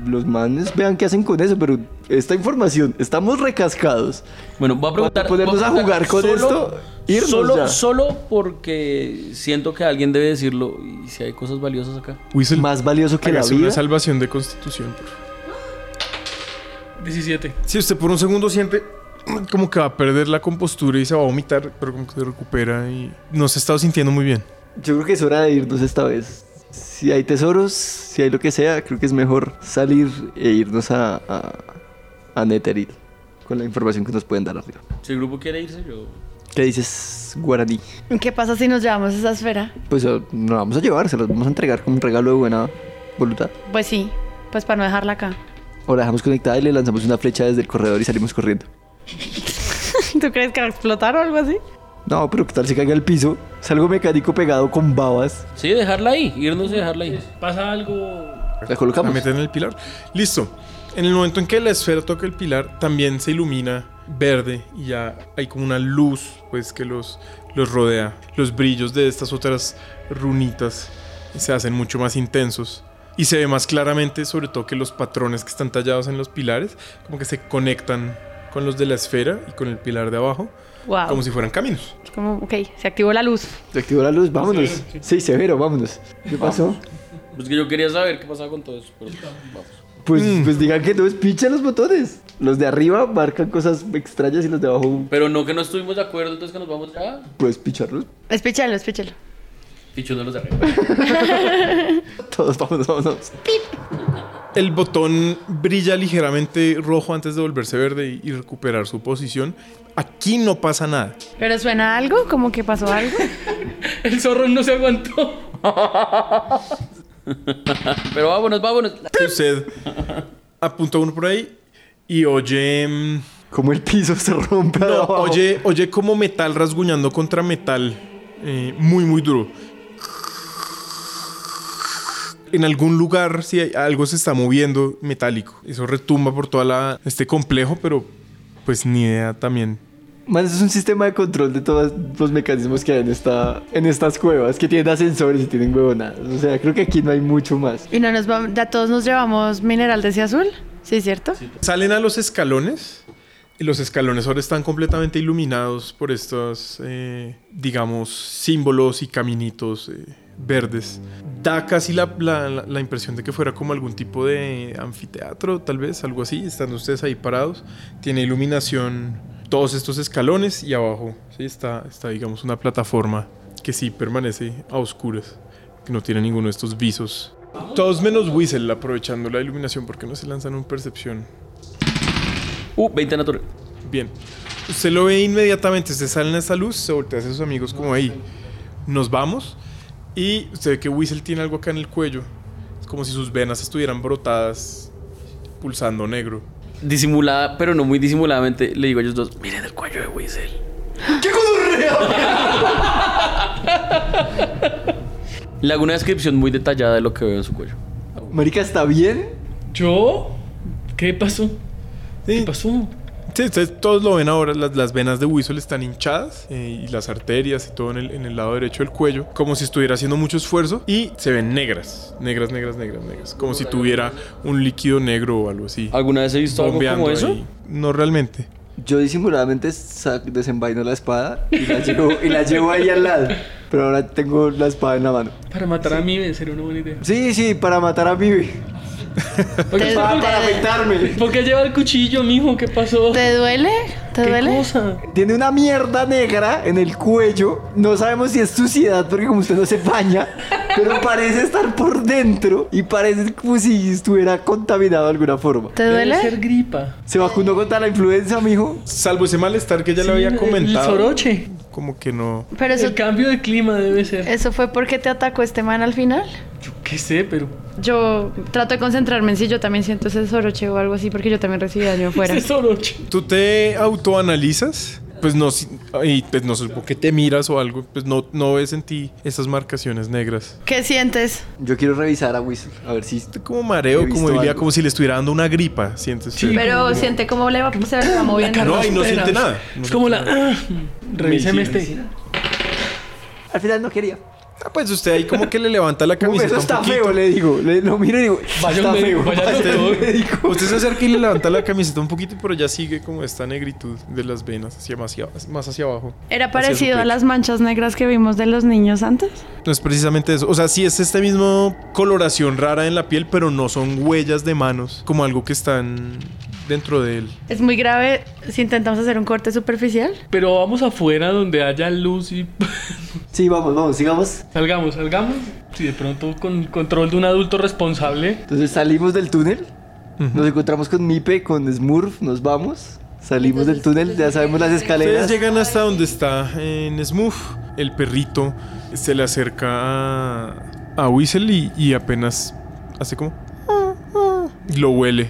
S1: los manes vean qué hacen con eso. Pero esta información, estamos recascados.
S4: Bueno, voy a preguntar.
S1: ponernos
S4: voy
S1: a jugar con
S4: solo-
S1: esto, irnos
S4: solo,
S1: ya.
S4: solo porque siento que alguien debe decirlo y si hay cosas valiosas acá.
S1: Más valioso que la
S3: Hágase
S1: vida.
S3: una salvación de constitución, por favor.
S5: 17.
S3: Si usted por un segundo siente como que va a perder la compostura y se va a vomitar, pero como que se recupera y no se ha estado sintiendo muy bien.
S1: Yo creo que es hora de irnos esta vez. Si hay tesoros, si hay lo que sea, creo que es mejor salir e irnos a, a, a Netheril con la información que nos pueden dar arriba.
S4: Si el grupo quiere irse, yo.
S1: ¿Qué dices, Guaraní?
S2: ¿Qué pasa si nos llevamos esa esfera?
S1: Pues eh, nos la vamos a llevar, se las vamos a entregar como un regalo de buena voluntad.
S2: Pues sí, pues para no dejarla acá.
S1: O la dejamos conectada y le lanzamos una flecha desde el corredor y salimos corriendo.
S2: ¿Tú crees que va a explotar o algo así?
S1: No, pero ¿qué tal se caiga al piso? Salgo mecánico pegado con babas.
S4: Sí, dejarla ahí, irnos y dejarla ahí.
S5: Pasa algo.
S1: La colocamos.
S3: La meten en el pilar. Listo. En el momento en que la esfera toca el pilar, también se ilumina verde y ya hay como una luz pues que los, los rodea. Los brillos de estas otras runitas se hacen mucho más intensos. Y se ve más claramente, sobre todo, que los patrones que están tallados en los pilares, como que se conectan con los de la esfera y con el pilar de abajo,
S2: Wow.
S3: como si fueran caminos.
S2: Como, ok, se activó la luz.
S1: Se activó la luz, vámonos. Sí, severo, vámonos. ¿Qué pasó?
S4: Pues que yo quería saber qué pasaba con todo eso, pero vamos.
S1: Pues, pues digan que no es pinche los botones. Los de arriba marcan cosas extrañas y los de abajo,
S4: Pero no que no estuvimos de acuerdo, entonces que nos vamos ya.
S1: pues picharlos.
S2: Espíchalo, espíchalo.
S4: Pichando los de arriba.
S1: Todos vamos, vámonos.
S3: El botón brilla ligeramente rojo antes de volverse verde y, y recuperar su posición. Aquí no pasa nada.
S2: ¿Pero suena algo? ¿Como que pasó algo?
S5: El zorro no se aguantó.
S4: Pero vámonos, vámonos.
S3: Usted apunta uno por ahí y oye. mm,
S1: Como el piso se rompe.
S3: oye, oye como metal rasguñando contra metal. eh, muy, muy duro. En algún lugar, si hay- algo se está moviendo metálico. Eso retumba por toda la. Este complejo, pero pues ni idea también.
S1: Man, es un sistema de control de todos los mecanismos que hay en, esta, en estas cuevas, que tienen ascensores y tienen huevonadas. O sea, creo que aquí no hay mucho más.
S2: Y no nos vamos, a todos nos llevamos mineral de ese azul, ¿sí cierto?
S3: Salen a los escalones. Y los escalones ahora están completamente iluminados por estos, eh, digamos, símbolos y caminitos eh, verdes. Da casi la, la- la- la impresión de que fuera como algún tipo de anfiteatro, tal vez, algo así. Están ustedes ahí parados. Tiene iluminación todos estos escalones y abajo sí, está, está, digamos, una plataforma que sí permanece a oscuras, que no tiene ninguno de estos visos. Todos menos Whistle, aprovechando la iluminación, porque no se lanzan un percepción.
S4: Uh, 20 natural.
S3: Bien. Usted lo ve inmediatamente. Usted sale en esa luz, se voltea hacia sus amigos como ahí. Nos vamos. Y usted ve que Whistle tiene algo acá en el cuello. Es como si sus venas estuvieran brotadas, pulsando negro.
S4: Disimulada, pero no muy disimuladamente, le digo a ellos dos, miren el cuello de Weasel. Le hago una descripción muy detallada de lo que veo en su cuello.
S1: Marica, ¿está bien?
S5: ¿Yo? ¿Qué pasó?
S3: ¿Qué
S5: pasó?
S3: Sí, ustedes todos lo ven ahora. Las, las venas de Whistle están hinchadas eh, y las arterias y todo en el, en el lado derecho del cuello, como si estuviera haciendo mucho esfuerzo y se ven negras, negras, negras, negras, negras, como si tuviera un líquido negro o algo así.
S4: ¿Alguna vez he visto algo
S3: bombeando
S4: como eso?
S3: ahí. No realmente.
S1: Yo disimuladamente sac- desenvaino la espada y la, llevo, y la llevo ahí al lado. Pero ahora tengo la espada en la mano.
S5: Para matar a mí sería una buena idea.
S1: Sí, sí, para matar a Bibi.
S5: Porque-
S1: para, para afeitarme.
S5: ¿Por qué lleva el cuchillo, mijo? ¿Qué pasó?
S2: ¿Te duele? ¿Te
S5: ¿Qué
S2: duele?
S1: Tiene una mierda negra en el cuello. No sabemos si es suciedad porque como usted no se baña, pero parece estar por dentro y parece como si estuviera contaminado de alguna forma.
S2: ¿Te duele?
S5: Debe ser gripa.
S1: ¿Se vacunó contra la influenza, mijo?
S3: Salvo ese malestar que ya le había comentado.
S5: El soroche.
S3: Como que no.
S2: Pero eso, Eh.
S5: El cambio de clima debe ser.
S2: ¿Eso fue porque te atacó este man al final?
S5: ¿Qué sé? Pero
S2: Yo trato de concentrarme en si yo también siento ese soroche o algo así porque yo también recibí daño afuera.
S5: Ese soroche.
S3: ¿Tú te autoanalizas? Pues no, si- y pues no supongo que te miras o algo, pues no, no ves en ti esas marcaciones negras.
S2: ¿Qué sientes?
S1: Yo quiero revisar a Whistle, a ver si...
S3: Como mareo,
S1: He visto
S3: como debilidad,
S1: algo.
S3: como si le estuviera dando una gripa, sientes. usted?
S2: Pero siente cómo le va, se le va moviendo.
S3: No, y no
S5: Espera.
S3: siente nada. No
S5: es
S3: siente
S5: como la. ah, revíseme
S3: Medicina.
S5: este.
S1: Al final no quería.
S3: Ah, pues usted ahí como que le levanta la
S1: Uy,
S3: camiseta
S1: eso está
S3: un poquito.
S1: feo, le digo. Le, lo miro y digo,
S3: Ah,
S5: Vaya
S1: está
S5: al médico,
S1: feo.
S5: vaya al
S1: Vaya al
S5: doctor.
S1: médico.
S3: Usted se acerca y le levanta la camiseta un poquito, pero ya sigue como esta negritud de las venas, hacia más hacia, más hacia abajo.
S2: ¿Era
S3: hacia su
S2: parecido a
S3: pecho.
S2: las manchas negras que vimos de los niños antes?
S3: No es precisamente eso. O sea, sí es esta misma coloración rara en la piel, pero no son huellas de manos, como algo que están dentro de él.
S2: Es muy grave si intentamos hacer un corte superficial.
S5: Pero vamos afuera donde haya luz y.
S1: Sí, vamos, vamos, sigamos.
S5: salgamos, salgamos. Si de pronto con control de un adulto responsable.
S1: Entonces salimos del túnel, nos encontramos con Mipe, con Smurf, nos vamos, salimos del túnel, ya sabemos las
S3: Ustedes
S1: escaleras.
S3: llegan hasta donde está en Smooth. El perrito se le acerca a, a Whistle y, y apenas hace como... y Lo huele.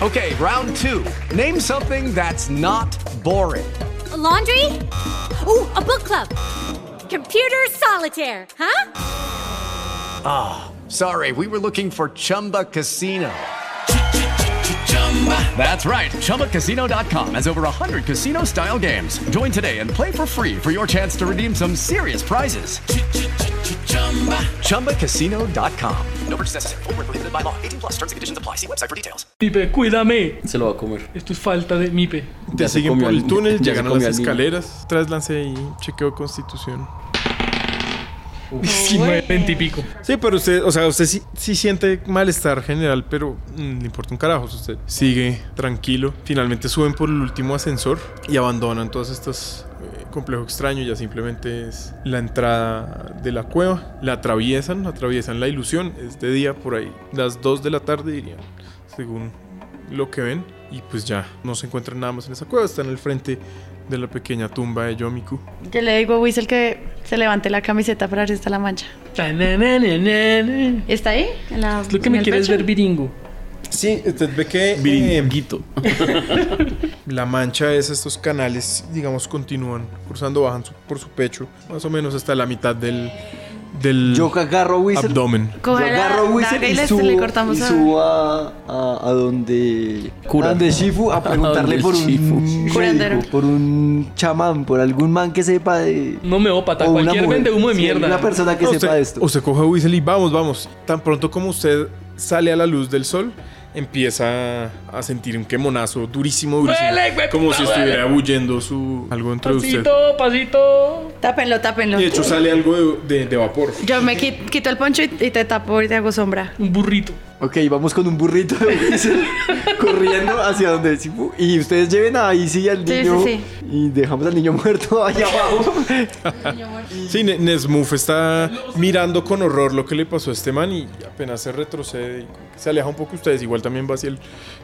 S11: Okay, round two. Name something that's not boring.
S13: laundry? Ooh, a book club. Computer solitaire, huh?
S11: Ah,
S14: Sorry, we were looking for Chumba Casino. That's right. ChumbaCasino.com has over 100 casino style games. Join today and play for free for your chance to redeem some serious prizes. ChumbaCasino.com.
S7: No purchase necessary. Void where prohibited by law. 18 plus terms and conditions apply. See website for details.
S5: Mipe, cuídame.
S4: Se lo va a comer.
S5: Esto es falta de Mipe.
S3: Te siguen por el túnel, llegan a las escaleras.
S5: Traslancé y chequeo constitución. 19, 20 y pico.
S3: Sí, pero usted, o sea, usted sí, sí siente malestar general, pero mm, le importa un carajo. Usted sigue tranquilo. Finalmente suben por el último ascensor y abandonan todas estas eh, complejo extraño. Ya simplemente es la entrada de la cueva. La atraviesan, atraviesan la ilusión. Es de día por ahí, las 2 de la tarde dirían, según lo que ven. Y pues ya, no se encuentran nada más en esa cueva. Están al frente de la pequeña tumba de Yomiku.
S2: Yo le digo a Whistle que se levante la camiseta para ver si está la mancha. ¿Está ahí? ¿En la-
S5: Es lo que
S2: en
S5: me
S2: el
S5: quieres
S2: pecho?
S5: ver, Viringo.
S3: Sí, usted ve que. Viringuito. la mancha es estos canales, digamos, continúan cruzando, bajan su- por su pecho, más o menos hasta la mitad del. del
S1: Yo agarro a Wizard.
S3: Abdomen.
S1: Yo
S2: Coge la
S1: agarro a Wizard
S2: daga y
S1: y
S2: le-
S1: subo,
S2: le cortamos
S1: y
S2: a-
S1: subo a, a, a donde.
S4: Cura.
S1: a donde Shifu a preguntarle
S4: donde
S1: por un.
S4: Shifu.
S1: médico,
S4: Curandero.
S1: por un chamán, por algún man que sepa de.
S5: No me opata,
S1: o una
S5: cualquier
S1: mujer,
S5: vende humo de
S1: sí,
S5: mierda.
S1: Una persona que
S3: No,
S1: sepa
S3: usted,
S1: de esto.
S3: Usted coge a Weasley y vamos, vamos. Tan pronto como usted sale a la luz del sol, empieza a sentir un quemonazo durísimo, durísimo.
S5: ¡Duele, güey,
S3: como
S5: puta,
S3: si estuviera
S5: duele!
S3: huyendo su. algo dentro de usted.
S5: Pasito, pasito.
S2: Tápenlo, tápenlo.
S3: Y de hecho sale algo de, de- de vapor.
S2: Yo me qui- quito el poncho y, y te tapo y te hago sombra.
S5: Un burrito.
S1: Ok, vamos con un burrito de Wizard corriendo hacia donde Shifu. Y ustedes lleven ahí sí al
S2: Sí,
S1: niño.
S2: sí,
S1: Y dejamos al niño muerto allá abajo.
S3: Sí, Ne- Nesmuf está mirando con horror lo que le pasó a este man y apenas se retrocede y se aleja un poco ustedes. Igual también va hacia el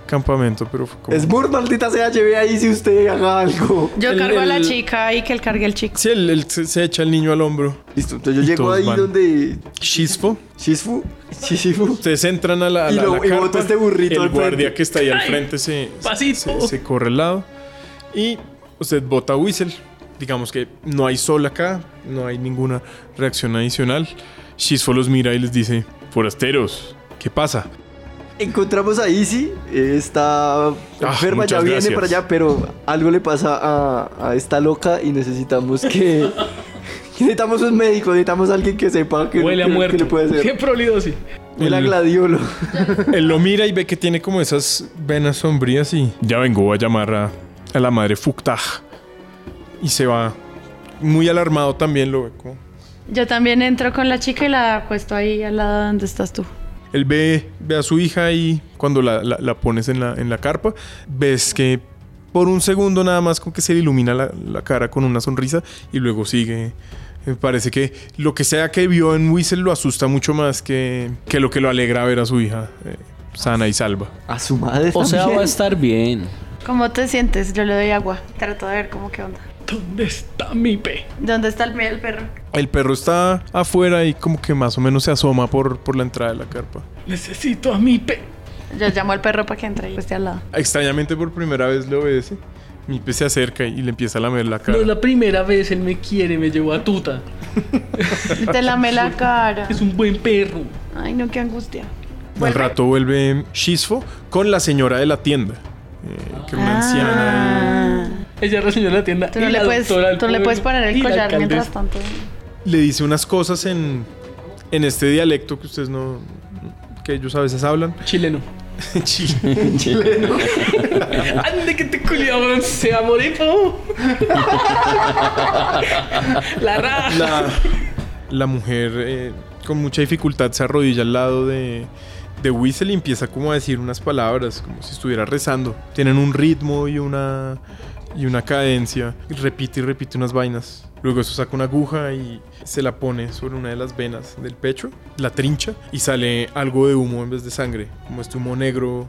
S3: campamento, pero fue como...
S1: Es Burr, maldita sea, lleve ahí si usted haga algo.
S2: Yo
S3: El-
S2: cargo a la
S3: el-
S2: chica y que él cargue al chico.
S3: Sí, él, él se, se echa el niño al hombro.
S1: Listo, entonces yo llego ahí donde...
S3: Shisfo.
S1: Shisfo.
S3: Ustedes entran a la... a
S1: Y
S3: la-
S1: lo-
S3: la
S1: y boto
S3: carpa,
S1: este burrito
S3: El
S1: al frente.
S3: guardia que está ahí al frente se,
S5: Pasito.
S3: se corre al lado y usted bota a Whistle. Digamos que no hay sol acá, no hay ninguna reacción adicional. Shisfo los mira y les dice, forasteros, ¿qué pasa?
S1: Encontramos a Izzy. eh, Está enferma, ya
S3: Ah, muchas
S1: viene
S3: gracias.
S1: para allá, pero algo le pasa a, a esta loca y necesitamos que... necesitamos un médico, necesitamos alguien que sepa que,
S5: Huele a
S1: que- que
S5: muerto.
S1: le puede hacer.
S5: Qué prolidosis.
S1: Huele a gladiolo.
S3: Él lo mira y ve que tiene como esas venas sombrías y ya vengo a llamar a, a la madre Fuktaj. Y se va muy alarmado también, lo ve como-
S2: Yo también entro con la chica y la acuesto ahí al lado donde estás tú.
S3: Él ve, ve a su hija y cuando la, la- la pones en la, en la carpa, ves que por un segundo nada más como que se le ilumina la, la cara con una sonrisa y luego sigue. Me parece que lo que sea que vio en Whistle lo asusta mucho más que, que lo que lo alegra ver a su hija eh, sana y salva.
S1: A su madre.
S4: O sea, va a estar bien.
S2: ¿Cómo te sientes? Yo le doy agua. Trato de ver cómo qué onda.
S5: ¿Dónde está Mipe?
S2: ¿Dónde está el, pe- el perro?
S3: El perro está afuera y como que más o menos se asoma por, por la entrada de la carpa.
S5: Necesito a Mipe.
S2: Yo llamo al perro para que entre y esté al lado.
S3: Extrañamente por primera vez le obedece. Mipe se acerca y le empieza a lamer la
S5: No
S3: cara.
S5: es la primera vez, él me quiere, me llevó a tuta.
S2: Te lame la cara.
S5: Es un buen perro.
S2: Ay, no, qué angustia.
S3: Al rato vuelve Shisfo con la señora de la tienda. eh, que
S2: Ah.
S3: una anciana
S5: Ella reseñó la tienda.
S2: Tú
S5: y
S2: no
S5: la
S2: le puedes,
S5: doctora del
S2: tú le
S5: pueblo
S2: puedes poner
S5: y
S2: el
S5: la
S2: collar
S5: alcaldesa.
S2: mientras tanto.
S3: le dice unas cosas en, en este dialecto que ustedes no... que ellos a veces hablan.
S5: Chileno.
S3: Chileno.
S5: Ande que te culiaban, se va a morir, po. La raja.
S3: La, la mujer eh, con mucha dificultad se arrodilla al lado de, de Whistle y empieza como a decir unas palabras, como si estuviera rezando. Tienen un ritmo y una, y una cadencia. Y repite y repite unas vainas. Luego eso saca una aguja y se la pone sobre una de las venas del pecho, la trincha y sale algo de humo en vez de sangre, como este humo negro,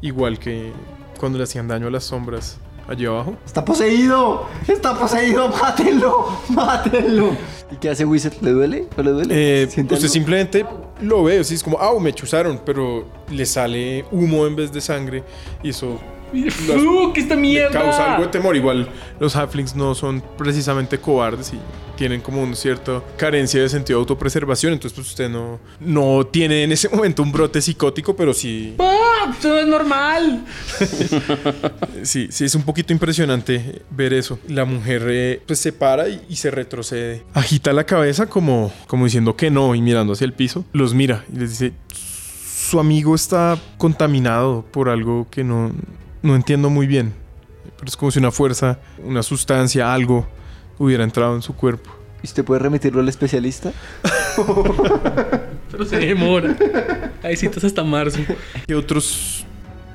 S3: igual que cuando le hacían daño a las sombras allí abajo.
S1: Está poseído. Está poseído. Mátenlo. Mátenlo. ¿Y qué hace Wizard? ¿Le duele? ¿No le duele?
S3: Eh, usted simplemente lo ve, así es como, ah, me chuzaron, pero le sale humo en vez de sangre y eso las-
S5: ¡Uh, qué esta mierda!
S3: le causa algo de temor. Igual los halflings no son precisamente cobardes y tienen como una cierta carencia de sentido de autopreservación. Entonces, pues usted no, no tiene en ese momento un brote psicótico, pero sí,
S5: ¡Pop! Ah, ¡Eso es normal!
S3: sí, sí es un poquito impresionante ver eso. La mujer eh, pues se para y, y se retrocede. Agita la cabeza como, como diciendo que no y mirando hacia el piso. Los mira y les dice, su amigo está contaminado por algo que no, no entiendo muy bien. Pero es como si una fuerza, una sustancia, algo hubiera entrado en su cuerpo.
S1: ¿Y usted puede remitirlo al especialista?
S5: Pero se demora. Hay citas hasta marzo.
S3: ¿Qué otros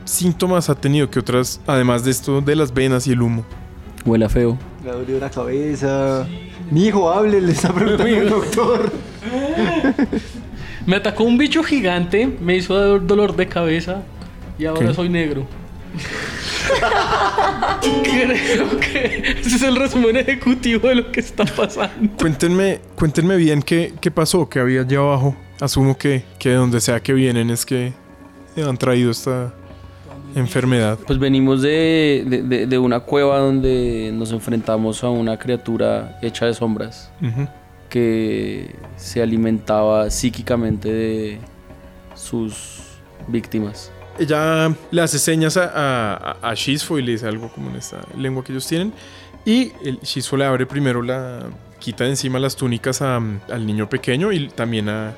S3: síntomas ha tenido? ¿Qué otras, además de esto, de las venas y el humo?
S4: Huele a feo.
S1: Le ha dolido la cabeza. Mi hijo, hable, le está preguntando el doctor.
S5: Me atacó un bicho gigante, me hizo dar dolor de cabeza y ahora
S3: ¿Qué?
S5: soy negro. Creo que ese es el resumen ejecutivo de lo que está pasando.
S3: Cuéntenme, cuéntenme bien qué, qué pasó, qué había allá abajo. Asumo que, que de donde sea que vienen es que han traído esta enfermedad.
S4: Pues venimos de, de- de- de una cueva donde nos enfrentamos a una criatura hecha de sombras
S3: Ujú.
S4: que se alimentaba psíquicamente de sus víctimas.
S3: Ella le hace señas a, a, a- a Shizfo y le dice algo como en esta lengua que ellos tienen. Y el Shizfo le abre primero la. quita de encima las túnicas a- al niño pequeño y también a,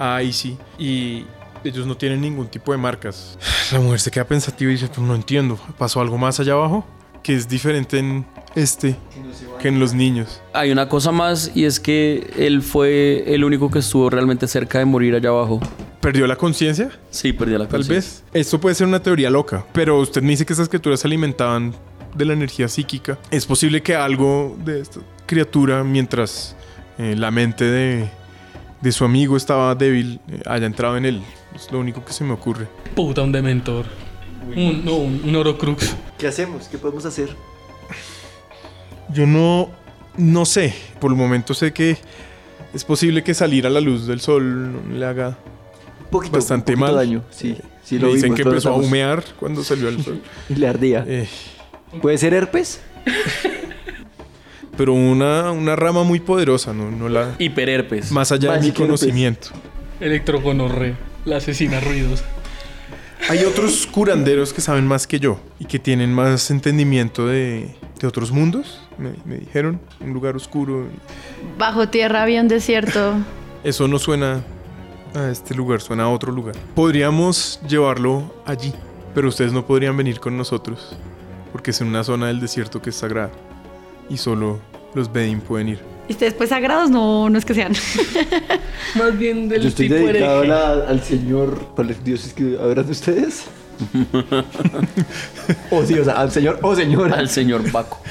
S3: a Icy. Y ellos no tienen ningún tipo de marcas. La mujer se queda pensativa y dice: "Pues No entiendo, pasó algo más allá abajo que es diferente en este que en los niños.
S4: Hay una cosa más y es que él fue el único que estuvo realmente cerca de morir allá abajo.
S3: ¿Perdió la conciencia?
S4: Sí, perdió la
S3: Tal
S4: conciencia.
S3: vez. Esto puede ser una teoría loca, pero usted me dice que estas criaturas se alimentaban de la energía psíquica. Es posible que algo de esta criatura, mientras eh, la mente de, de su amigo estaba débil, eh, haya entrado en él. Es lo único que se me ocurre.
S5: Puta, un dementor. Un, no, un, un orocrux.
S1: ¿Qué hacemos? ¿Qué podemos hacer?
S3: Yo no, no sé. Por el momento sé que es posible que salir a la luz del sol le haga
S1: poquito,
S3: bastante
S1: un poquito
S3: mal.
S1: daño, sí, sí
S3: Le
S1: lo
S3: dicen
S1: vimos,
S3: que
S1: lo
S3: empezó a
S1: notamos.
S3: humear Eh. cuando salió al sol.
S1: Y le ardía. ¿Puede ser herpes?
S3: Pero una, una rama muy poderosa, ¿no? no la,
S4: Hiperherpes.
S3: más allá de mi
S5: Básicamente.
S3: conocimiento.
S5: Electrogonorre. La asesina ruidos.
S3: Hay otros curanderos que saben más que yo y que tienen más entendimiento de, de otros mundos, me, me dijeron, un lugar oscuro.
S2: Bajo tierra había un desierto.
S3: Eso no suena a este lugar, suena a otro lugar. Podríamos llevarlo allí, pero ustedes no podrían venir con nosotros, porque es en una zona del desierto que es sagrada y solo los Bedin pueden ir.
S2: Y ustedes, pues sagrados, no, no es que sean.
S5: Más bien
S1: Yo estoy dedicado a la- al señor, para los dioses que hablan de ustedes. o sí, o sea, al señor, o señora.
S4: Al señor Baco.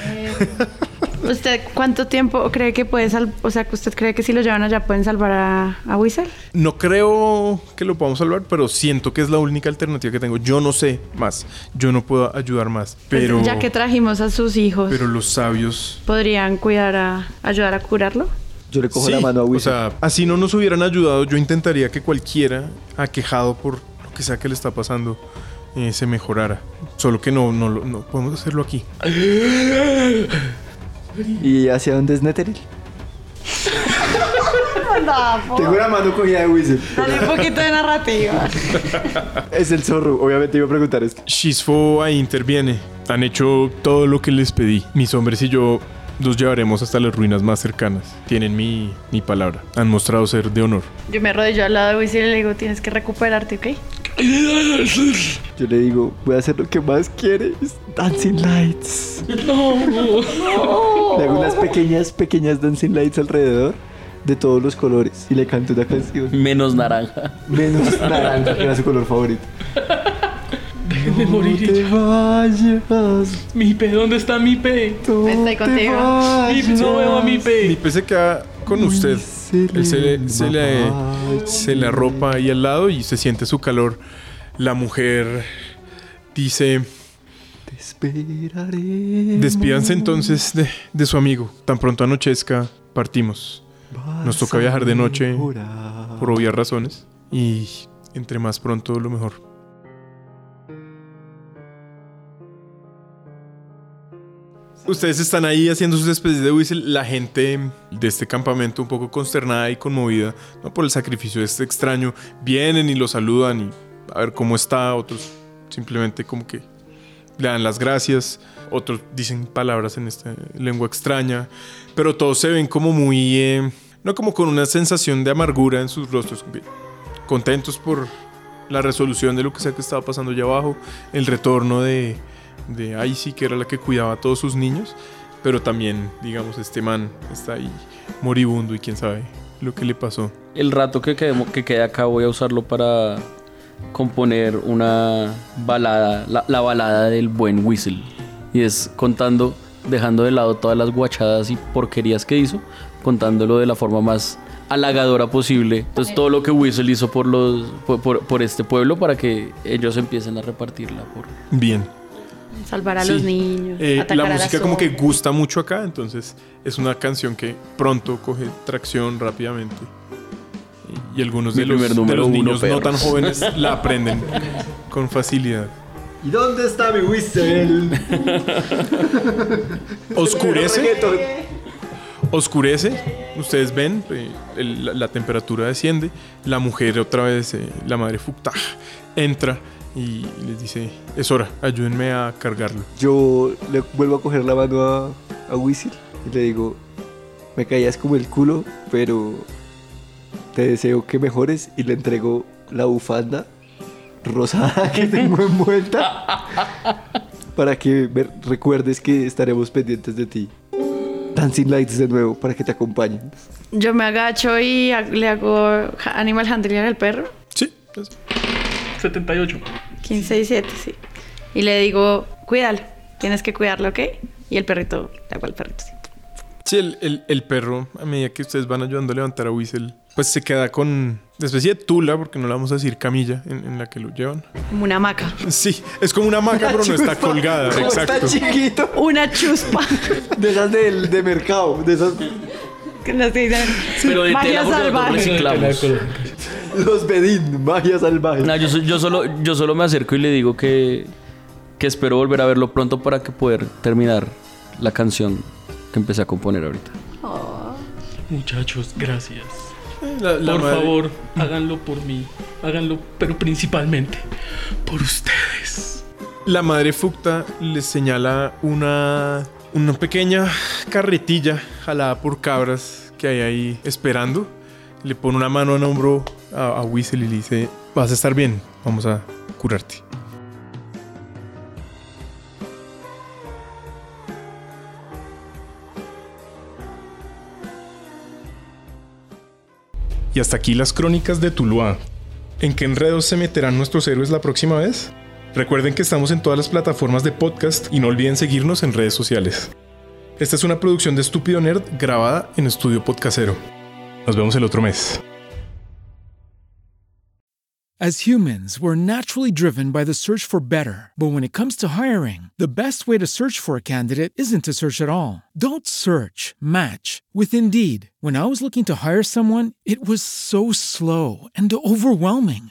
S2: ¿Usted cuánto tiempo cree que puede salvar? O sea, que ¿usted cree que si lo llevan allá pueden salvar a, a Whistle?
S3: No creo que lo podamos salvar, pero siento que es la única alternativa que tengo. Yo no sé más, yo no puedo ayudar más,
S2: Pues,
S3: pero,
S2: ya que trajimos a sus hijos,
S3: pero los sabios
S2: ¿podrían cuidar a... ayudar a curarlo?
S1: Yo le cojo la mano a
S3: O sea, así no nos hubieran ayudado, yo intentaría que cualquiera aquejado por lo que sea que le está pasando eh, se mejorara. Solo que no, no, lo- no podemos hacerlo aquí.
S1: ¿Y hacia dónde es Netheril? Tengo una mano cogida de Wizard.
S2: Dale un poquito de narrativa.
S1: Es el zorro, obviamente iba a preguntar esto.
S3: Shizfo ahí interviene. Han hecho todo lo que les pedí. Mis hombres y yo los llevaremos hasta las ruinas más cercanas. Tienen mi, mi palabra. Han mostrado ser de honor.
S2: Yo me arrodillo al lado de Whistle y le digo, tienes que recuperarte, ¿ok?
S1: Yo le digo, voy a hacer lo que más quiere, es Dancing Lights.
S5: No,
S1: Le hago unas pequeñas, pequeñas Dancing Lights alrededor de todos los colores y le canto una canción.
S4: Menos naranja.
S1: Menos naranja, que era su color favorito.
S5: Déjenme morir y ya. Mi pe, ¿dónde está mi pe?
S2: Estoy contigo.
S5: Mi- no veo a mi pe.
S3: Mi pez se queda con usted. Él se le, se le- se le arropa ahí al lado y se siente su calor. La mujer dice... Despídanse entonces de, de su amigo. Tan pronto anochezca, partimos. Nos toca viajar de noche por obvias razones. Y entre más pronto, lo mejor. Ustedes están ahí haciendo sus especies de whistle. La gente de este campamento, un poco consternada y conmovida ¿no? por el sacrificio de este extraño, vienen y lo saludan y a ver cómo está. Otros simplemente como que le dan las gracias. Otros dicen palabras en esta lengua extraña. Pero todos se ven como muy. eh, no como con una sensación de amargura en sus rostros. como que Contentos por la resolución de lo que sea que estaba pasando allá abajo. El retorno de de Icy, que era la que cuidaba a todos sus niños, pero también, digamos, este man está ahí moribundo y quién sabe lo que le pasó.
S4: El rato que quede, que quede acá voy a usarlo para componer una balada, la, la balada del buen whistle. Y es contando, dejando de lado todas las guachadas y porquerías que hizo, contándolo de la forma más halagadora posible. Entonces todo lo que Whistle hizo por, los, por, por- por este pueblo para que ellos empiecen a repartirla por...
S3: Bien.
S2: Salvar a
S3: Sí.
S2: los niños.
S3: Eh, la
S2: atacar a
S3: música como que
S2: zorra.
S3: gusta mucho acá, entonces es una canción que pronto coge tracción rápidamente. Y algunos de
S4: Mi
S3: los,
S4: primer
S3: de
S4: número
S3: los
S4: uno,
S3: niños no tan
S4: perros.
S3: jóvenes la aprenden con facilidad.
S1: ¿Y dónde está mi whistle?
S3: Oscurece. Oscurece, ustedes ven, eh, el- la, la temperatura desciende, la mujer otra vez, eh, la madre Fuktah, entra y les dice, es hora, ayúdenme a cargarlo.
S1: Yo le vuelvo a coger la mano a, a Whistle y le digo, me caías como el culo, pero te deseo que mejores y le entrego la bufanda rosada que tengo envuelta para que me recuerdes que estaremos pendientes de ti. Dancing Lights de nuevo para que te acompañen.
S2: Yo me agacho y ha- le hago ja- animal handling al perro.
S3: Sí.
S5: 78.
S2: 15 y 7, sí. Y le digo, cuídalo. Tienes que cuidarlo, ¿ok? Y el perrito, le hago al perrito. sí.
S3: Sí, el, el- el perro, a medida que ustedes van ayudando a levantar a Whistle, pues se queda con una especie de tula, porque no le vamos a decir camilla, en, en la que lo llevan.
S2: Como una hamaca.
S3: Sí, es como una hamaca, pero no está colgada.
S1: Como está
S3: Exacto.
S1: chiquito.
S2: Una chuspa.
S1: De esas del- de mercado, de esas
S2: Que no se dice-
S4: Pero de
S2: Magia
S4: tela porque nosotros
S2: salvaje.
S4: reciclamos.
S1: Los Bedín, magia salvaje.
S4: No, yo, so- yo solo, yo solo me acerco y le digo que, que espero volver a verlo pronto para que poder terminar la canción que empecé a componer ahorita.
S5: Muchachos, gracias.
S3: la- la
S5: por
S3: madre-
S5: favor, háganlo por mí. Háganlo, pero principalmente por ustedes.
S3: La madre Fucta les señala una, una pequeña carretilla jalada por cabras que hay ahí esperando. Le pone una mano en el hombro a, a Whistle y le dice, vas a estar bien, vamos a curarte. Y hasta aquí las crónicas de Tuluá. ¿En qué enredos se meterán nuestros héroes la próxima vez? Recuerden que estamos en todas las plataformas de podcast y no olviden seguirnos en redes sociales. Esta es una producción de Estúpido Nerd grabada en Estudio Podcastero. Nos vemos el otro mes.
S8: As humans, we're naturally driven by the search for better. But when it comes to hiring, the best way to search for a candidate isn't to search at all. Don't search, match with Indeed. When I was looking to hire someone, it was so slow and overwhelming.